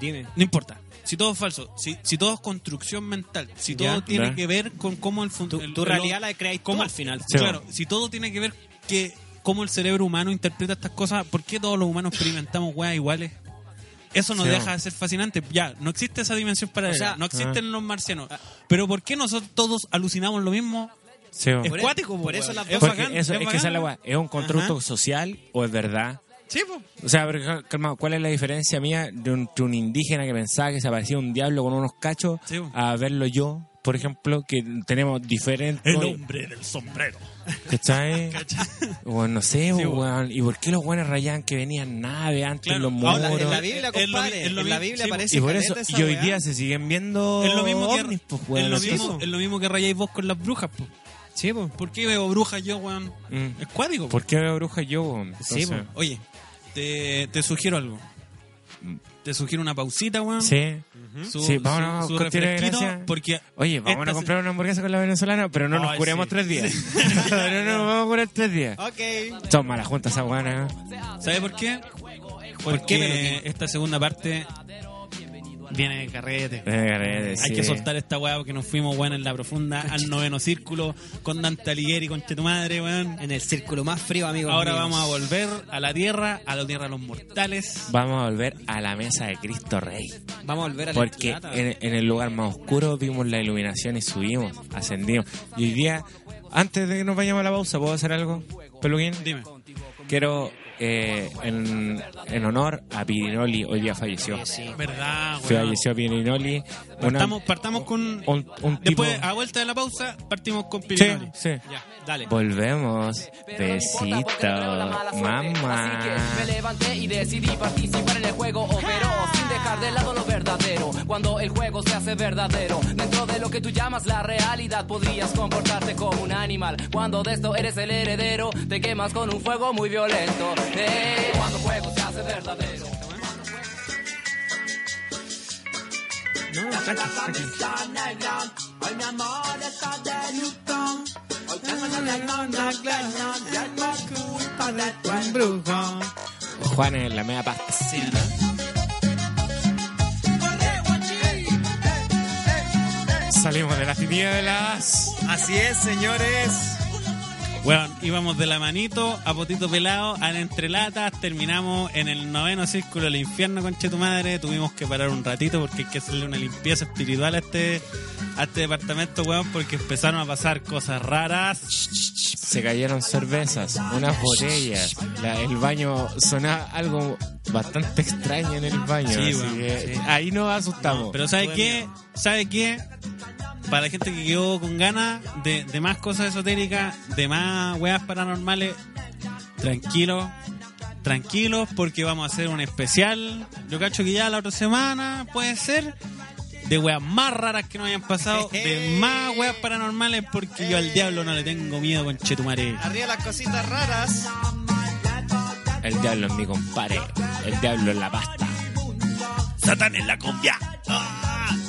D: Dime.
C: no importa. Si todo es falso, si, si todo es construcción mental, si todo
B: Ya,
C: tiene
B: ya.
C: que ver con cómo el... fun-
D: Tu,
C: el-
D: tu
C: el-
D: realidad la creáis
C: cómo-
D: como al final.
B: Sí,
C: claro, si todo tiene que ver que cómo el cerebro humano interpreta estas cosas, ¿por qué todos los humanos experimentamos weas iguales? Eso nos
B: Sí,
C: deja
B: bueno.
C: de ser fascinante. Ya, no existe esa dimensión paralela,
D: O sea,
C: no
B: ah.
C: existen los marcianos. Pero ¿por qué nosotros todos alucinamos lo mismo?
B: Sí, bueno.
C: Es
D: Por
C: cuático,
D: eso-
C: po,
D: por eso
C: weón.
D: las
C: Es
D: dos-
B: Porque
C: bacán,
B: e- eso,
C: es
B: es, que
C: bacán,
B: esa es la
C: weón.
B: weá. ¿Es un constructo social o es verdad?
C: Sí, po.
B: O sea, pero, calma, ¿cuál es la diferencia mía de un, de un indígena que pensaba que se parecía un diablo con unos cachos
C: Sí, po.
B: a verlo yo, por ejemplo, que tenemos diferentes...
C: del sombrero.
B: ¿Cachai? Bueno, no sé,
C: Sí, po.
B: weón. ¿Y por qué los buenos rayaban que venían naves antes
C: Claro,
B: en los
C: ahora,
B: muros?
D: En la
C: es-
D: Biblia,
C: es lo
D: compadre.
C: mi- es lo
D: En la
C: mi-
D: Biblia
C: sí,
D: aparece
B: y por
D: caleta
B: eso,
D: esa
B: y hoy
D: weá.
B: día se siguen viendo
C: Es lo mismo que,
B: ovnis, Oh, pues, weón,
C: es lo
B: entonces-
C: mismo, es lo mismo que rayáis vos con las brujas, po.
D: Sí, po.
C: ¿Por qué veo brujas yo, weón?
B: Mm.
C: Es cuático, po.
B: ¿Por qué veo bruja yo, weón?
D: Sí,
B: Entonces-
C: Oye, te, te sugiero algo. Te sugiero una pausita, weón.
B: Mm. Sí. Sí, vámonos,
C: su
B: continúe,
C: refresquito,
B: gracias.
C: Porque
B: Oye, vamos a
C: esta-
B: comprar una hamburguesa con la venezolana, pero no nos
C: Ay,
B: curemos
C: sí.
B: tres días. no nos vamos a curar tres días.
D: Ok.
B: Son malas juntas esa buena.
C: ¿Sabe por qué? Porque esta segunda parte viene de carrete. Hay que soltar esta weá porque nos fuimos, weón, en la profunda, al noveno círculo, con Dante Alighieri, con tu madre, weón.
D: En el círculo más frío, amigos.
C: Ahora
D: míos.
C: vamos a volver a la tierra, a la tierra de los mortales.
B: Vamos a volver a la mesa de Cristo Rey.
D: Vamos a volver a la
B: Porque
D: enchilada, weón.
B: en, en el lugar más oscuro vimos la iluminación y subimos, ascendimos. Y hoy día, antes de que nos vayamos a la pausa, ¿puedo hacer algo? Peluquín,
C: Dime.
B: quiero, eh, en, en honor a Pirinoli, hoy día falleció.
C: ¿Verdad, weón?
B: Falleció Pirinoli. una-
C: Partamos, partamos con.
B: un, un tipo...
C: Después, a vuelta de la pausa, partimos con
B: Sí,
C: Pirinoli.
B: sí.
C: Ya, dale.
B: Volvemos.
G: Pero no me importa porque no creo en la mala
B: Besito.
G: suerte. Así que me
B: Mamá.
G: levanté y decidí participar en el juego pero sin dejar de lado lo verdadero. Cuando el juego se hace verdadero, dentro de lo que tú llamas la realidad, podrías comportarte como un animal. Cuando de esto eres el heredero, te quemas con un fuego muy violento. Eh, cuando el juego se hace verdadero.
D: No, tranqui, tranqui.
B: Juan en la media pasta. Sí, Salimos de las tinieblas.
H: Así es, señores. Bueno, íbamos de la manito a potito pelado, a la entrelatas, terminamos en el noveno círculo del infierno, conche tu madre. Tuvimos que parar un ratito porque hay que hacerle una limpieza espiritual a este, a este departamento, weón, porque empezaron a pasar cosas raras.
B: Se cayeron cervezas, unas botellas. La- el baño sonaba algo bastante extraño en el baño.
C: Sí,
B: así
C: bueno,
B: que
C: sí.
B: Ahí nos asustamos.
C: Pero ¿sabe qué? ¿Sabe qué? Para la gente que quedó con ganas de, de más cosas esotéricas, de más weas paranormales, tranquilo, tranquilos, porque vamos a hacer un especial. Yo cacho que ya la otra semana puede ser. De weas más raras que nos hayan pasado, de más weas paranormales, porque yo al diablo no le tengo miedo con Chetumare.
D: Arriba las cositas raras.
B: El diablo es mi compadre. El diablo es la pasta.
C: Satán en la cumbia.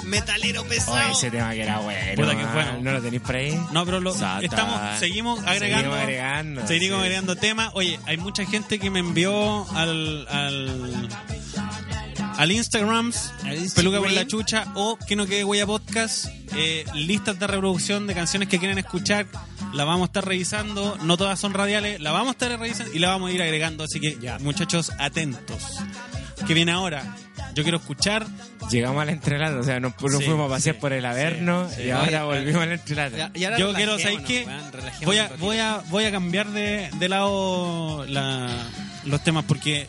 C: metalero pesado.
B: Oye, Oh, ese tema que era bueno.
C: Puta que bueno.
B: ¿No lo tenéis por ahí?
C: No, pero lo-
B: Sata.
C: estamos, seguimos agregando.
B: Seguimos agregando.
C: seguimos
B: sí.
C: agregando temas. Oye, hay mucha gente que me envió al, al, al Instagram,
D: Instagram.
C: Peluca por la Chucha o Que No Quede Huella Podcast. eh, listas de reproducción de canciones que quieren escuchar. La vamos a estar revisando. No todas son radiales. La vamos a estar revisando y la vamos a ir agregando. Así que, ya, muchachos, atentos. ¿Qué viene ahora? Yo quiero escuchar.
B: Llegamos al entrelado, o sea, nos, nos
C: Sí,
B: fuimos a pasear
C: sí,
B: por el Averno
C: sí, sí.
B: y ahora volvimos al entrelado.
D: Ya- y ahora
C: Yo quiero, ¿sabéis
D: relajémonos,
C: qué?
D: weón, relajémonos
C: Voy a,
D: un ratito.
C: voy a, voy a cambiar de, de lado la- los temas porque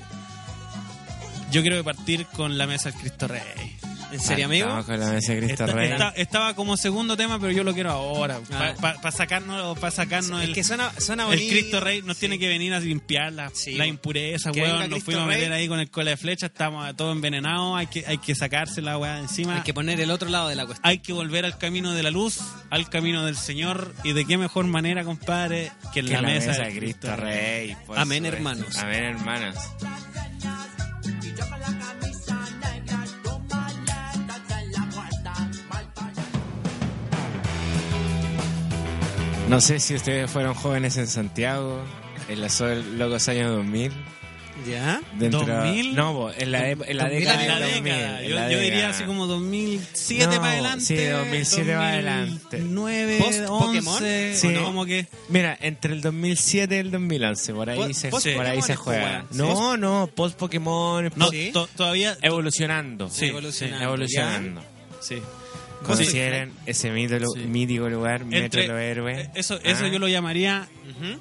C: yo quiero partir con la mesa del Cristo Rey.
D: ¿En serio, amigo?
B: Estamos con la mesa de Cristo
C: Esta-
B: Rey.
C: esta- estaba como segundo tema, pero yo lo quiero ahora. Para
D: Ah.
C: sacarnos, pa sacarnos
D: Es
C: el,
D: que suena, suena
C: el
D: bonito.
C: Cristo Rey. Nos tiene que venir a limpiar la,
D: Sí,
C: la
D: bueno.
C: impureza,
D: Que
C: weón.
D: venga
C: Nos
D: Cristo
C: fuimos a meter
D: Rey.
C: ahí con el cola de flecha. Estamos todos envenenados. Hay que, hay que sacarse la weá de encima.
D: Hay que poner el otro lado de la cuestión.
C: Hay que volver al camino de la luz, al camino del Señor. Y de qué mejor manera, compadre, que en
B: Que
C: la, mesa, de Cristo, Rey.
B: Rey. por
D: Amén,
B: supuesto.
D: hermanos.
B: Amén, hermanos. No sé si ustedes fueron jóvenes en Santiago, en los locos años 2000.
D: ¿Ya?
B: Dentro,
C: ¿2000?
B: No, bo, en la, ep- en la
D: 2000,
B: década
C: En la
B: del 2000.
C: década.
B: en
C: Yo,
B: la
C: yo diría
B: década.
C: así como 2007
B: No,
C: para adelante.
B: sí, 2007 para adelante.
C: 2009,
D: Post Pokémon,
C: 11,
B: Sí.
C: ¿o no? como que...
B: Mira, entre el 2007 y el 2011, por ahí
D: Po-
B: se,
D: post-
B: por ahí
D: Pokémon
B: se
D: es
B: juega.
D: como,
B: No, no, post Pokémon,
C: No,
D: Sí.
C: to- todavía...
B: Eh, evolucionando.
C: Sí,
D: Evolucionando,
B: evolucionando.
C: Sí.
B: Consideren ese mítico,
C: Sí.
B: mítico lugar, metro
C: Entre-
B: de los héroes.
C: eh, Eso, eso
B: Ah,
C: yo lo llamaría...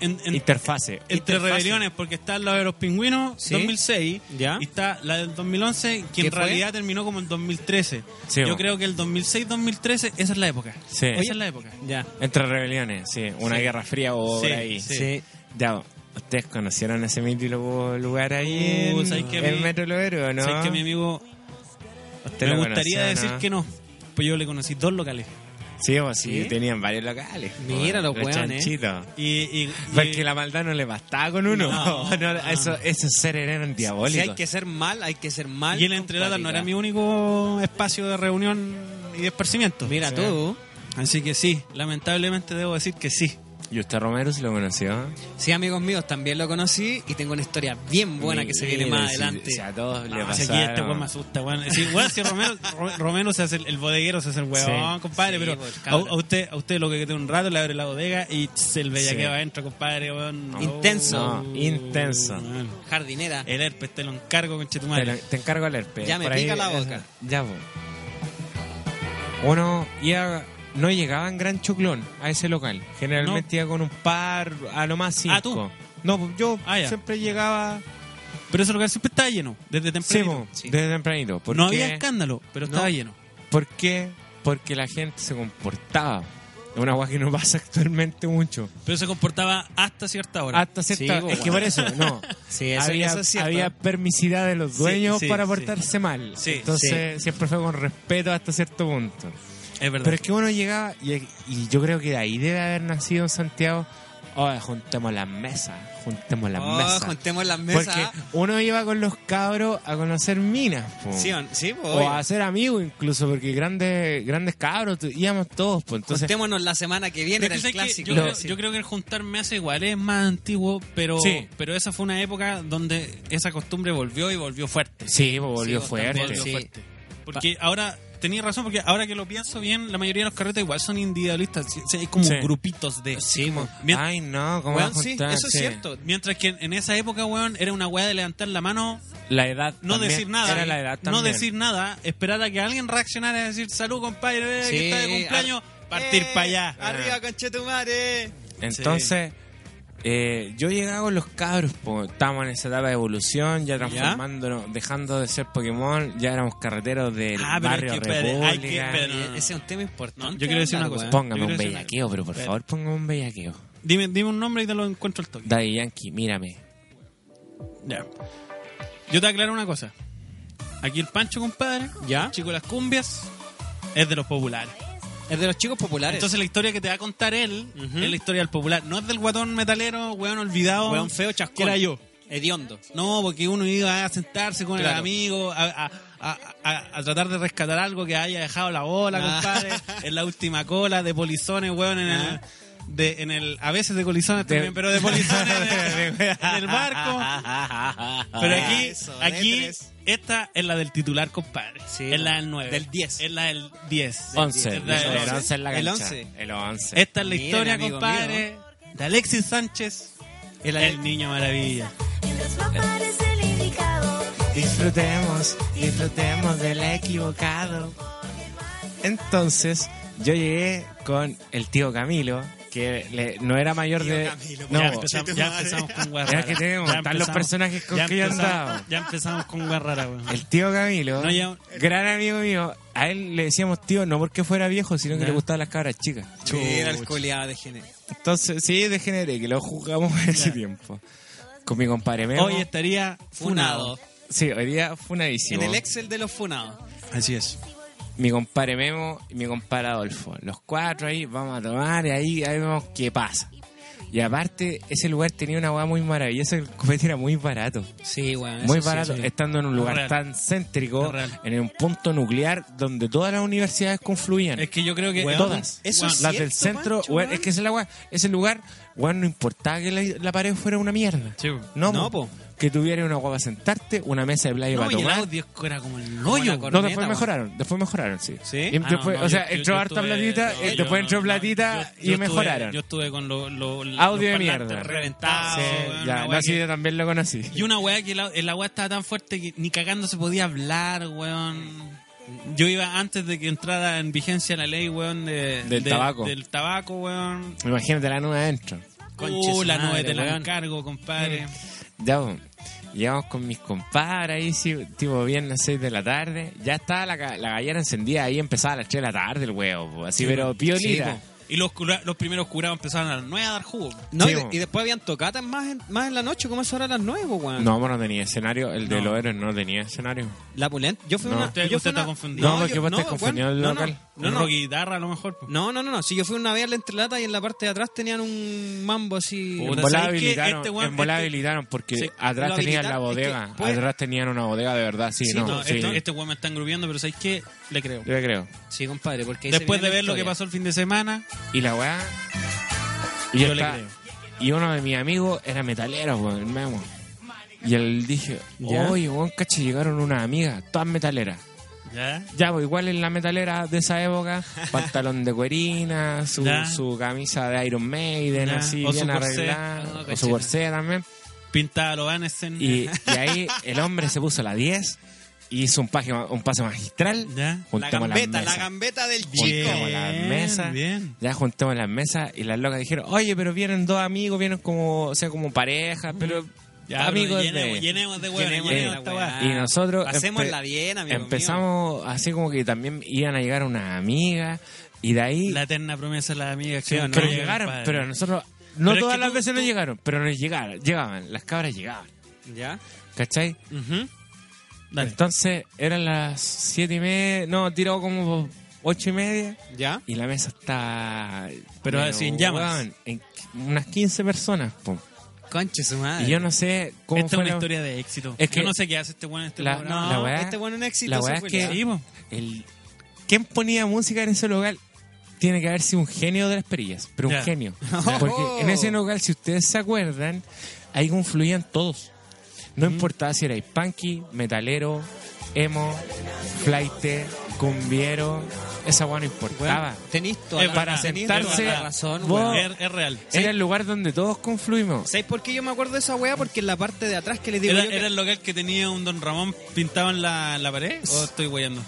C: en- en-
B: Interfase.
C: entre
B: Interfase.
C: rebeliones, porque está la de los pingüinos,
D: Sí.
C: 2006,
D: Ya.
C: y está la del 2011, que
D: ¿Qué
C: en
D: fue?
C: realidad terminó como el 2013.
B: Sí,
C: Yo
B: bo.
C: creo que el 2006-2013, esa es la época.
B: Sí.
C: Esa es la época.
D: Ya.
B: Entre rebeliones, sí. Una
C: Sí.
B: guerra fría o
C: Sí,
B: por ahí.
C: sí.
B: Ya, ¿ustedes conocieron ese mítico lugar ahí
C: Uh,
B: en,
C: ¿sabes que a
B: en
C: mí-
B: metro de los héroes o no?
C: ¿Sabes que mi amigo
B: ¿Usted
C: me
B: lo
C: gustaría
B: conoció,
C: decir
B: no?
C: que no? Pues yo le conocí dos locales.
B: Sí, o sí,
D: ¿Sí?
B: tenían varios locales.
D: Mira los
B: los
D: hueones.
B: chanchitos.
C: Y, y- y-
D: Pues
B: Porque la maldad no le bastaba con uno.
C: No,
B: No,
C: no.
B: eso- esos seres eran
D: Si
B: diabólicos.
D: hay que ser mal, hay que ser mal.
C: y el entrelata no
D: compadre.
C: era mi único espacio de reunión y de esparcimiento.
D: Mira
C: Sí.
D: tú.
C: Así que sí, lamentablemente debo decir que sí.
B: ¿Y usted Romero se lo conoció?
D: Sí, amigos míos, también lo conocí y tengo una historia bien buena que se viene
B: Mira,
D: más
B: si-
D: adelante.
B: si a todos le
C: No, si aquí
B: pasaron.
C: este weón me asusta, weón. Sí, weón, si Romero, Ro- Romero se hace el, el bodeguero, se hace el weón,
B: Sí.
C: compadre,
D: Sí,
C: pero
D: pues,
C: a,
D: cabrón.
C: a usted a usted lo que queda un rato le abre la bodega y se el bellaqueo
B: Sí.
C: adentro, compadre, weón.
D: Intenso.
B: No, intenso.
C: Weón.
D: Jardinera.
C: El herpes te lo encargo,
B: Te,
C: conchetumare.
B: lo- te encargo el herpes.
D: Ya me
B: Por ahí- eh,
D: pica la boca.
B: Ya, po. Uno iba- no llegaba en gran choclón a ese local. Generalmente iba con un par, a lo más cinco.
C: Ah, ¿tú?
B: No, pues, yo
C: Ah, ya.
B: siempre llegaba...
C: Pero ese lugar siempre estaba lleno, desde
B: Sí,
C: temprano.
B: po, desde tempranito. porque-
C: no había escándalo, pero estaba
B: No.
C: lleno.
B: ¿Por qué? Porque la gente se comportaba. Es una guay que no pasa actualmente mucho.
C: Pero se comportaba hasta cierta hora.
B: Hasta cierta.
D: Sí, pues,
B: es que
D: bueno.
B: por eso, no.
D: Sí, eso-
B: había,
D: eso es cierto.
B: había permisidad de los dueños
C: sí,
B: para
C: sí.
B: portarse mal.
C: Sí,
B: Entonces, siempre fue con respeto hasta cierto punto.
C: es verdad.
B: Pero es que uno llegaba, y, y yo creo que de ahí debe haber nacido en Santiago. Oh, juntemos las mesas, juntemos las
D: Oh,
B: mesas.
D: juntemos las mesas.
B: Porque uno iba con los cabros a conocer minas. po.
D: Sí, o- sí, pues,
B: O a ser amigos incluso, porque grandes, grandes cabros, tú- íbamos todos, pues entonces...
D: Juntémonos la semana que viene
C: Pero
D: era
C: tú
D: el
C: sabes que
D: clásico.
C: yo,
B: Lo-
C: creo, yo creo que el juntar mesas igual es más antiguo, pero,
B: Sí.
C: pero esa fue una época donde esa costumbre volvió y volvió fuerte.
B: Sí, pues, volvió
D: Sí,
B: fuerte.
D: también,
B: Sí.
D: sí.
C: Porque ahora, tenía razón, porque ahora que lo pienso bien, la mayoría de los carretes igual son individualistas. sí, sí, hay como
B: Sí. pues,
C: grupitos de.
D: Sí, mo.
C: Mien-
B: Ay, no, ¿cómo
D: Weón,
B: vas a
D: sí,
B: juntar?
D: eso es
B: Sí.
D: cierto.
C: Mientras que en, en esa época, weón, era una weá de levantar la mano,
B: La edad
C: no
B: también.
C: decir nada. ¿eh?
B: Era la edad
C: no
B: también.
C: decir nada, esperar a que alguien reaccionara y decir, salud, compadre, eh, que
D: Sí,
C: está de cumpleaños, partir
D: Eh,
C: para allá. Ah.
D: Arriba, conchetumare.
B: Entonces, eh, yo llegaba con los cabros, po. estábamos en esa etapa de evolución, ya transformándonos, dejando de ser Pokémon, ya éramos carreteros del
C: Ah, pero hay
B: barrio
C: que- espérate, hay que-
B: República. Pues
C: espérate, no, no, no.
D: Eh, Ese es un tema importante.
C: No, yo quiero decir una
D: hablar,
C: cosa.
D: weón.
B: Póngame un
C: Yo creo que sí.
B: bellaqueo, pero por
C: Espera.
B: favor, póngame un bellaqueo.
C: Dime, dime un nombre y te lo encuentro al toque.
B: Daddy Yankee, mírame.
C: Ya. Yo te aclaro una cosa. Aquí el Pancho, compadre,
D: Ya.
C: el chico de las cumbias, es de los populares.
D: eh. Es de los chicos populares.
C: Entonces la historia que te va a contar él
D: Ujú.
C: es la historia del popular. No es del guatón metalero, weón olvidado.
D: weón feo chascón.
C: que era yo.
D: Hediondo.
C: No, porque uno iba a sentarse con el
D: Claro.
C: amigo, a, a- a- a- a tratar de rescatar algo que haya dejado la bola,
D: Ah.
C: compadre, en la última cola de polizones, weón, en el... de, en el, a veces de colisiones también, pero de polizones en, el- en el
D: Ah,
C: barco. Pero aquí,
D: Eso, de
C: aquí,
D: tres.
C: esta es la del titular, compadre.
D: Sí,
C: es la del 9.
D: del 10.
C: Es la del 10.
B: 11.
C: Es la del
B: El
C: 11.
B: 11 en la
D: El
B: cancha.
D: 11.
B: El 11.
C: Esta es la
D: Miren,
C: historia,
D: amigo
C: compadre, de Alexis Sánchez, el, el niño maravilla.
G: Mientras no aparece el indicado.
B: Disfrutemos, disfrutemos del equivocado. Entonces, yo llegué con el tío Camilo, que le- no era mayor de. no,
C: ya empezamos, ya empezamos con Guerrara.
B: Ya que tenemos, están los personajes con que yo andaba.
C: Ya empezamos con Guerrara, weón.
B: el tío Camilo,
C: No, ya-
B: gran amigo mío, a él le decíamos tío no porque fuera viejo, sino que
C: Ya.
B: le gustaban las cabras chicas.
D: Mira el culiado de Gene.
B: Entonces, sí, degeneré, que lo jugamos en ese tiempo. Con mi compadre Memo.
C: Hoy estaría
D: Funado.
C: funado.
B: Sí, hoy día funadísimo.
D: En el Excel de los funados.
C: Así es.
B: mi compadre Memo y mi compadre Adolfo. Los cuatro ahí vamos a tomar y ahí, ahí vemos qué pasa. Y aparte, ese lugar tenía una hueá muy maravillosa, el copete era muy barato.
D: Sí, weón. eso
B: Muy
D: sí,
B: barato, Eh,
D: sí.
B: estando en un lugar
C: Real.
B: tan céntrico,
C: Real.
B: en un punto nuclear donde todas las universidades confluían.
C: Es que yo creo que.
B: Weón, todas.
D: eso es
B: las del
D: cierto,
B: centro,
D: Pancho,
B: weón,
D: weón.
B: es que esa es la weá. Ese lugar, weón, no importaba que la, la pared fuera una mierda.
C: Sí, po.
B: no,
D: No,
B: po.
D: po.
B: Que tuviera una guapa sentarte, una mesa de playa
C: No,
B: para
C: y el
B: tomar.
C: audio era como el
D: Como
C: hoyo.
D: la
B: No,
C: weón.
D: corneta,
B: después
D: weón.
B: mejoraron, después mejoraron, sí.
D: ¿Sí?
B: Y
C: Ah,
B: después-
C: no, no,
B: o sea,
C: yo- yo-
B: entró
C: yo
B: harta
C: estuve-
B: platita,
C: no,
B: eh,
C: yo
B: después
C: no,
B: entró
C: no,
B: platita
C: yo- yo
B: y
C: estuve-
B: mejoraron.
C: Yo estuve con los
B: Audio de mierda.
C: reventados.
B: Sí,
C: weón,
B: ya,
C: una
B: no,
C: weá
B: sí,
C: que-
B: yo también lo conocí.
C: Y una weá que la, la weá estaba tan fuerte que ni cagando se podía hablar, weón. Yo iba antes de que entrara en vigencia la ley, weón, de-
B: Del
C: de-
B: tabaco.
C: Del tabaco, weón.
B: Imagínate la nube adentro.
D: Conche
C: Uh,
D: su
C: la nube
D: madre,
C: te la
D: weón. Mm.
C: encargo, compadre.
B: Ya, pues, llegamos con mis compadres ahí, sí, tipo viernes 6 de la tarde. Ya estaba la, ga- la gallera encendida ahí, empezaba a las 3 de la tarde el huevo, pues, así, pero piolita.
C: Y los, cura- los primeros curados empezaron a las nueve a dar jugo.
D: No,
B: Sí,
D: y, de-
B: po.
D: y después habían tocatas más en, más en la noche, como eso ahora a las nueve, po, weón.
B: no, pues, no tenía escenario, el de los héroes no tenía escenario.
D: La pulenta. Yo fui
B: No.
D: una.
C: Usted-
D: yo
C: usted
D: fui
C: está
D: una-
C: confundido.
B: No, porque
D: yo-
B: vos estás
D: weón,
B: confundido el
D: no, no,
B: local.
D: No,
C: Un
D: no.
C: rock y guitarra a lo mejor. po.
D: No, no, no, no. Si yo fui una vez al entrelata y en la parte de atrás tenían un mambo así.
C: Puta,
B: En volada
C: ¿sabes qué?
B: habilitaron,
C: Este weón-
B: en volada
C: este-
B: habilitaron porque
C: Sí,
B: atrás
D: lo
B: tenían la
D: habilitaron, es que
B: bodega.
D: puede-
B: Atrás tenían una bodega de verdad, sí,
C: Sí,
B: no.
C: no,
B: sí.
C: esto- este weón me están grubiando, pero ¿sabéis qué? Le creo.
B: Yo le creo.
D: Sí, compadre, porque ahí se
C: Después de
D: viene la
C: ver lo que
D: historia.
C: pasó el fin de semana,
B: Y la weá. Y,
C: Yo
B: yo
C: le
B: estaba-
C: creo.
B: y uno de mis amigos era metalero, weón, el memo. Y él dije,
D: ¿Ya?
B: oye, weón, caché, llegaron unas amigas, todas metaleras.
C: ya.
B: Ya, pues igual en la metalera de esa época, pantalón de cuerina, su,
C: Ya.
B: su camisa de Iron Maiden,
C: Ya.
B: así,
C: O su
B: bien
C: corsé.
B: arreglada,
C: Ah,
B: o su
C: cachina.
B: corsé también.
C: pintaba los Anesen.
B: Y, y ahí el hombre se puso la 10 y hizo un, paje- un pase magistral.
C: Ya.
D: La
B: Juntamos las
D: gambeta, la
B: mesas.
D: gambeta del chico.
B: Juntamos las
C: Bien,
B: mesas.
C: bien.
B: Ya juntamos las mesas y las locas dijeron, oye, pero vienen dos amigos, vienen como, o sea, como pareja, pero
C: Ya,
B: amigos
C: pero llenemos,
B: de...
C: llenemos de hueá,
D: Llenemos
C: llenemos,
B: de
C: esta
D: hueá.
C: hueá.
B: Y nosotros
D: Hacemos
B: empe-
D: la bien, amigo mío.
B: empezamos así como que también iban a llegar unas amigas y de ahí...
C: La eterna promesa de las amigas
D: Sí,
C: que
D: o no,
B: pero
C: llegan,
B: llegaron,
C: compadre.
B: pero nosotros... No
C: Pero es
B: todas
C: que
B: las
C: tú-
B: veces no
C: tú-
B: llegaron, pero nos llegaron, llegaban, las cabras llegaban,
D: ¿Ya?
B: ¿cachai?
D: Ujú.
C: Dale.
B: Entonces eran las siete y media, no, tiró como ocho y media
D: ¿Ya?
B: y la mesa está...
C: Pero así en llamas.
B: weón, en unas 15 personas, po.
D: Conche su madre.
B: Y yo no sé cómo
C: Ah, Esta es
B: fue
C: una
B: la-
C: historia de éxito.
B: Es que-
C: Yo no sé qué hace este weón en este
B: la-
C: programa.
B: la
D: No,
B: weá-
D: este bueno un éxito.
B: la
D: se
B: weá es
D: fue,
B: que-
D: ya.
C: Sí, po.
B: El... ¿Quién ponía música en ese local? Tiene que haber sido un genio de las perillas, pero
C: Ya. Oh.
B: un genio.
D: Ya.
B: Porque en ese local, si ustedes se acuerdan, ahí confluían todos. No
C: Mm.
B: importaba si erais punky, metalero, emo, flaite, cumbiero, esa weá no
D: Bueno,
B: importaba.
D: tenís toda
C: Es
D: la-
C: para
D: tenís
B: sentarse,
D: toda la razón,
B: vos-
D: weón.
C: Es, es real.
B: Era el lugar donde todos confluimos.
D: ¿Sabéis por qué yo me acuerdo de esa weá? Porque en la parte de atrás que les digo
C: ¿Era,
D: yo que-
C: era el local que tenía un Don Ramón pintado en la, la pared? ¿O estoy weyando?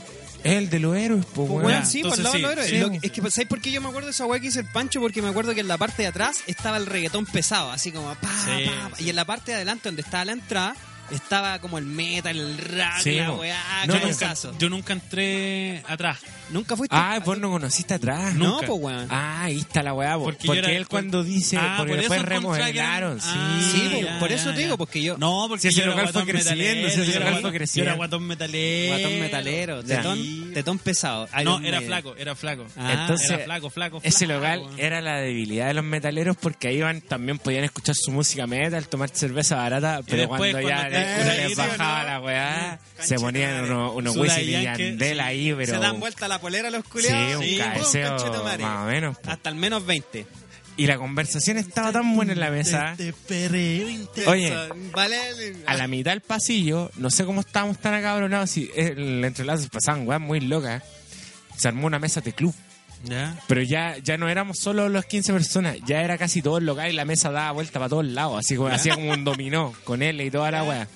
B: Es el de los héroes, pues,
D: Pues,
B: weón.
D: weón, sí,
C: entonces
D: por el
C: sí,
D: lado del héroe.
C: sí.
D: Lo que- es que, pues, ¿sabes por qué yo me acuerdo de esa weá que hice el Pancho? Porque me acuerdo que en la parte de atrás estaba el reggaetón pesado, así como pa,
C: Sí,
D: pa, pa. Y en la parte de adelante, donde estaba la entrada, estaba como el metal, el rap,
B: Sí,
D: la
B: po.
D: weá,
B: No,
D: no,
C: yo, nunca, yo nunca entré atrás.
D: ¿Nunca fuiste?
B: Ah, vos no conociste atrás.
D: no,
C: nunca.
D: pues weón.
B: Ah, ahí está la weá, po. porque,
C: yo era-
B: él cuando dice,
C: Ah,
B: porque
C: por eso
B: después
C: encontraba que eran-
B: remodelaron,
C: Ah,
B: sí.
D: Sí, po, por eso te digo, porque yo-
C: No,
B: Si
C: porque
B: ese
C: yo era
B: local fue
C: guatón
B: creciendo,
C: metalero,
B: si ese
C: yo era
B: local fue
C: guatón-
B: creciendo.
C: Yo era guatón metalero.
D: Guatón metalero,
B: Ya.
D: tetón, tetón pesado.
C: No,
D: Iron
C: era
D: Maiden.
C: flaco, era flaco.
D: Ah,
B: Entonces,
C: era flaco, flaco, flaco.
B: ese local eh,
C: weón.
B: era la debilidad de los metaleros porque ahí iban, también podían escuchar su música metal, tomar cerveza barata, pero
C: después,
B: cuando ya
C: cuando
B: les,
C: te-
B: cuando
C: eh,
B: les
C: sí,
B: bajaba
C: ¿no?
B: la weá,
D: Cancha
B: se
D: de
B: ponían
D: madre.
B: unos, unos
C: Sudai
B: Weasley y
C: Yankee,
B: Yandel
C: sí.
B: ahí, pero...
D: Se dan vuelta la polera los
B: Sí,
D: culiados.
C: pues,
B: un
D: Sí, po,
B: cabeceo
D: conchetumare.
B: más o menos. po.
D: Hasta el menos 20.
B: Y la conversación estaba tan buena en la mesa.
C: Este perreo intenso.
B: Oye,
D: Vale.
B: a la mitad del pasillo, no sé cómo estábamos tan acabronados. Si eh, el entrelazo pasaban, weón, muy loca. Se armó una mesa de club.
C: ¿Ya?
B: Pero ya, ya no éramos solo los 15 personas, ya era casi todo el local y la mesa daba vuelta para todos lados, así como hacía como un dominó con él y toda la weá.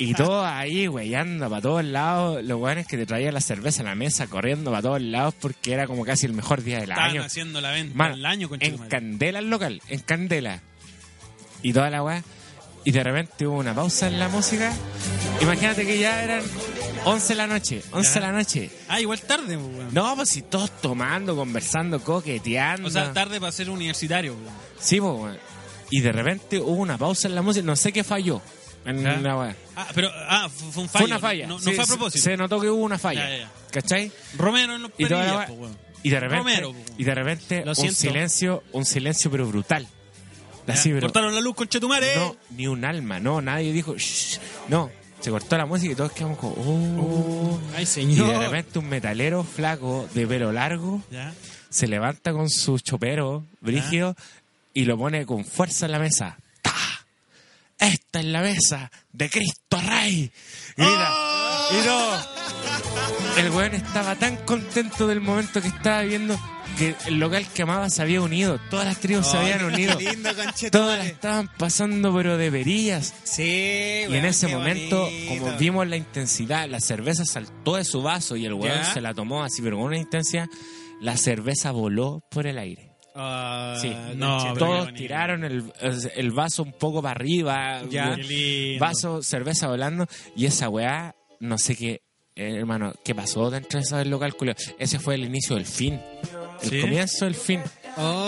B: Y todo ahí, weyando para todos lados, los weones que te traían la cerveza a la mesa, corriendo para todos lados, porque era como casi el mejor día del
C: Estaban
B: año.
C: haciendo la venta
B: Mano,
C: al año con
B: en Candela el local, en Candela. Y toda la weá. Y de repente hubo una pausa en la música. Imagínate que ya eran 11 de la noche, 11 de
C: Ya.
B: la noche.
C: Ah, igual tarde, pues, weón.
B: No, pues si todos tomando, conversando, coqueteando.
C: O sea, tarde para ser universitario, weón.
B: Sí, po, weón. Y de repente hubo una pausa en la música, no sé qué falló. En
C: Ya.
B: la weá.
C: Ah, pero ah, fu- fue un fallo.
B: Fue una falla.
C: No, no
B: Sí,
C: fue a
B: se-
C: propósito.
B: Se notó que hubo una falla.
C: Ya, ya, ya.
B: ¿Cachai?
C: Romero en los
B: Y, toda la
C: perillas,
B: weá.
C: pues, weón.
B: y de repente,
C: Romero, po, weón.
B: y de repente
D: Lo
B: un
D: siento.
B: silencio, un silencio pero brutal.
C: Ya,
B: Así, pero
C: Cortaron la luz con Chetumare.
B: no, ni un alma, no, nadie dijo, "Shh". no, se cortó la música y todos quedamos como, "Oh".
D: Ay,
B: y
D: señor.
B: de repente un metalero flaco de pelo largo
C: Ya.
B: se levanta con su chopero brígido y lo pone con fuerza en la mesa. ¡Ta! Esta es la mesa de Cristo Rey. Grita. Y no. El weón estaba tan contento del momento que estaba viviendo que el local que amaba se había unido. Todas las tribus se habían unido.
D: lindo, conchetumare.
B: Todas las estaban pasando, pero de verías.
D: Sí,
B: Y en ese momento, como vimos la intensidad, la cerveza saltó de su vaso y el weón
C: Ya.
B: se la tomó así, pero con una intensidad, la cerveza voló por el aire. Sí.
C: no, pero Ah, qué
B: Todos
C: bonito.
B: tiraron el, el vaso un poco para arriba,
C: Ya.
B: weón,
C: Qué lindo.
B: vaso, cerveza volando, y esa weá, no sé qué, eh, hermano, qué pasó dentro de esa del local, culiao? Ese fue el inicio del fin. El
C: ¿Sí?
B: comienzo del fin.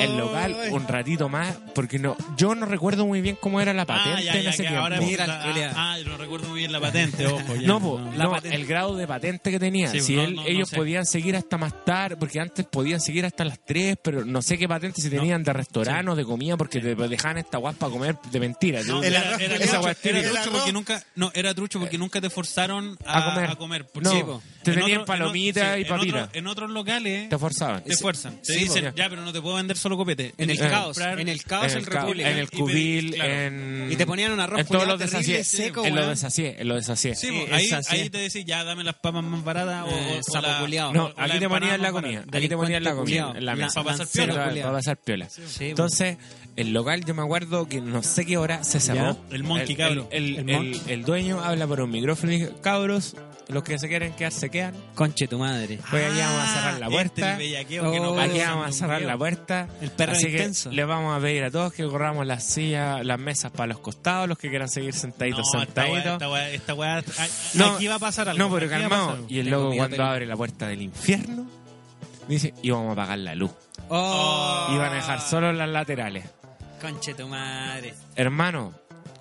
B: el local, un ratito más, porque no, yo no recuerdo muy bien cómo era la patente
C: Ah, ya,
B: en
C: ya,
B: ese
C: que
B: tiempo.
C: ahora
D: Mira,
C: ah,
D: culiao.
C: ah, no recuerdo muy bien la patente, ojo. ya,
B: No, po,
C: La
B: no,
C: patente.
B: el grado de patente que tenía.
C: Sí,
B: si
C: no,
B: él-
C: no, no
B: ellos
C: sé.
B: podían seguir hasta más tarde, porque antes podían seguir hasta las 3, pero no sé qué patente si tenían de restaurante o de comida, porque te dejaban esta guapa a comer de mentira.
C: No,
B: tú-
C: era,
B: era-
C: era,
B: era
C: trucho,
B: guay
C: era
B: típica.
C: trucho porque nunca, no, era trucho porque nunca te forzaron a,
B: A comer.
C: porque-
B: No,
C: Sí, po.
B: te
C: En
B: tenían
C: otro-
B: palomitas
C: en otro-
B: y
C: en otro-
B: papitas.
C: En otros locales
B: Te forzaban.
C: te fuerzan. Te
B: Sí,
C: dicen,
B: po. Eh.
C: ya, pero no te puedo vender solo copete.
D: En el
C: Tenés que
D: caos,
C: comprar-
D: en el caos
B: en
D: el,
B: el, ca-
D: República.
B: en el
C: Y pedí,
B: cubil,
C: claro.
B: en...
D: Y te ponían un arroz
B: en todos
D: culiao
B: los
D: terrible,
B: desacíes.
D: seco,
B: en
D: weón.
B: los desacíes, en los desacíes.
C: Sí,
D: Eh,
C: po, ahí,
D: esa sí.
C: ahí te decís, ya, dame las papas más baratas o-
D: Eh,
C: o,
D: sapo
C: la-
D: culiao.
B: No,
C: o la
B: aquí te
C: empanada
B: ponían la
C: más
B: comida.
C: barata.
B: Aquí te ponían la
D: Delincuente
B: comida. en la
D: culiao.
B: mesa.
C: Para pasar
D: Lancero
C: piola,
B: Para,
D: culiao.
B: para pasar piola.
D: po.
B: Entonces, el local yo me acuerdo que no sé qué hora se cerró.
C: Ya. El monkey, cabro.
B: El, el-
D: El monkey.
B: el- el dueño habla por un micrófono y dice, cabros, los que se quieren quedar se quedan.
D: Conche tu madre.
B: Pues aquí vamos a cerrar la
C: Ah, este
B: puerta.
C: es el bellaqueo que no
D: Oh.
C: pasa.
B: Aquí vamos a cerrar la puerta.
D: El perro
B: Así
D: intenso.
B: que le vamos a pedir a todos que corramos las sillas, las mesas para los costados, los que quieran seguir
C: No,
B: sentaditos,
C: esta weá,
B: sentaditos.
C: esta weá, esta weá- ay, aquí va a pasar algo.
B: No, pero
C: aquí va a pasar
B: calmado.
C: algo.
B: Y el
D: Tengo
B: loco
D: miedo,
B: cuando
D: tengo-
B: abre la puerta del infierno, dice, y vamos a apagar la luz.
D: Oh,
B: Y van a
C: Ah.
B: dejar solo las laterales.
D: Conche tu madre.
B: Hermano,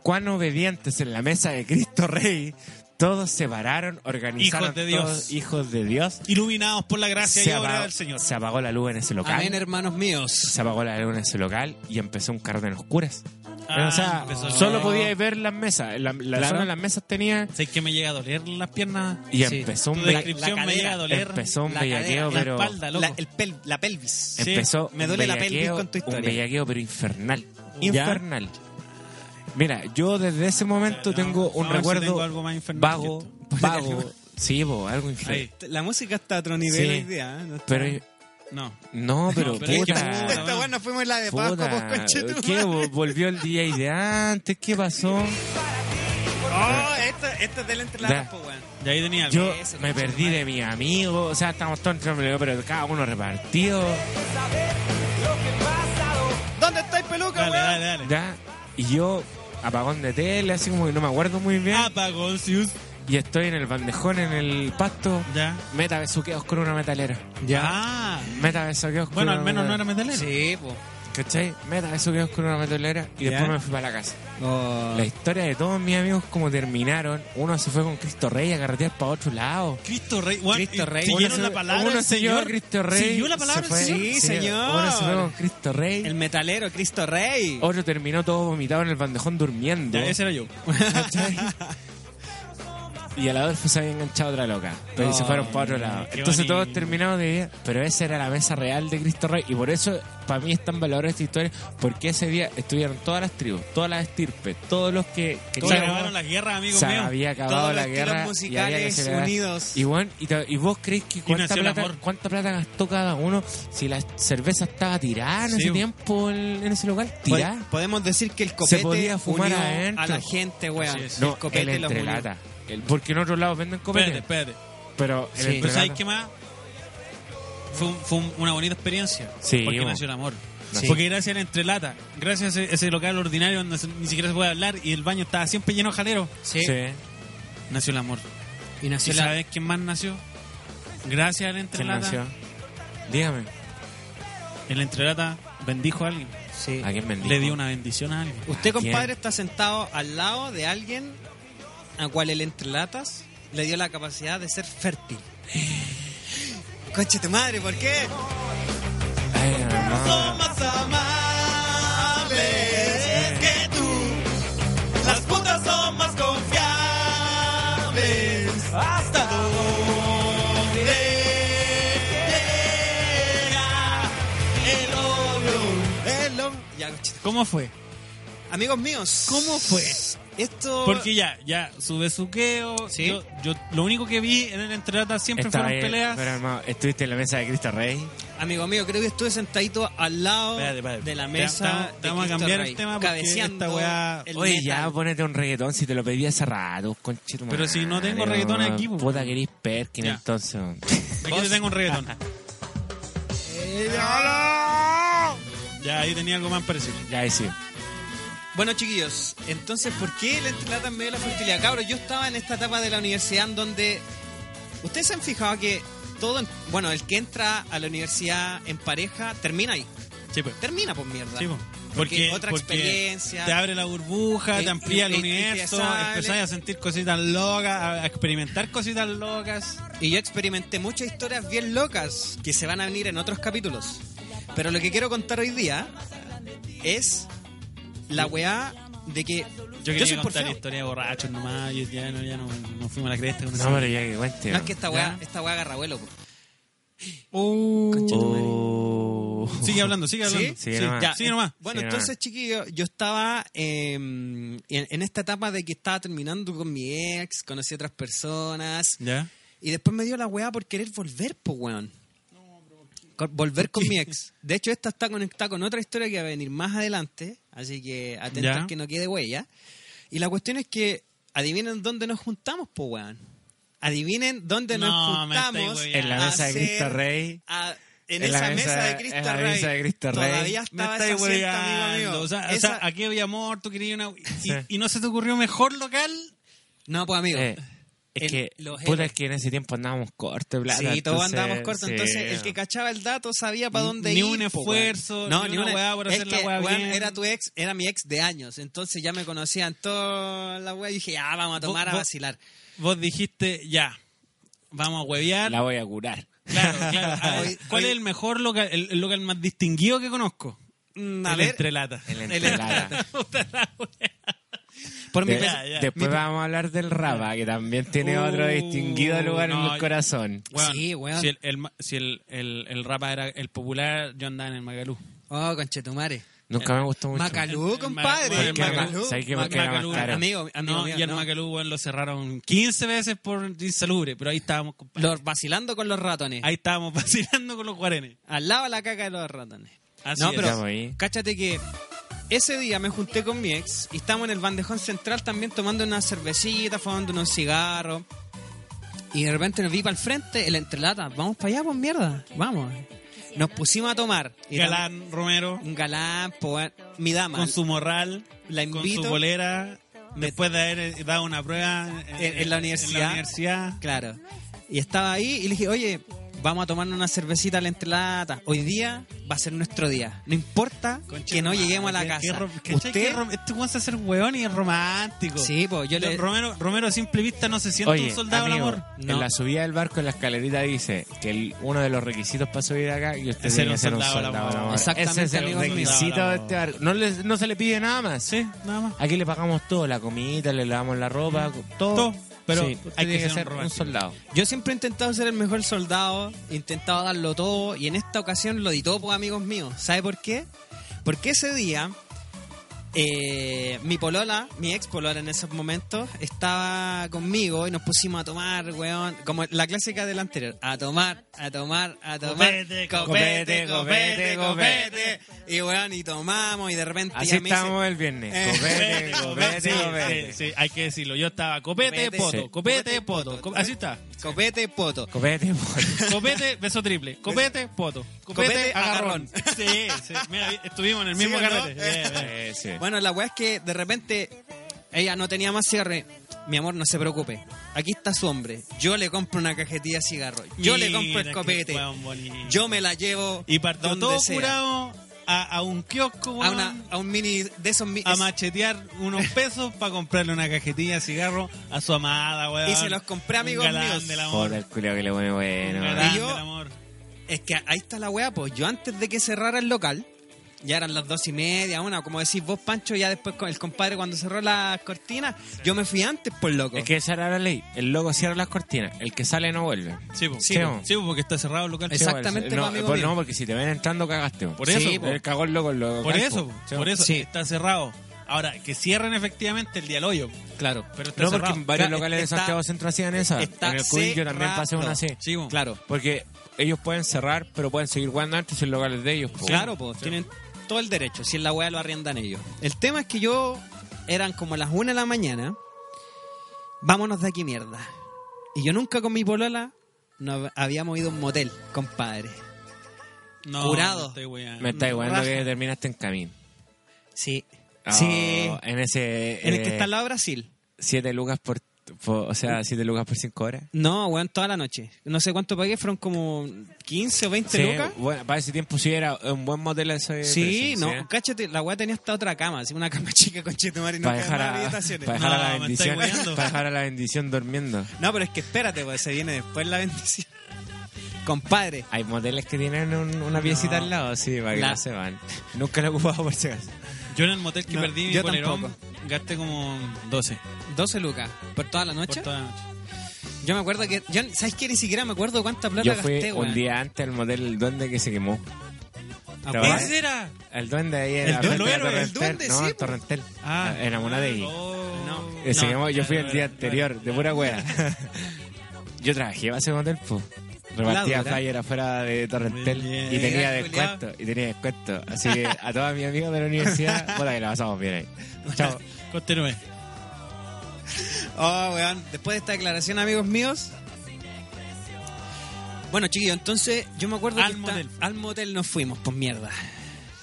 B: cuán obedientes en la mesa de Cristo Rey, todos se pararon, organizaron
C: Hijos de Dios.
B: todos hijos de Dios.
C: Iluminados por la gracia y
B: se,
C: obra
B: apagó,
C: del Señor.
B: se apagó la luz en ese local.
D: Amén, hermanos míos.
B: Se apagó la luz en ese local y empezó un carro en oscuras.
C: Ah,
B: o sea,
C: empezó-
B: solo
C: no.
B: podíais ver las mesas. La, la
D: Claro.
B: zona de las mesas tenía...
C: ¿Sabes que me llega a doler las piernas?
B: Y
D: Sí.
B: empezó un...
C: Tu
B: be-
C: descripción me
D: la cadera,
C: llega a doler.
B: empezó un
D: la cadera,
B: bellaqueo,
C: la
B: pero...
C: espalda, loco.
D: La, el pel- la pelvis.
C: Sí,
B: Empezó
D: me
B: un
D: duele la pelvis
B: bellaqueo-
D: con tu historia.
B: Un bellaqueo, pero infernal.
D: ¿Ya?
B: Infernal. Mira, yo desde ese momento
C: No,
B: tengo un
C: no, si
B: recuerdo
C: tengo algo más infernal
B: vago,
C: que
B: vago, sí, bo, algo infernal.
C: Ahí.
D: La música está a otro nivel
B: Sí.
D: hoy día. ¿eh? No está-
B: Pero,
C: No.
B: no, pero,
C: pero es que
B: puta,
C: puta,
D: Esta weá nos fuimos en la de Pascua,
B: puta,
D: pues, conche tu
B: ¿qué?
D: madre.
B: Vol- ¿Volvió el día de antes? ¿Qué pasó?
D: Oh, esta, esta es del entre las
B: Da.
D: dos, pues, weón.
C: Y ahí tenía algo.
B: Yo
D: Eso,
B: me
D: concha
B: perdí de mi amigo, o sea, estamos todos entre amigos, pero cada uno repartido,
D: ¿Dónde estáis, peluca,
C: Dale,
D: weón?
C: dale, dale.
B: ¿ya? Y yo, apagón de tele, así como que no me acuerdo muy bien,
C: Ah. Apagón, Sius.
B: y estoy en el bandejón, en el pasto,
C: Ya.
B: meta besuqueos con una metalera.
C: Ya. Ah.
B: Meta besuqueos con
C: Bueno,
B: una
C: al menos no
B: metalera.
C: era metalero.
D: Sí, pues.
B: ¿Cachai? Meta, eso quedó con una metalera y después
D: Ya.
B: me fui para la casa.
C: Ah.
B: La historia de todos mis amigos, como terminaron, uno se fue con Cristo Rey a carretear para otro lado.
C: Cristo Rey. weón,
D: Cristo
C: y
D: Rey.
B: Uno
C: Siguieron
B: se-
C: la palabra
B: uno
C: del
B: se llevó a
C: Señor.
B: Cristo Rey.
C: Siguió la palabra
B: se fue-
C: del Señor.
D: Sí,
B: se-
D: señor.
B: Uno se fue con Cristo Rey.
D: El metalero, Cristo Rey.
B: Otro terminó todo vomitado en el bandejón durmiendo.
C: Ya, ese era yo.
B: ¿Cachai? y el Adolfo se había enganchado a otra loca. Pero se fueron para otro lado.
C: qué
B: Entonces todos
C: bonito.
B: terminaron de Pero esa era la mesa real de Cristo Rey. Y por eso, para mí es tan valorada esta historia. Porque ese día estuvieron todas las tribus, todas las estirpes, todos los que
C: Se acabaron las guerras, amigo
B: se
C: mío.
B: había acabado
D: Todos los
B: la
D: estilos
B: guerra y había que
D: musicales
B: celebrar.
D: unidos.
B: Y, bueno, y, ta- y vos crees que cuánta
C: nació el
B: plata,
C: amor.
B: cuánta plata gastó cada uno si la cerveza estaba tirada en
C: Sí,
B: ese
C: bo.
B: tiempo en, en ese local,
D: Pod-
B: tirada.
D: Podemos decir que el copete
B: podía fumar
D: unió
B: adentro.
D: a la gente, weón.
C: Así es.
B: No,
D: el copete
B: el
D: los unió.
B: entrelata. El- porque en otros lados venden
C: Espérate,
B: copete,
C: espérate.
B: pero el
D: Sí.
C: Pero ¿sabes
B: entrelata-
C: qué más? Fue, un- fue un- una bonita experiencia.
B: Sí,
C: porque
B: bo.
C: nació el amor.
B: Sí.
C: Porque gracias a la entrelata, gracias a ese, ese local ordinario donde se- ni siquiera se puede hablar y el baño estaba siempre lleno de jalero,
D: Sí.
B: Sí.
C: nació el amor.
D: Y
C: ¿Y
D: nació la-
C: sabes quién más nació? Gracias a la
B: ¿Quién
C: entrelata.
B: nació? Dígame,
C: El entrelata bendijo a alguien.
D: Sí.
B: ¿a quién bendijo?
C: Le dio una bendición a alguien.
D: Usted,
B: ¿A quién?
D: compadre, está sentado al lado de alguien a cual el entrelatas le dio la capacidad de ser fértil. Concha tu madre, ¿por qué?
B: Ay, hermano.
D: más amables que tú. Las putas son más confiables. Hasta donde el hombro. El hombro. Ya, concha tu-
C: ¿Cómo fue?
D: Amigos míos.
C: ¿Cómo fue?
D: Esto.
C: Porque ya, ya, su besuqueo.
D: Sí.
C: Yo, yo lo único que vi en el entrelata siempre
B: Esta
C: fueron
B: vez-
C: peleas.
B: pero, hermano, estuviste en la mesa de Cristo Rey.
D: Amigo mío, creo que estuve sentadito al lado
C: Espérate, espérate.
D: de la
C: Te-
D: mesa.
C: te-
D: de
C: te vamos a
D: Cristo
C: cambiar el
D: Rey,
C: tema porque
D: cabeceando
C: esta weá-
D: el
B: Oye,
D: metal.
B: ya ponete un reggaetón si te lo pedí hace rato, conchito.
C: Pero si no tengo reggaetón aquí, po.
B: Puta, querís Perkin,
C: Ya.
B: entonces.
C: Aquí te tengo un reggaetón. ya, ahí tenía algo más parecido.
B: ya, ahí sí.
D: Bueno, chiquillos, entonces, ¿por qué la entrelata en medio de la fertilidad? Cabros, yo estaba en esta etapa de la universidad en donde. Ustedes se han fijado que todo. en- Bueno, el que entra a la universidad en pareja termina ahí.
C: Sí, pues.
D: Termina, por mierda.
C: Sí, pues.
D: Porque otra experiencia.
C: Te abre la burbuja,
D: Y-
C: te amplía el
D: y- y te
C: universo,
D: sale.
C: empezás a sentir cositas locas, a a experimentar cositas locas.
D: Y yo experimenté muchas historias bien locas que se van a venir en otros capítulos. Pero lo que quiero contar hoy día es la weá de que
C: Yo quería
D: soy
C: contar
D: porfeo.
C: historia de borrachos nomás, y ya, no, ya no, no fuimos a la cresta con
B: No,
C: eso.
B: pero ya que cuente.
D: No es que esta weá,
C: Ya.
D: esta weá agarra vuelo. po.
B: Oh.
C: Uh, Sigue hablando, sigue hablando.
D: ¿Sí?
B: Sigue nomás.
C: ya. Sigue nomás.
D: Bueno,
B: Sí, nomás.
D: entonces, chiquillos, yo estaba eh, en, en esta etapa de que estaba terminando con mi ex, conocí a otras personas.
C: Ya.
D: Y después me dio la weá por querer volver, po, weón. Con- Volver con mi ex. De hecho, esta está conectada con otra historia que va a venir más adelante. Así que atentos
C: Ya.
D: que no quede huella. Y la cuestión es que, adivinen dónde nos juntamos, po, weón. Adivinen dónde nos
C: No, me estáis
D: juntamos.
C: weyando.
B: En la
D: a
B: mesa de Cristo
D: hacer-
B: Rey.
D: a- en,
B: En la
D: esa
B: mesa-
D: mesa, de
B: en
D: Cristo
B: la
D: Rey.
B: mesa de Cristo Rey.
D: Todavía
C: Me
D: estaba
C: estáis
D: esa sienta, amigo
C: hueveando.
D: mío.
C: O sea, o
D: Esa-
C: sea, aquí había amor, tú querías una...
B: Sí.
C: Y, y no se te ocurrió mejor local.
D: No, pues, amigo.
B: Eh, es
D: El-
B: que,
D: los
B: puta,
D: héroes.
B: es que en ese tiempo andábamos corto, plata.
D: sí, todos
B: entonces,
D: andábamos cortos,
B: sí.
D: entonces el que cachaba el dato sabía para dónde
C: Ni
D: ir.
C: un
D: po, weón.
C: esfuerzo, ni una
D: un-
C: weá por
D: es
C: hacer la
D: que,
C: weá
D: weón,
C: bien.
D: Era tu ex, era mi ex de años, entonces ya me conocían toda la weá y dije, ah, vamos a
C: Vos-
D: tomar a
C: vos-
D: vacilar.
C: Vos dijiste, ya, vamos a huevear.
B: La voy a curar.
C: Claro, claro. A ver,
D: Hoy-
C: ¿Cuál
D: hoy-
C: es el mejor local, el, el local más distinguido que conozco?
D: Mm, A
C: el
D: ver,
C: entrelata.
B: El entrelata.
D: por mi
B: De-
D: pes-
C: ya.
B: Después vamos a hablar del Rapa, que también tiene otro
C: Uh,
B: distinguido lugar en
C: no,
B: el corazón.
C: Weón,
D: Sí, weón.
C: Si, el, el ma- si el, el, el rapa era el popular, yo andaba en el Magalú.
D: Oh, conchetumare.
B: Nunca me gustó mucho.
D: Macalú,
C: El- el Magalú,
D: compadre.
B: Porque era más-
D: Macalú.
B: ¿sabes qué? Porque era más
C: Macalú,
B: caro.
D: Amigo, amigo
C: ah, No,
D: mío,
C: y el
D: no.
C: Magalú, weón, lo cerraron 15 veces por insalubre, pero ahí estábamos, compadre.
D: Los vacilando con los ratones.
C: Ahí estábamos vacilando con los guarenes.
D: Al lado de la caca de los ratones.
C: Así
D: no,
C: es.
D: pero
B: Estamos ahí.
D: cáchate que ese día me junté con mi ex y estábamos en el bandejón central también tomando una cervecita, fumando unos cigarros. Y de repente nos vi para el frente, el entrelata. Vamos para allá, pues mierda. Vamos. Nos pusimos a tomar. Y
C: Galán Romero,
D: tam- Un galán, pues, mi dama.
C: con su morral,
D: La invito.
C: con su bolera, después de haber eh, dado una prueba en,
D: En- en la universidad.
C: universidad.
D: Claro. Y estaba ahí y le dije, oye, vamos a tomarnos una cervecita a la entrelata. Hoy día va a ser nuestro día. No importa
C: Concha
D: que no
C: tu
D: lleguemos a la
C: madre, qué
D: casa.
C: rom- ¿cachai? Qué
D: Usted...
C: rom- Este weón se hace el weón y es romántico.
D: Sí, pues yo le...
C: Romero, Romero a simple vista no se siente
B: Oye,
C: un soldado del
B: amigo,
C: amor.
D: No.
B: en la subida del barco en la escalerita dice que el- uno de los requisitos para subir acá y usted
C: Es
B: tiene que
C: ser
B: ser
C: un
B: un
C: soldado del
B: soldado.
C: amor.
B: del amor. Ese
D: Exactamente,
B: es el
D: amigo mío.
B: requisito de este barco. No, les- no se le pide nada más.
C: Sí, nada más.
B: Aquí le pagamos todo, la comida, le lavamos la ropa, todo.
C: Mm. Todo. Pero
B: Sí,
C: hay
B: tiene
C: que, ser, un,
B: un
C: romántico.
B: soldado.
D: Yo siempre he intentado ser el mejor soldado, he intentado darlo todo y en esta ocasión lo di todo por amigos míos. ¿Sabe por qué? Porque ese día eh, mi polola, mi ex polola en esos momentos, estaba conmigo y nos pusimos a tomar, weón, como la clásica del anterior, a tomar, a tomar, a tomar,
C: Copete,
D: copete,
B: copete,
D: copete,
B: copete.
D: copete. y weón, y tomamos y de repente
B: Así
D: ella me dice,
B: estamos el viernes. Copete,
D: Eh.
B: copete,
C: Sí,
B: copete.
C: sí, sí, hay que decirlo. Yo estaba copete,
D: Copete,
C: poto,
B: sí.
C: copete, poto. co- Así está.
D: copete, poto.
B: Copete,
C: Eh,
B: por-
C: Copete, beso triple. Copete, poto. Copete,
D: Copete,
C: agarrón. Sí, sí. Mira, estuvimos en el mismo
D: ¿Sí o no?
C: carrete. Bien, bien.
B: Eh, sí.
D: Bueno, la weá es que de repente ella no tenía más cierre. Mi amor, no se preocupe. Aquí está su hombre. Yo le compro una cajetilla de cigarro. Yo le compro el
C: Mira,
D: copete.
C: qué weón bonito.
D: Yo me la llevo.
C: Y partió
D: donde
C: todo
D: sea.
C: curado a, a un kiosco,
D: A,
C: weón,
D: una, a un mini de esos mi-
C: a machetear unos pesos para comprarle una cajetilla de cigarro a su amada, weón.
D: Y se los compré,
C: Un
D: amigos
C: galán
D: míos.
C: del amor.
B: Por el culo que le pone
C: Un
B: bueno.
C: galán
D: Y yo-
C: del amor.
D: Es que ahí está la weá, pues. Yo antes de que cerrara el local, ya eran las dos y media, una, como decís vos, Pancho, ya después con el compadre cuando cerró las cortinas, yo me fui antes, por loco.
B: Es que esa era la ley. El loco cierra las cortinas. El que sale no vuelve.
C: Sí, po.
B: Sí,
C: Sí,
B: po.
C: po. Sí, po, porque está cerrado el local.
D: Exacto. Exactamente,
B: Sí,
D: pues,
B: no,
D: amigo
B: pues,
D: mío.
B: no, porque si te ven entrando cagaste.
C: Por eso, po.
B: el cagó el loco. el loco
C: Por
B: cagó.
C: eso, po.
B: Sí,
C: por eso
D: Sí.
C: está cerrado. Ahora, que cierren efectivamente el día al hoyo.
D: claro.
C: Pero está
B: No, porque
C: cerrado.
B: en varios
D: Está-
B: locales de
D: está-
B: Santiago Centro hacían esa.
D: está
B: En el Queen yo también
D: cerrado.
B: pasé una así.
C: Sí, po.
D: Claro.
B: Porque ellos pueden cerrar, pero pueden seguir jugando antes en locales de ellos. po.
D: Claro, pues tienen todo el derecho. Si en la weá lo arriendan ellos. El tema es que yo eran como las una de la mañana. Vámonos de aquí, mierda. Y yo nunca con mi polola nos habíamos ido a un motel, compadre.
C: No,
D: Curado.
C: no estoy weando.
B: Me está igualando
D: Mm, Raja.
B: que terminaste en camino.
D: Sí.
B: Ah,
D: sí.
B: En ese.
D: En el que
B: eh,
D: está al lado de Brasil.
B: Siete lucas por, por- O sea, siete lucas por cinco horas.
D: No, weón, toda la noche. No sé cuánto pagué, fueron como 15 o 20
B: Sí,
D: lucas.
B: bueno, para ese tiempo sí era un buen motel ese.
D: Sí,
B: precio,
D: no,
B: ¿sí?
D: cáchate, la weá tenía hasta otra cama, así una cama chica con chetumare y no
B: Para
D: quedaba
B: dejar, a,
D: más habitaciones.
B: para dejar a
C: No,
B: la
C: me estáis
B: bendición.
C: hueando.
B: Para dejar a la bendición durmiendo.
D: No, pero es que espérate, pues se viene después la bendición. Compadre,
B: Hay moteles que tienen un- una piecita al lado, sí, para que
D: La-
B: no se van. Nunca lo he ocupado por si acaso.
C: Yo en el motel que
D: No,
C: perdí mi
D: yo
C: polerón,
D: tampoco. ¿Ah,
C: gasté como 12
D: 12 lucas por toda la
C: por
D: noche.
C: toda la noche.
D: Yo me acuerdo que. Yo, ¿Sabes qué? Ni siquiera me acuerdo cuánta plata
B: Yo fui
D: gasté,
B: un
D: weón.
B: día antes al motel El Duende que se quemó.
D: Ah,
B: ¿Te
D: weón.
B: acuerdas?
C: ¿Ese era?
B: El Duende ahí en
C: El
B: la
C: duende,
B: frente de
C: el
B: Torrentel.
D: duende,
B: no,
D: sí,
B: en Torrentel.
C: Ah.
B: en Amunategui.
C: Oh, no.
B: Eh, se
C: No,
B: llamó- yo fui el
C: no,
B: día
C: no,
B: anterior, de pura wea. yo trabajé para ese motel, po. Repartía
D: dura.
B: flyer afuera de Torrentel
C: Muy bien.
B: y tenía
D: Legal, culiao.
B: descuento, y tenía descuento. Así que a todos mis amigos de la universidad, puta que la pasamos bien ahí. Chao.
C: no. Continúe.
D: Oh, weón. Después de esta declaración, amigos míos. Bueno, chiquillos, entonces yo me acuerdo
C: Al
D: que
C: motel.
D: al motel nos fuimos, pues mierda.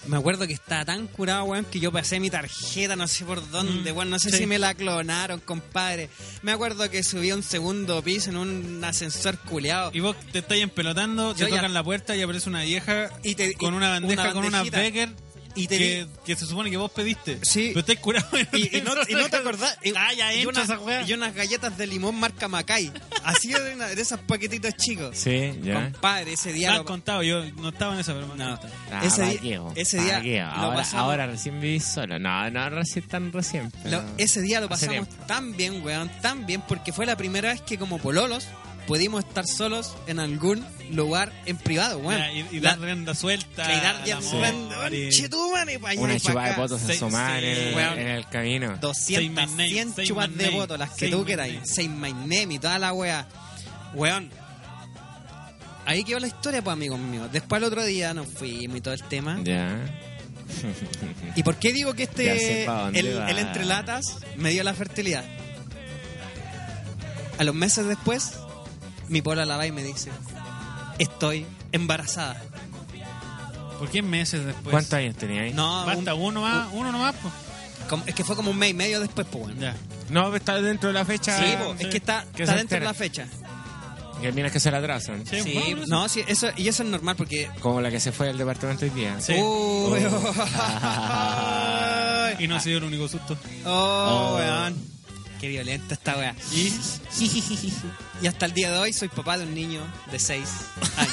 D: Me acuerdo que estaba tan curado, weón, que yo pasé mi tarjeta, no sé por dónde, weón, no sé
C: Mm, sí.
D: si me la clonaron, compadre. Me acuerdo que subí a un segundo piso en un ascensor culeado.
C: Y vos te estáis empelotando,
D: Yo
C: te
D: ya-
C: tocan la puerta y aparece una vieja
D: Y te-
C: con
D: y-
C: una bandeja,
D: una
C: con una
D: bandejita.
C: Becker
D: Y te
C: que, que se supone que vos pediste.
D: Sí.
C: Pero estáis curado.
D: Y, y no, y no te acordás. Y,
C: Ah, ya
D: y
C: entra
D: unas-
C: esa weá.
D: y unas galletas de limón marca Macay. Así de, una- de esos paquetitos chicos.
B: Sí, ya.
D: Compadre, ese
C: Me
D: día.
C: han
D: lo-
C: contado, yo no estaba en esa, pero me han
D: no,
C: contado.
B: Ah,
D: ese
B: pa'
D: día.
B: qué, po,
D: Ese
B: pa'
D: día.
B: qué,
D: lo
B: Ahora,
D: pasamos-
B: ahora recién vivís solo. No, no, recién tan recién. pero-
D: lo-
C: Ah,
D: ese día lo
B: hace
D: pasamos tan bien, weón. Tan bien, porque fue la primera vez que, como pololos, pudimos estar solos en algún lugar en privado, weón.
C: Mira, y, y
D: La-
C: dar rienda suelta.
D: la Irardia
C: al
D: fue-
C: amor, y-
D: Chetumare, pa' allá
B: Una
D: y pa'
B: chupada de
D: acá.
B: potos se
C: Seis-
B: asomada en el-
D: weón.
B: en el camino.
D: 200,
C: Say my name,
D: 100
C: say
D: chupas
C: my
D: de
C: name,
D: voto, las que
C: say
D: tú
C: my
D: queráis.
C: name.
D: Say my name y toda la wea. Weón. Ahí quedó la historia, pues, amigos míos. Después, al otro día, nos fuimos y todo el tema.
B: Ya.
D: ¿Y por qué digo que
B: Ya
D: este.
B: sé pa' dónde
D: El,
B: va.
D: el entre latas me dio la fertilidad? A los meses después, mi pola la va y me dice: Estoy embarazada.
C: ¿Por qué meses después?
B: ¿Cuántos años tenía ahí?
D: Pues No, un-
C: Basta, uno más, uno nomás. po.
D: como- es que fue como un mes y medio después, pues, weón.
C: Ya.
B: No, está dentro de la fecha. eh.
D: Sí, po, es que está,
B: Que
D: está
B: se
D: dentro
B: enteren.
D: de la fecha.
B: Que minas que se la atrasan.
C: Sí,
D: Sí,
C: bueno,
D: no, sí, eso, y eso es normal porque
B: Como la que se fue del departamento hoy día.
C: Sí.
D: Uy,
B: Oh.
C: Y no ha sido el único susto.
D: oh, weón. Qué violenta esta weá.
C: Y
D: Y hasta el día de hoy soy papá de un niño de 6 años.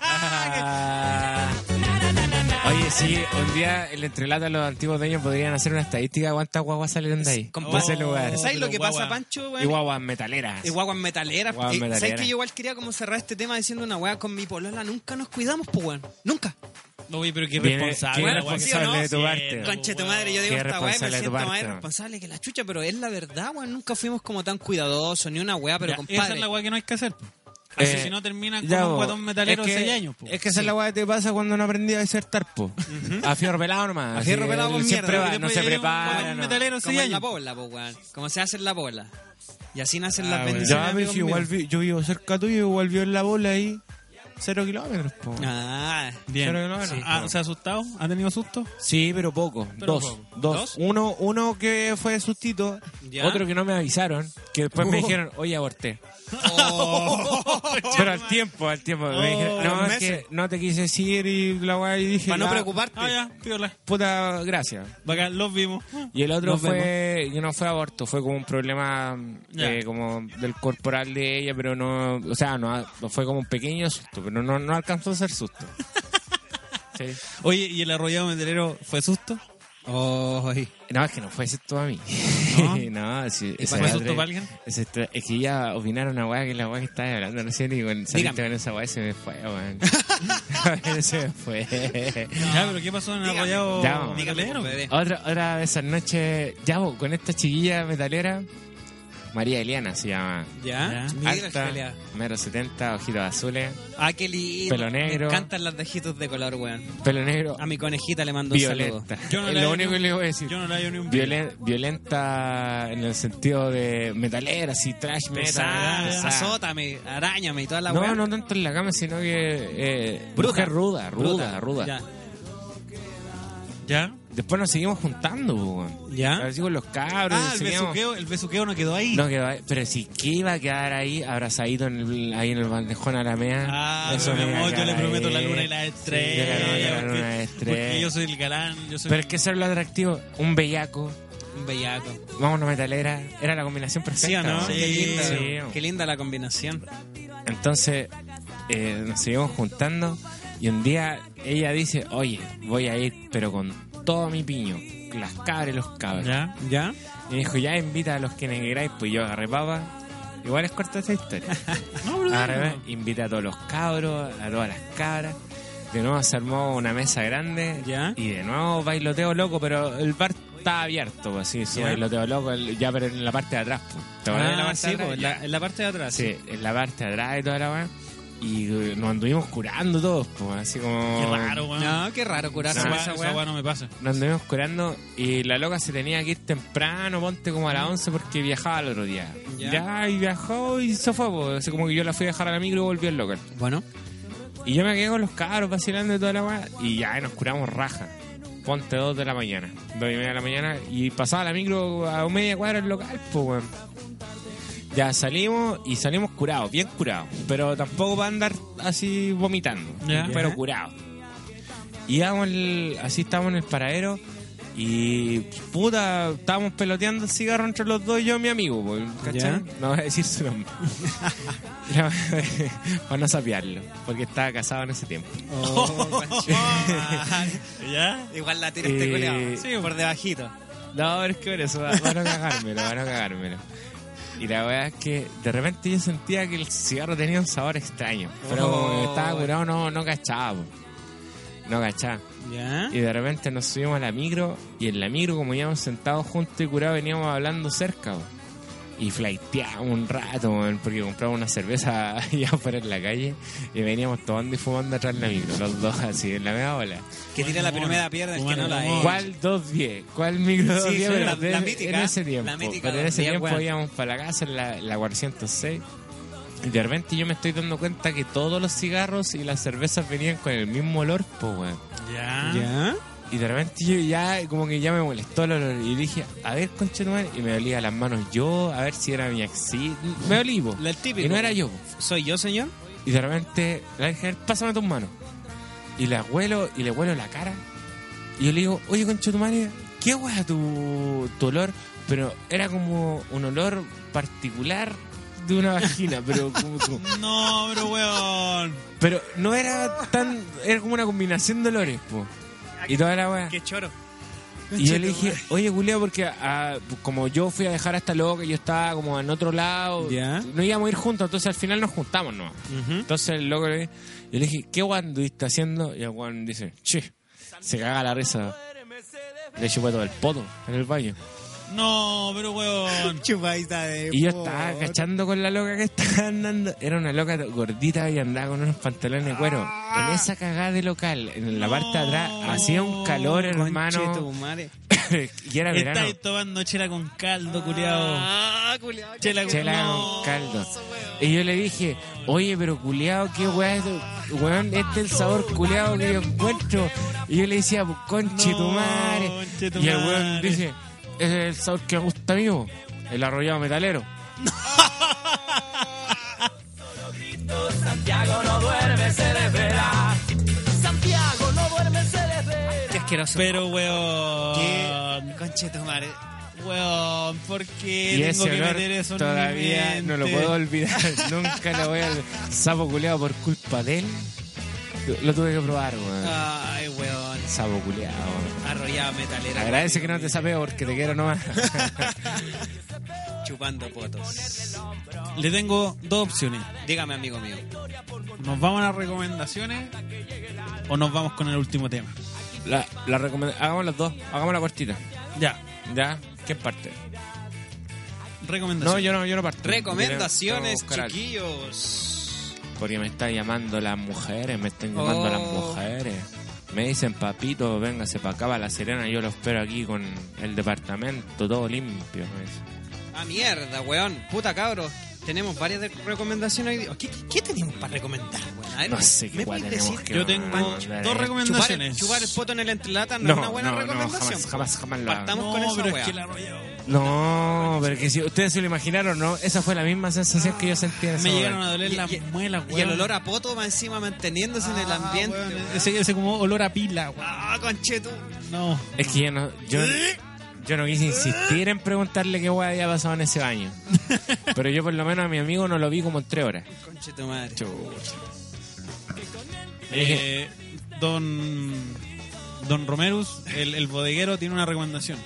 B: Ah,
I: Na, na, na, na, na.
B: Oye, sí, un día el entrelata los antiguos dueños podrían hacer una estadística de cuántas guaguas salieron de ahí.
D: Compadre,
B: de ese lugar.
D: ¿Sabes lo que
C: guagua.
D: pasa, Pancho,
B: Y
D: weón?
B: guaguas metaleras.
D: Y guaguas metaleras.
B: Guaguas
D: Eh, ¿Sabes
B: metaleras.
D: que yo igual quería como cerrar este tema diciendo una weá con mi polola? Nunca nos cuidamos, pues weón. Nunca.
E: No, oye, pero qué
B: Tiene-
E: responsable.
B: tiene
E: la weá que
B: responsable
E: sea,
B: de tu
E: ¿no?
B: parte.
E: Sí,
B: Concha
D: Conche tu
E: weón.
D: madre, yo digo
B: Qué
D: esta weá y me
B: responsable de tu
D: siento más
B: parte,
D: irresponsable que la chucha, pero es la verdad, weón. Nunca fuimos como tan cuidadosos, ni una weá, pero
E: Ya, Esa
D: compadre.
E: es la weá que no hay que hacer. po.
B: Eh,
E: Así si no termina con
B: ya,
E: un
B: po.
E: guatón metalero
B: Es que-
E: de 6 años. po.
B: Es que esa es la weá que te pasa cuando no aprendí a hacer tarpo. A fierro pelado nomás.
D: A fierro
B: Así,
D: pelado con
B: siempre
D: mierda,
B: va,
D: que
B: no
E: después
B: se
E: llega un
B: prepara.
E: guatón
B: no.
E: metalero de 6
D: como en la
E: años.
D: bola, pues weón. Como se hace en la bola. Y así nacen
E: Ah,
D: las
E: weón.
B: Ya,
D: bendiciones.
B: pero
D: amigos
B: si igual
D: míos.
B: vi- yo vivo cerca tuyo, igual vivo en la bola ahí. Cero kilómetros, po.
D: Ah,
E: Bien.
B: Pero no, no.
E: Sí. Ah, ¿Se ha asustado? ¿Ha tenido susto?
B: Sí, pero poco.
E: Pero
B: dos,
E: poco.
B: dos.
E: ¿Dos?
B: Uno, uno que fue de sustito,
D: Ya.
B: otro que no me avisaron, que después
E: Oh.
B: me dijeron, oye, aborté. pero al tiempo, al tiempo. me dijeron,
E: Oh.
D: a
B: no,
D: los
B: es que
D: meses.
B: no te quise decir y la weá, y dije,
D: para no
B: "Ya,
D: preocuparte.
E: Ah, ya, piola.
B: Puta, gracias.
E: Bacán, los vimos.
B: Y el otro
E: Nos
B: fue, que no fue aborto, fue como un problema
E: Ya.
B: eh, como del corporal de ella, pero no, o sea, no, fue como un pequeño susto, pero no, no alcanzó a ser susto. Sí.
E: Oye, ¿y el arrollado metalero fue susto?
D: Oh, ay.
B: No, es que no fue susto a mí. No, sí, esa
E: fue
B: era
E: susto
B: otra-
E: para alguien?
B: esa otra- es que ya opinaron una weá que es la weá que estaba hablando recién y bueno, saliste
D: Dígame.
B: con esa weá y se me fue, weón. se me fue.
E: Ya, pero ¿qué pasó en el arrollado
B: Ya, vamos.
E: metalero?
D: bebé.
B: Otra, otra de esas noches, ya bo, con esta chiquilla metalera, María Eliana se llama.
D: Ya. Mira,
B: Alta,
D: Angelia.
B: mero 70, ojitos azules,
D: Ah, qué lindo.
B: Pelo negro.
D: Me encantan las dejitos de color, weón.
B: pelo negro,
D: A mi conejita le mando un saludo.
B: violenta.
E: Yo Ah, no
B: es
E: la
B: lo
E: he visto.
B: único que le voy a decir.
E: Yo no le hallo ni un
B: Violen- violenta en el sentido de metalera, así, trash metal.
D: Pesada,
B: pesada.
D: azótame, arañame y toda la
B: Ah. No,
D: weá.
B: no tanto en la cama, sino que... Eh,
D: Bruta.
B: mujer ruda, ruda, ruda.
D: Ya.
E: ¿Ya?
B: Después nos seguimos juntando, po, weón.
D: ¿Ya?
B: Así con los cabros.
E: Ah, el
B: seguíamos-
E: besuqueo, el besuqueo no quedó ahí.
B: No, que va- pero si que iba a quedar ahí abrazadito en el- ahí en el bandejón Aramea.
E: Ah, mi
B: no iba a
E: amor, yo
B: quedar
E: le
B: ahí.
E: prometo la luna y las estrellas.
B: Sí, yo la luna y las
E: porque-
B: estrellas.
E: Porque yo soy el galán, yo soy
B: Pero es que eso es lo atractivo. Un bellaco,
D: Un bellaco.
B: vámonos metalera. Era la combinación perfecta.
E: ¿Sí o no?
B: weón.
D: Qué linda,
B: Sí,
D: weón.
B: weón.
D: qué linda la combinación.
B: Entonces eh, nos seguimos juntando y un día ella dice, oye, voy a ir pero con todo mi piño, las cabras y los cabros.
E: ¿Ya?
D: ¿Ya?
B: Y me dijo, ya invita a los que queráis, pues yo agarré papa. Igual es corta esta historia. agarré, papa, invité a todos los cabros, a todas las cabras. De nuevo se armó una mesa grande
D: Ya.
B: y de nuevo bailoteo loco, pero el bar está abierto, pues sí, su
D: Ya.
B: bailoteo loco, el- ya pero en la parte de atrás. Pues. ¿Te acordás de la
D: Ah,
B: parte de
D: sí,
B: atrás?
D: po,
E: pues,
D: en la, en la parte de atrás.
B: Sí, en la parte de atrás y toda la weá. Y eh, nos anduvimos curando todos, pues, así como.
E: Qué raro, weón.
D: No, qué raro curarse
E: Esa
D: con
E: weá-
D: esa
E: esa
D: weá.
E: weá no me pasa.
B: Nos anduvimos curando y la loca se tenía que ir temprano, ponte como a las 11 porque viajaba al otro día.
D: Ya.
B: Ya, y viajó y se fue, pues. Así como que yo la fui a dejar a la micro y volví al local.
D: Bueno,
B: Y yo me quedé con los cabros vacilando y toda la weá. Y ya nos curamos raja. Ponte dos de la mañana, dos y media de la mañana. Y pasaba la micro a media cuadra del local, pues, weón. Ya salimos y salimos curados, bien curados. Pero tampoco para andar así vomitando.
E: Ya.
B: Pero
D: Ya.
B: curados. Y íbamos al- así estábamos en el paradero. Y puta, estábamos peloteando el cigarro entre los dos, y yo y mi amigo, pues, ¿cachai?
D: Ya.
B: No voy a decir su nombre. para no sapearlo, porque estaba casado en ese tiempo.
E: ¿Ya?
D: igual la tira este
B: Eh,
D: culeado.
B: sí,
D: por debajito.
B: No, pero es que por eso, va- van a cagármelo, van a cagármelo. Y la verdad es que de repente yo sentía que el cigarro tenía un sabor extraño. Pero como que estaba curado, no, no cachaba. po. No cachaba.
D: ¿Ya?
B: Y de repente nos subimos a la micro. Y en la micro, como íbamos sentados juntos y curados, veníamos hablando cerca. po. Y flaiteábamos un rato, weón, porque compramos una cerveza allá afuera en la calle. Y veníamos tomando y fumando atrás en la micro, los dos así, en la misma bola.
D: Que tira la primera piedra el que
E: Humano
D: no la
E: amor.
D: es.
B: ¿Cuál 210? ¿Cuál micro
D: Sí,
B: 210?
D: sí,
B: Pero
D: la-
B: de-
D: la mítica,
B: En ese tiempo.
D: la mítica
B: pero en ese
D: 210,
B: tiempo
D: weón.
B: íbamos para la casa en la, la 406. Y de repente yo me estoy dando cuenta que todos los cigarros y las cervezas venían con el mismo olor, po, weón.
E: ¿Ya?
D: ¿Ya?
B: Y de repente yo ya, como que ya me molestó el olor. Y dije, a ver, conchetumal. Y me olía las manos yo, a ver si era mi axi. Me olí, po.
D: El típico.
B: Y no era yo, po.
D: ¿Soy yo, señor?
B: Y de repente, la ángel, pásame tus manos. Y la huelo, y le huelo la cara. Y yo le digo, oye, concha tu madre, qué hueá tu, tu olor. Pero era como un olor particular de una vagina, pero como, como-
E: No, pero weón.
B: pero no era tan, era como una combinación de olores, po. y toda la weá.
E: Ah, Qué choro.
B: Y yo le dije, oye, Julio, porque ah, como yo fui a dejar a esta loca, yo estaba como en otro lado,
E: Ya.
B: no íbamos a ir juntos, entonces al final nos juntamos nomás. Entonces el loco le, yo le dije, ¿qué guan estuviste haciendo? Y el guan dice, che, se caga la risa. Le chupé todo el poto en el baño.
E: No, pero weón.
D: Chupaita de.
B: Y yo estaba cachando con la loca que estaba andando. Era una loca gordita y andaba con unos pantalones de cuero.
E: Ah.
B: En esa cagada de local, en la parte de atrás, hacía un calor, hermano. y era verano.
E: Estáis tomando chela con caldo, culiao.
D: Ah, culiao.
E: Chela con
B: Chela
E: No.
B: con caldo. Y yo le dije, oye, pero culeado, qué weá es, weón, este es el sabor culeado que yo encuentro. Y yo le decía, pues conche tu
E: No,
B: madre.
E: conche tu
B: Y el weón
E: madre.
B: dice, ese es el sabor que me gusta a mí, po, el arrollado metalero.
G: Santiago no duerme, se desvela. Santiago no duerme, se desvela.
D: Qué asqueroso.
E: Pero weón.
B: um,
D: Conchetumare.
E: Weón, ¿por qué
B: Y
E: tengo
B: ese
E: que
B: olor
E: meter eso en mi
B: todavía no lo
E: mente?
B: puedo olvidar. Nunca lo voy a... Sapo culeado por culpa de él. Lo, lo tuve que probar, weón.
E: Ah.
D: Ay, weón.
B: Sapo culeado.
D: Arrollado metalera.
B: Agradece que
D: amigo
B: no te sapeo porque te quiero nomás.
D: mío. Chupando potos.
E: Le tengo dos opciones.
D: Dígame, amigo mío.
E: ¿Nos vamos a las recomendaciones o nos vamos con el último tema?
B: La, la recomend- Hagamos las dos. Hagamos la cortita.
E: Ya,
B: ¿Ya? ¿Qué parte? No,
E: recomendaciones.
B: yo no, yo no parto.
D: Recomendaciones,
B: Yo quiero buscar algo.
D: chiquillos.
B: Porque me están llamando las mujeres, me están llamando
D: Oh.
B: las mujeres. Me dicen, papito, véngase para acá, para La Serena. Yo lo espero aquí con el departamento, todo limpio. me dice.
D: Ah, mierda, weón. Puta cabros. Tenemos varias de- recomendaciones hoy día. ¿Qué, qué tenemos para recomendar, weón? A ver,
B: No sé
D: ¿me
B: qué guay
D: podéis
B: tenemos
D: decir?
B: que
E: Yo tengo
B: mandar,
E: dos
B: eh.
D: Chupar
E: recomendaciones.
D: el, chupar el poto en el entrelata no,
B: No,
D: es una buena
B: no, no,
D: recomendación.
B: jamás, jamás, jamás la-
D: Partamos
E: No,
D: con esa
E: pero
D: weá.
E: es que el arrollado.
B: No, pero que si ustedes se lo imaginaron, ¿no? Esa fue la misma sensación
D: Ah,
B: que yo sentía en ese
E: Me llegaron
B: momento.
E: a doler
D: Y-
E: las
D: y-
E: muelas, weón.
D: Y el olor a poto va encima manteniéndose en el ambiente.
E: Ah, weón,
D: weón.
E: Ese, ese como olor a pila, weón.
D: Ah, conchetu.
E: No.
B: Es que yo no, yo,
D: ¿Eh?
B: yo no quise insistir en preguntarle qué guay había pasado en ese baño. Pero yo por lo menos a mi amigo no lo vi como en tres horas.
D: Conchetu madre.
E: Eh, don Don Romerus, el, el bodeguero, tiene una recomendación.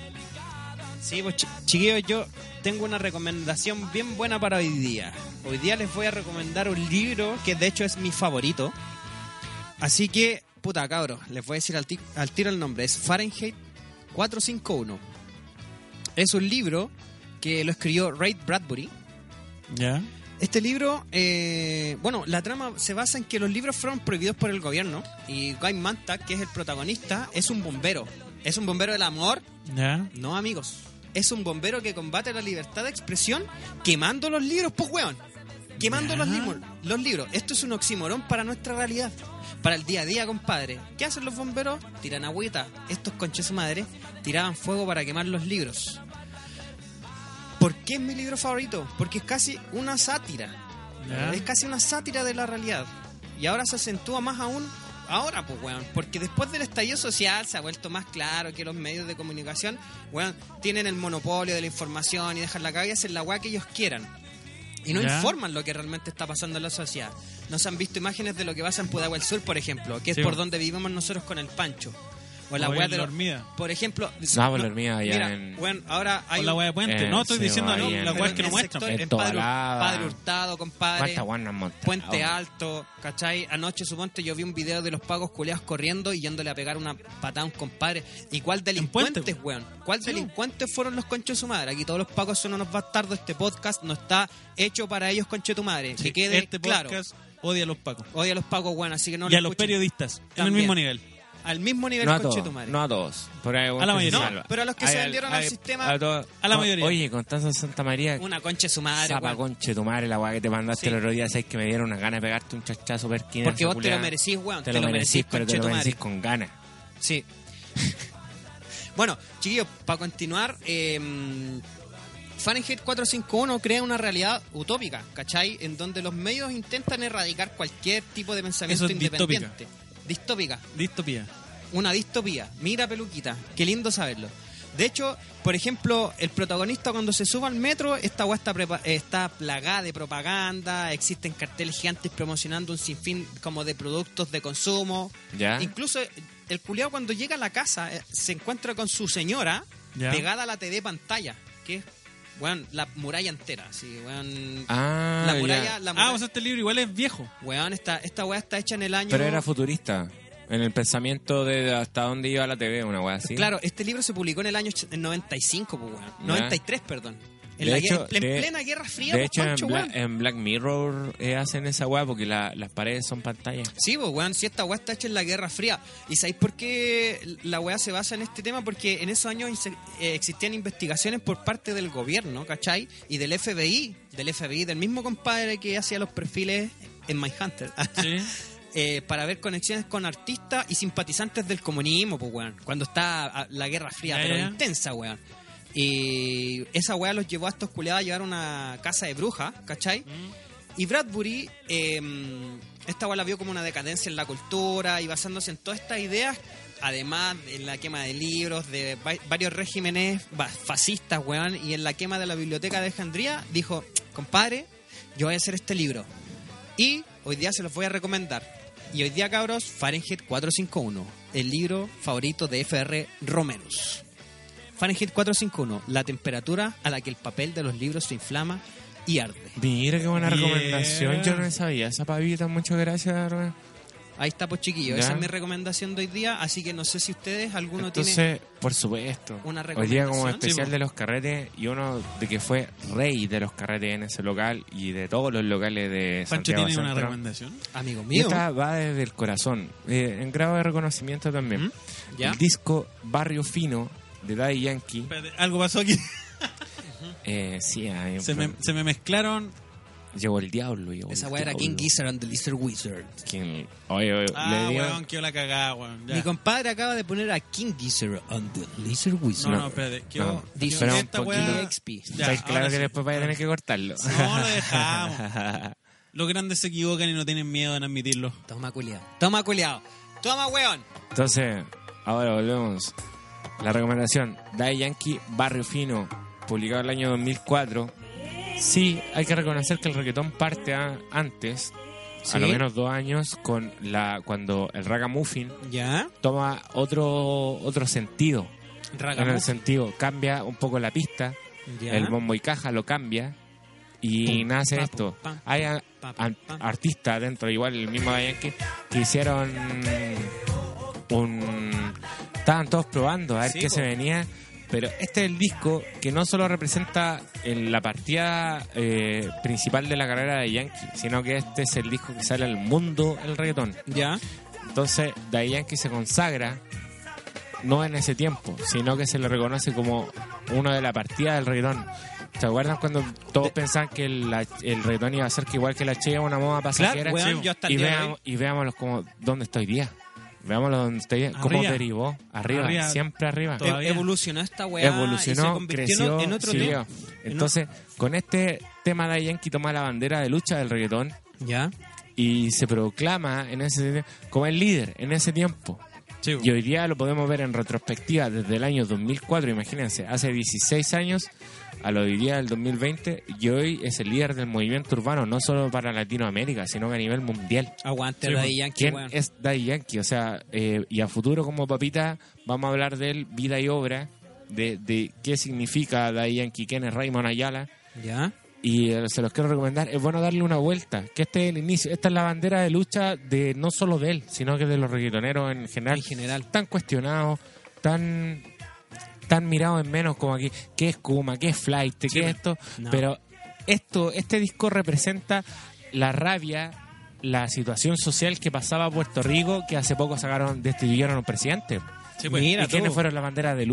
D: Sí, pues chi- chiquillos, yo tengo una recomendación bien buena para hoy día. Hoy día les voy a recomendar un libro que de hecho es mi favorito. Así que, puta cabros, les voy a decir al, ti- al tiro el nombre. Es Fahrenheit 451. Es un libro que lo escribió Ray Bradbury.
E: ¿Ya?
D: Este libro, eh, bueno, la trama se basa en que los libros fueron prohibidos por el gobierno y Guy Manta, que es el protagonista, es un bombero. ¿Es un bombero del amor?
E: ¿Ya?
D: No, amigos. Es un bombero que combate la libertad de expresión quemando los libros, pues, weón. Quemando los, limo- los libros. Esto es un oxímoron para nuestra realidad. Para el día a día, compadre. ¿Qué hacen los bomberos? Tiran agüita. Estos conches su madre tiraban fuego para quemar los libros. ¿Por qué es mi libro favorito? Porque es casi una sátira.
E: Ya.
D: Es casi una sátira de la realidad. Y ahora se acentúa más aún ahora, pues, weón. Porque después del estallido social se ha vuelto más claro que los medios de comunicación, weón, tienen el monopolio de la información y dejan la calle y hacen la weá que ellos quieran. Y no
E: Ya.
D: informan lo que realmente está pasando en la sociedad. No se han visto imágenes de lo que pasa en Pudahuel Sur, por ejemplo, que es
E: Sí,
D: por
E: po.
D: donde vivimos nosotros con el Pancho. O la
E: O
D: weá
E: en
D: de
E: La
D: los-
E: Hormiga.
D: Por ejemplo.
B: No, pues la hormiga allá
D: mira,
B: en-
D: weón, ahora hay.
E: Con la
D: un-
E: weá de puente.
B: Eh,
E: no, estoy
B: sí,
E: diciendo
B: ahí
E: no,
B: en-
E: la
D: pero
E: weá que
D: en
E: no
D: el
E: muestran. eh. pues.
D: sector-
B: En
D: En padre,
B: Tobalaba.
D: Padre Hurtado, compadre.
B: ¿Cuántas guanas montadas?
D: Puente Alto, ¿cachai? Anoche suponte yo vi un video de los pagos culeados corriendo y yéndole a pegar una patada a un compadre. ¿Y cuál delincuentes,
E: puente,
D: weón? ¿Cuál delincuentes fueron los conchos de su madre? Aquí todos los pagos son unos bastardos. Este podcast no está hecho para ellos, conche tu madre.
E: Sí,
D: que quede
E: este
D: claro.
E: podcast odia a los pacos.
D: Odia a los pagos, weón, así que no
E: y
D: lo
E: a los
D: escuchen.
E: periodistas. En el
D: También.
E: mismo nivel.
D: Al mismo nivel,
B: No a
D: conche
B: todos.
D: tu madre.
B: No a todos. Pero hay algunos
E: A la
B: que
E: mayoría.
B: se
E: No,
B: salvan.
D: pero a los que se
B: al-
D: vendieron al sistema-
B: A, todos.
E: A la
B: No,
E: mayoría.
B: Oye, Constanza Santa María.
D: Una concha de su madre,
B: Zapa
D: weón.
B: conche tu madre, la weá que te mandaste
D: Sí.
B: el otro día, sabes que me dieron unas ganas de pegarte un chachazo perquina.
D: Porque vos te lo merecís, weón.
B: Te lo merecís, pero te
D: conche
B: lo
D: tu madre.
B: merecís con ganas.
D: Sí. bueno, chiquillos, para continuar, eh, Fahrenheit 451 crea una realidad utópica, ¿cachai? En donde los medios intentan erradicar cualquier tipo de pensamiento
E: Eso es distópica.
D: independiente. Distópica.
E: Distopía.
D: Una distopía. Mira, peluquita, qué lindo saberlo. De hecho, por ejemplo, el protagonista cuando se sube al metro, esta weá está, prepa- eh, está plagada de propaganda, existen carteles gigantes promocionando un sinfín como de productos de consumo.
B: Ya.
D: Incluso eh, el culiao cuando llega a la casa eh, se encuentra con su señora
E: Ya.
D: pegada a la TV pantalla, que es, weón, la muralla entera. Sí, weón,
B: Ah,
D: la
B: ya.
D: muralla, la muralla-
E: Ah, o sea, este libro igual es viejo.
D: Weón, esta, esta weá está hecha en el año...
B: Pero era futurista. En el pensamiento de hasta dónde iba la TV, una weá así.
D: Claro, este libro se publicó en el año ch- 95, pues, weón.
B: Ya.
D: 93, perdón. En,
B: De
D: la
B: hecho,
D: guerra- en
B: de-
D: plena Guerra Fría,
B: De
D: pues,
B: hecho, en,
D: Pancho,
B: Bla-
D: weón.
B: en Black Mirror eh, hacen esa weá porque la- las paredes son pantallas.
D: Sí, pues, weón, si esta weá está hecha en la Guerra Fría. ¿Y sabéis por qué la weá se basa en este tema? Porque en esos años inse- eh, existían investigaciones por parte del gobierno, ¿cachai? Y del FBI, del FBI, del mismo compadre que hacía los perfiles en Mindhunter. Eh, para ver conexiones con artistas y simpatizantes del comunismo, pues, weón. Cuando está ah, la Guerra Fría,
E: Ya,
D: pero
E: ya.
D: intensa, weón. Y esa weá los llevó a estos culiados a llevar una casa de brujas, ¿cachai?
E: Mm.
D: Y Bradbury, eh, esta weá la vio como una decadencia en la cultura y basándose en todas estas ideas, además en la quema de libros, de va- varios regímenes va- fascistas, weón, y en la quema de la biblioteca de Alejandría, dijo, compadre, yo voy a hacer este libro. Y hoy día se los voy a recomendar. Y hoy día, cabros, Fahrenheit 451, el libro favorito de FR Romerus. Fahrenheit 451, la temperatura a la que el papel de los libros se inflama y arde.
B: Mira qué buena
E: Bien.
B: recomendación. Yo no sabía esa pavita. Muchas gracias, Rubén.
D: Ahí está, pues chiquillos.
B: Ya.
D: Esa es mi recomendación de hoy día. Así que no sé si ustedes, alguno
B: Entonces,
D: tiene.
B: por supuesto,
D: una
B: hoy día como
D: recomendación.
B: especial
D: Sí, po.
B: de los carretes y uno de que fue rey de los carretes en ese local y de todos los locales de
E: Pancho
B: Santiago
E: tiene una
B: Centro.
E: recomendación.
D: Amigo
B: Y
D: mío.
B: esta va desde el corazón, eh, en grado de reconocimiento también.
D: ¿Mm? ¿Ya?
B: El disco Barrio Fino de Daddy Yankee.
E: Espérate, algo pasó aquí.
B: Eh, sí, ahí-
E: Se me, se me mezclaron.
B: llegó el diablo. Llegó
D: Esa
B: el
D: weá era King
B: diablo.
D: Gizzard and the Lizard Wizard.
B: King- Oye, oye,
E: Ah,
B: le digo-
E: weón, quedó la cagada, weón. Ya.
D: Mi compadre acaba de poner a King Gizzard and the Lizard Wizard.
E: No, no, espérate.
B: No.
E: Quedó.
D: Dice,
E: quedó
B: un
E: esta
B: poquito-
E: weá-
D: XP.
E: Ya,
B: ¿Sabes? claro
E: ahora
B: que
E: sí.
B: después vaya a tener que cortarlo.
E: No, lo dejamos. Los grandes se equivocan y no tienen miedo en admitirlo.
D: Toma culiao. Toma culiao. Toma weón.
B: Entonces, ahora volvemos. La recomendación, Daddy Yankee, Barrio Fino, publicado el año 2004. Sí, hay que reconocer que el reggaetón parte a- antes, a lo menos dos años, con la cuando el ragamuffin
D: Ya.
B: toma otro otro sentido. En el sentido, cambia un poco la pista,
D: Ya.
B: el bombo y caja lo cambia y
D: Pum,
B: nace
D: pa,
B: esto.
D: pum, pa,
B: Hay a-
D: pa, pa,
B: an-
D: pa.
B: artistas dentro, igual el mismo Daddy Yankee, que hicieron un... Estaban todos probando a ver
D: Sí,
B: qué
D: po.
B: se venía, pero este es el disco que no solo representa el- la partida eh, principal de la carrera de Yankee, sino que este es el disco que sale al mundo el reggaetón.
D: Ya.
B: Entonces, Daddy Yankee se consagra no en ese tiempo, sino que se le reconoce como uno de la partida del reggaetón. ¿Se acuerdan cuando todos pensaban que el, la- el reggaetón iba a ser que igual que la che una moda pasajera?
D: weón, yo hasta el
B: y,
D: día de hoy-
B: veamos, y veámoslo como dónde estoy día. Veámoslo donde estoy día. ¿Cómo
E: Arriba.
B: derivó? Arriba,
E: Arriba.
B: siempre arriba.
E: Todo. Todavía.
D: E- Evolucionó esta weá. y se
B: Evolucionó,
D: convirtió en-
B: creció,
D: en otro
B: siguió.
D: tema.
B: Entonces, con este tema Daddy Yankee toma la bandera de lucha del reggaetón
D: Ya.
B: y se proclama en ese como el líder en ese tiempo.
E: Sí,
B: Y hoy día lo podemos ver en retrospectiva desde el año 2004, imagínense, hace 16 años a lo de hoy día del 2020 y hoy es el líder del movimiento urbano, no solo para Latinoamérica, sino que a nivel mundial.
D: Aguante
E: Sí,
D: Daddy
E: pues,
D: Yankee,
B: ¿Quién
D: weón.
B: es Daddy Yankee? O sea, eh, y a futuro como papita vamos a hablar de él, vida y obra, de, de qué significa Daddy Yankee, quién es Raymond Ayala.
D: Ya.
B: Y eh, se los quiero recomendar, es bueno darle una vuelta, que este es el inicio, esta es la bandera de lucha de no solo de él, sino que de los reggaetoneros en general
D: En general.
B: tan cuestionado, tan tan mirado en menos como aquí, qué es Kuma, qué es Flight, qué es esto,
D: pues, No.
B: pero esto este disco representa la rabia, la situación social que pasaba Puerto Rico, que hace poco sacaron destituyeron a un presidente.
E: Sí, pues.
D: Mira
B: ¿Y quiénes
D: tú.
B: fueron las banderas de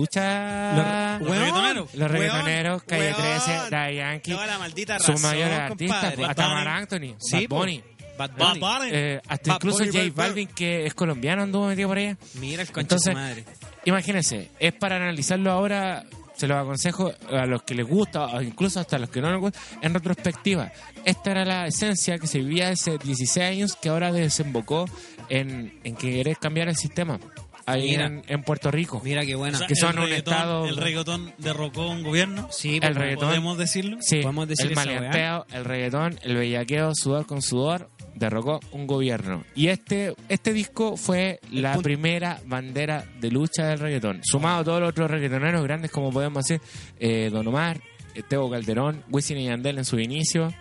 B: lucha?
E: Los reggaetoneros.
B: Ah, Los reggaetoneros,
D: Weón,
B: Calle
D: weón.
B: 13, Daddy Yankee,
D: Toda la maldita
B: sus
D: razón,
B: mayores artistas,
D: compadre.
B: pues, hasta Mar Anthony,
D: Sí, pues.
B: Bad Bunny,
D: Bad
E: Bad
D: Bunny.
E: Bunny.
B: eh, hasta
D: Bad
B: incluso
D: Bunny,
B: J
D: Bad Bunny.
B: Balvin, que es colombiano, anduvo metido por allá.
D: Mira el concha de su
B: Entonces,
D: madre.
B: Imagínense, es para analizarlo ahora, se los aconsejo a los que les gusta, o incluso hasta a los que no les gusta, en retrospectiva. Esta era la esencia que se vivía hace 16 años que ahora desembocó en, en querer cambiar el sistema. ahí
D: Mira.
B: en, en Puerto Rico.
D: Mira qué
C: O
D: buena.
C: sea,
B: que son
C: el
B: un
C: reggaetón-
B: estado-
C: El reggaetón derrocó un gobierno.
D: Sí,
B: el
D: pues,
B: reggaetón.
C: ¿Podemos decirlo?
B: Sí,
D: podemos decir
B: el
D: esa
B: maleanteo, el reggaetón, el bellaqueo, sudor con sudor, derrocó un gobierno. Y este, este disco fue la
D: punto.
B: primera bandera de lucha del reggaetón. Sumado a todos los otros reggaetoneros grandes, como podemos decir, eh, Don Omar, eh, Teo Calderón, Wisin y Yandel en su inicio,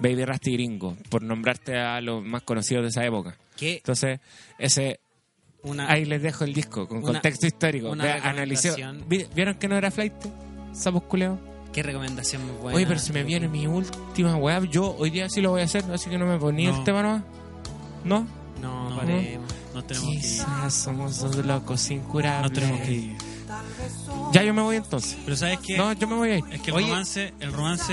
B: Baby Rasty Gringo, por nombrarte a los más conocidos de esa época.
D: Qué
B: Entonces, ese
D: una
B: ahí les dejo el disco, con
D: Una-
B: contexto histórico.
D: una
B: Ve- analicé-
D: recomendación.
B: ¿Vi- ¿Vieron que no era flight? Sapos culeos.
D: qué recomendación muy buena.
B: Oye, pero se me viene mi última weá. Yo hoy día sí lo voy a hacer, así que no me ponía
C: No.
B: el tema nomás. ¿No?
D: No,
C: No.
D: paremos.
C: No tenemos que ir.
B: Quizás somos dos locos incurables.
C: No tenemos que ir.
B: Ya yo me voy entonces.
C: Pero ¿sabes qué?
B: No, yo me voy a ir.
C: es que el
D: Oye.
C: romance, el romance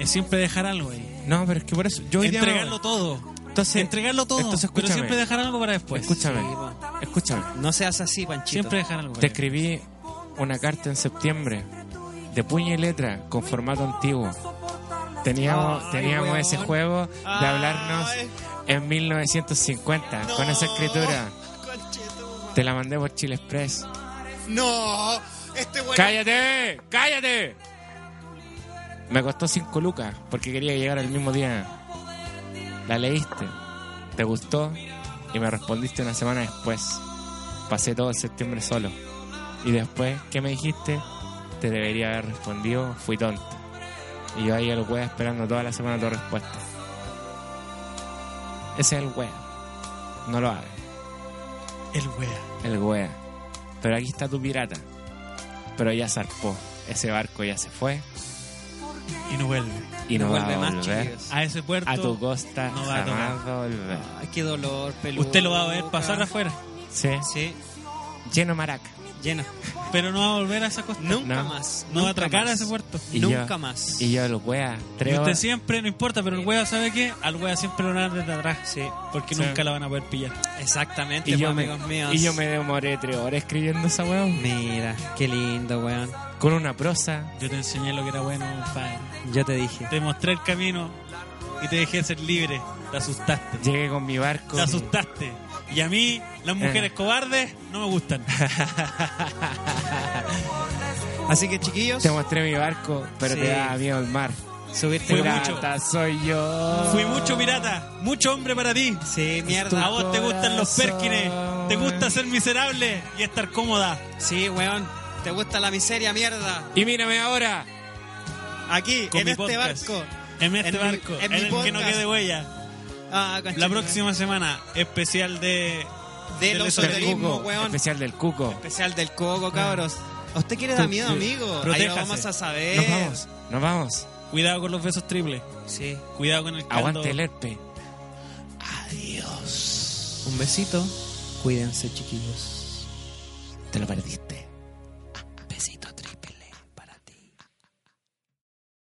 C: es siempre dejar algo ahí.
B: No, pero es que por eso. Yo hoy día me voy.
C: Entregarlo todo.
B: Entonces,
C: Entregarlo todo.
B: entonces
C: pero
B: escúchame.
C: siempre dejar algo para después.
B: Escúchame. Escúchame.
D: No seas así, Panchito.
C: Siempre dejar algo
B: Te
C: para después.
B: escribí una carta en septiembre de puño y letra con formato antiguo. Teníamos, teníamos ese juego de hablarnos en 1950 con esa escritura. Te la mandé por Chile Express.
J: No, este weón.
B: ¡Cállate! ¡Cállate! Me costó 5 lucas porque quería llegar el mismo día. La leíste, te gustó y me respondiste una semana después. Pasé todo el septiembre solo. Y después, ¿qué me dijiste? Te debería haber respondido, fui tonto. Y yo ahí al wea esperando toda la semana tu respuesta. Ese es el wea. No lo hagas.
C: El wea.
B: El wea. Pero aquí está tu pirata. Pero ya zarpó. Ese barco ya se fue
C: Y no vuelve.
B: y no,
D: No
B: va
D: vuelve
B: a
D: más,
B: volver.
D: chiquillos.
C: A ese puerto.
B: A tu costa
C: No va a
B: jamás va a volver.
D: Ay, qué dolor, peludo.
C: Usted lo va a ver pasar afuera.
B: Sí.
D: Sí,
B: Lleno maraca.
D: lleno.
C: Pero no va a volver a esa costa.
D: Nunca
B: No.
D: más.
C: No va a
D: nunca
C: atracar
D: más.
C: a ese puerto.
B: Y
D: Nunca
B: yo-
D: más.
B: Y yo el wea.
C: Y
B: Tres
C: usted
B: horas.
C: siempre, no importa, pero el wea sabe que al wea siempre lo van a dar desde atrás. Sí. Porque
B: Sí.
C: nunca la van a poder pillar.
D: Exactamente,
B: Y
D: pues,
B: yo, me,
D: amigos míos.
B: y yo me demoré tres horas escribiendo esa weón.
D: Mira, qué lindo, weón.
B: Con una prosa.
C: Yo te enseñé lo que era bueno, compadre.
D: Yo te dije.
C: Te mostré el camino y te dejé ser libre. Te asustaste.
B: Llegué con mi barco.
C: Te asustaste. Y a mí, las mujeres cobardes no me gustan.
D: Así que, chiquillos,
B: Te mostré mi barco, pero
D: Sí.
B: te da miedo el mar.
D: subirte
C: Fui
D: la-
C: mucho.
B: Pirata soy yo.
C: Fui mucho pirata, mucho hombre para ti.
D: Sí,
C: A
D: mierda.
C: vos te gustan los perkines, te gusta ser miserable y estar cómoda.
D: Sí, weón. Te gusta la miseria, mierda.
B: Y mírame ahora.
D: Aquí,
C: Con
D: en
C: mi
D: este
C: podcast.
D: barco.
C: En este
D: En mi-
C: barco,
D: en
C: en,
D: mi
C: el que no
D: podcast.
C: quede huella.
D: Ah,
C: La
D: conchita.
C: próxima semana, especial de.
D: Del
C: del
D: esoterismo,
C: esoterismo.
B: Cuco.
D: weón.
B: Especial del cuco.
D: Especial del coco, cabros. ¿A usted quiere dar miedo, amigo? Ahí lo
C: Protéjase.
D: vamos a saber.
B: Nos vamos. Nos vamos.
C: Cuidado con los besos triples.
D: Sí.
C: Cuidado con el caldo.
B: Aguante el herpe.
D: Un besito. Cuídense, chiquillos.
B: Te lo perdiste.
D: Besitos.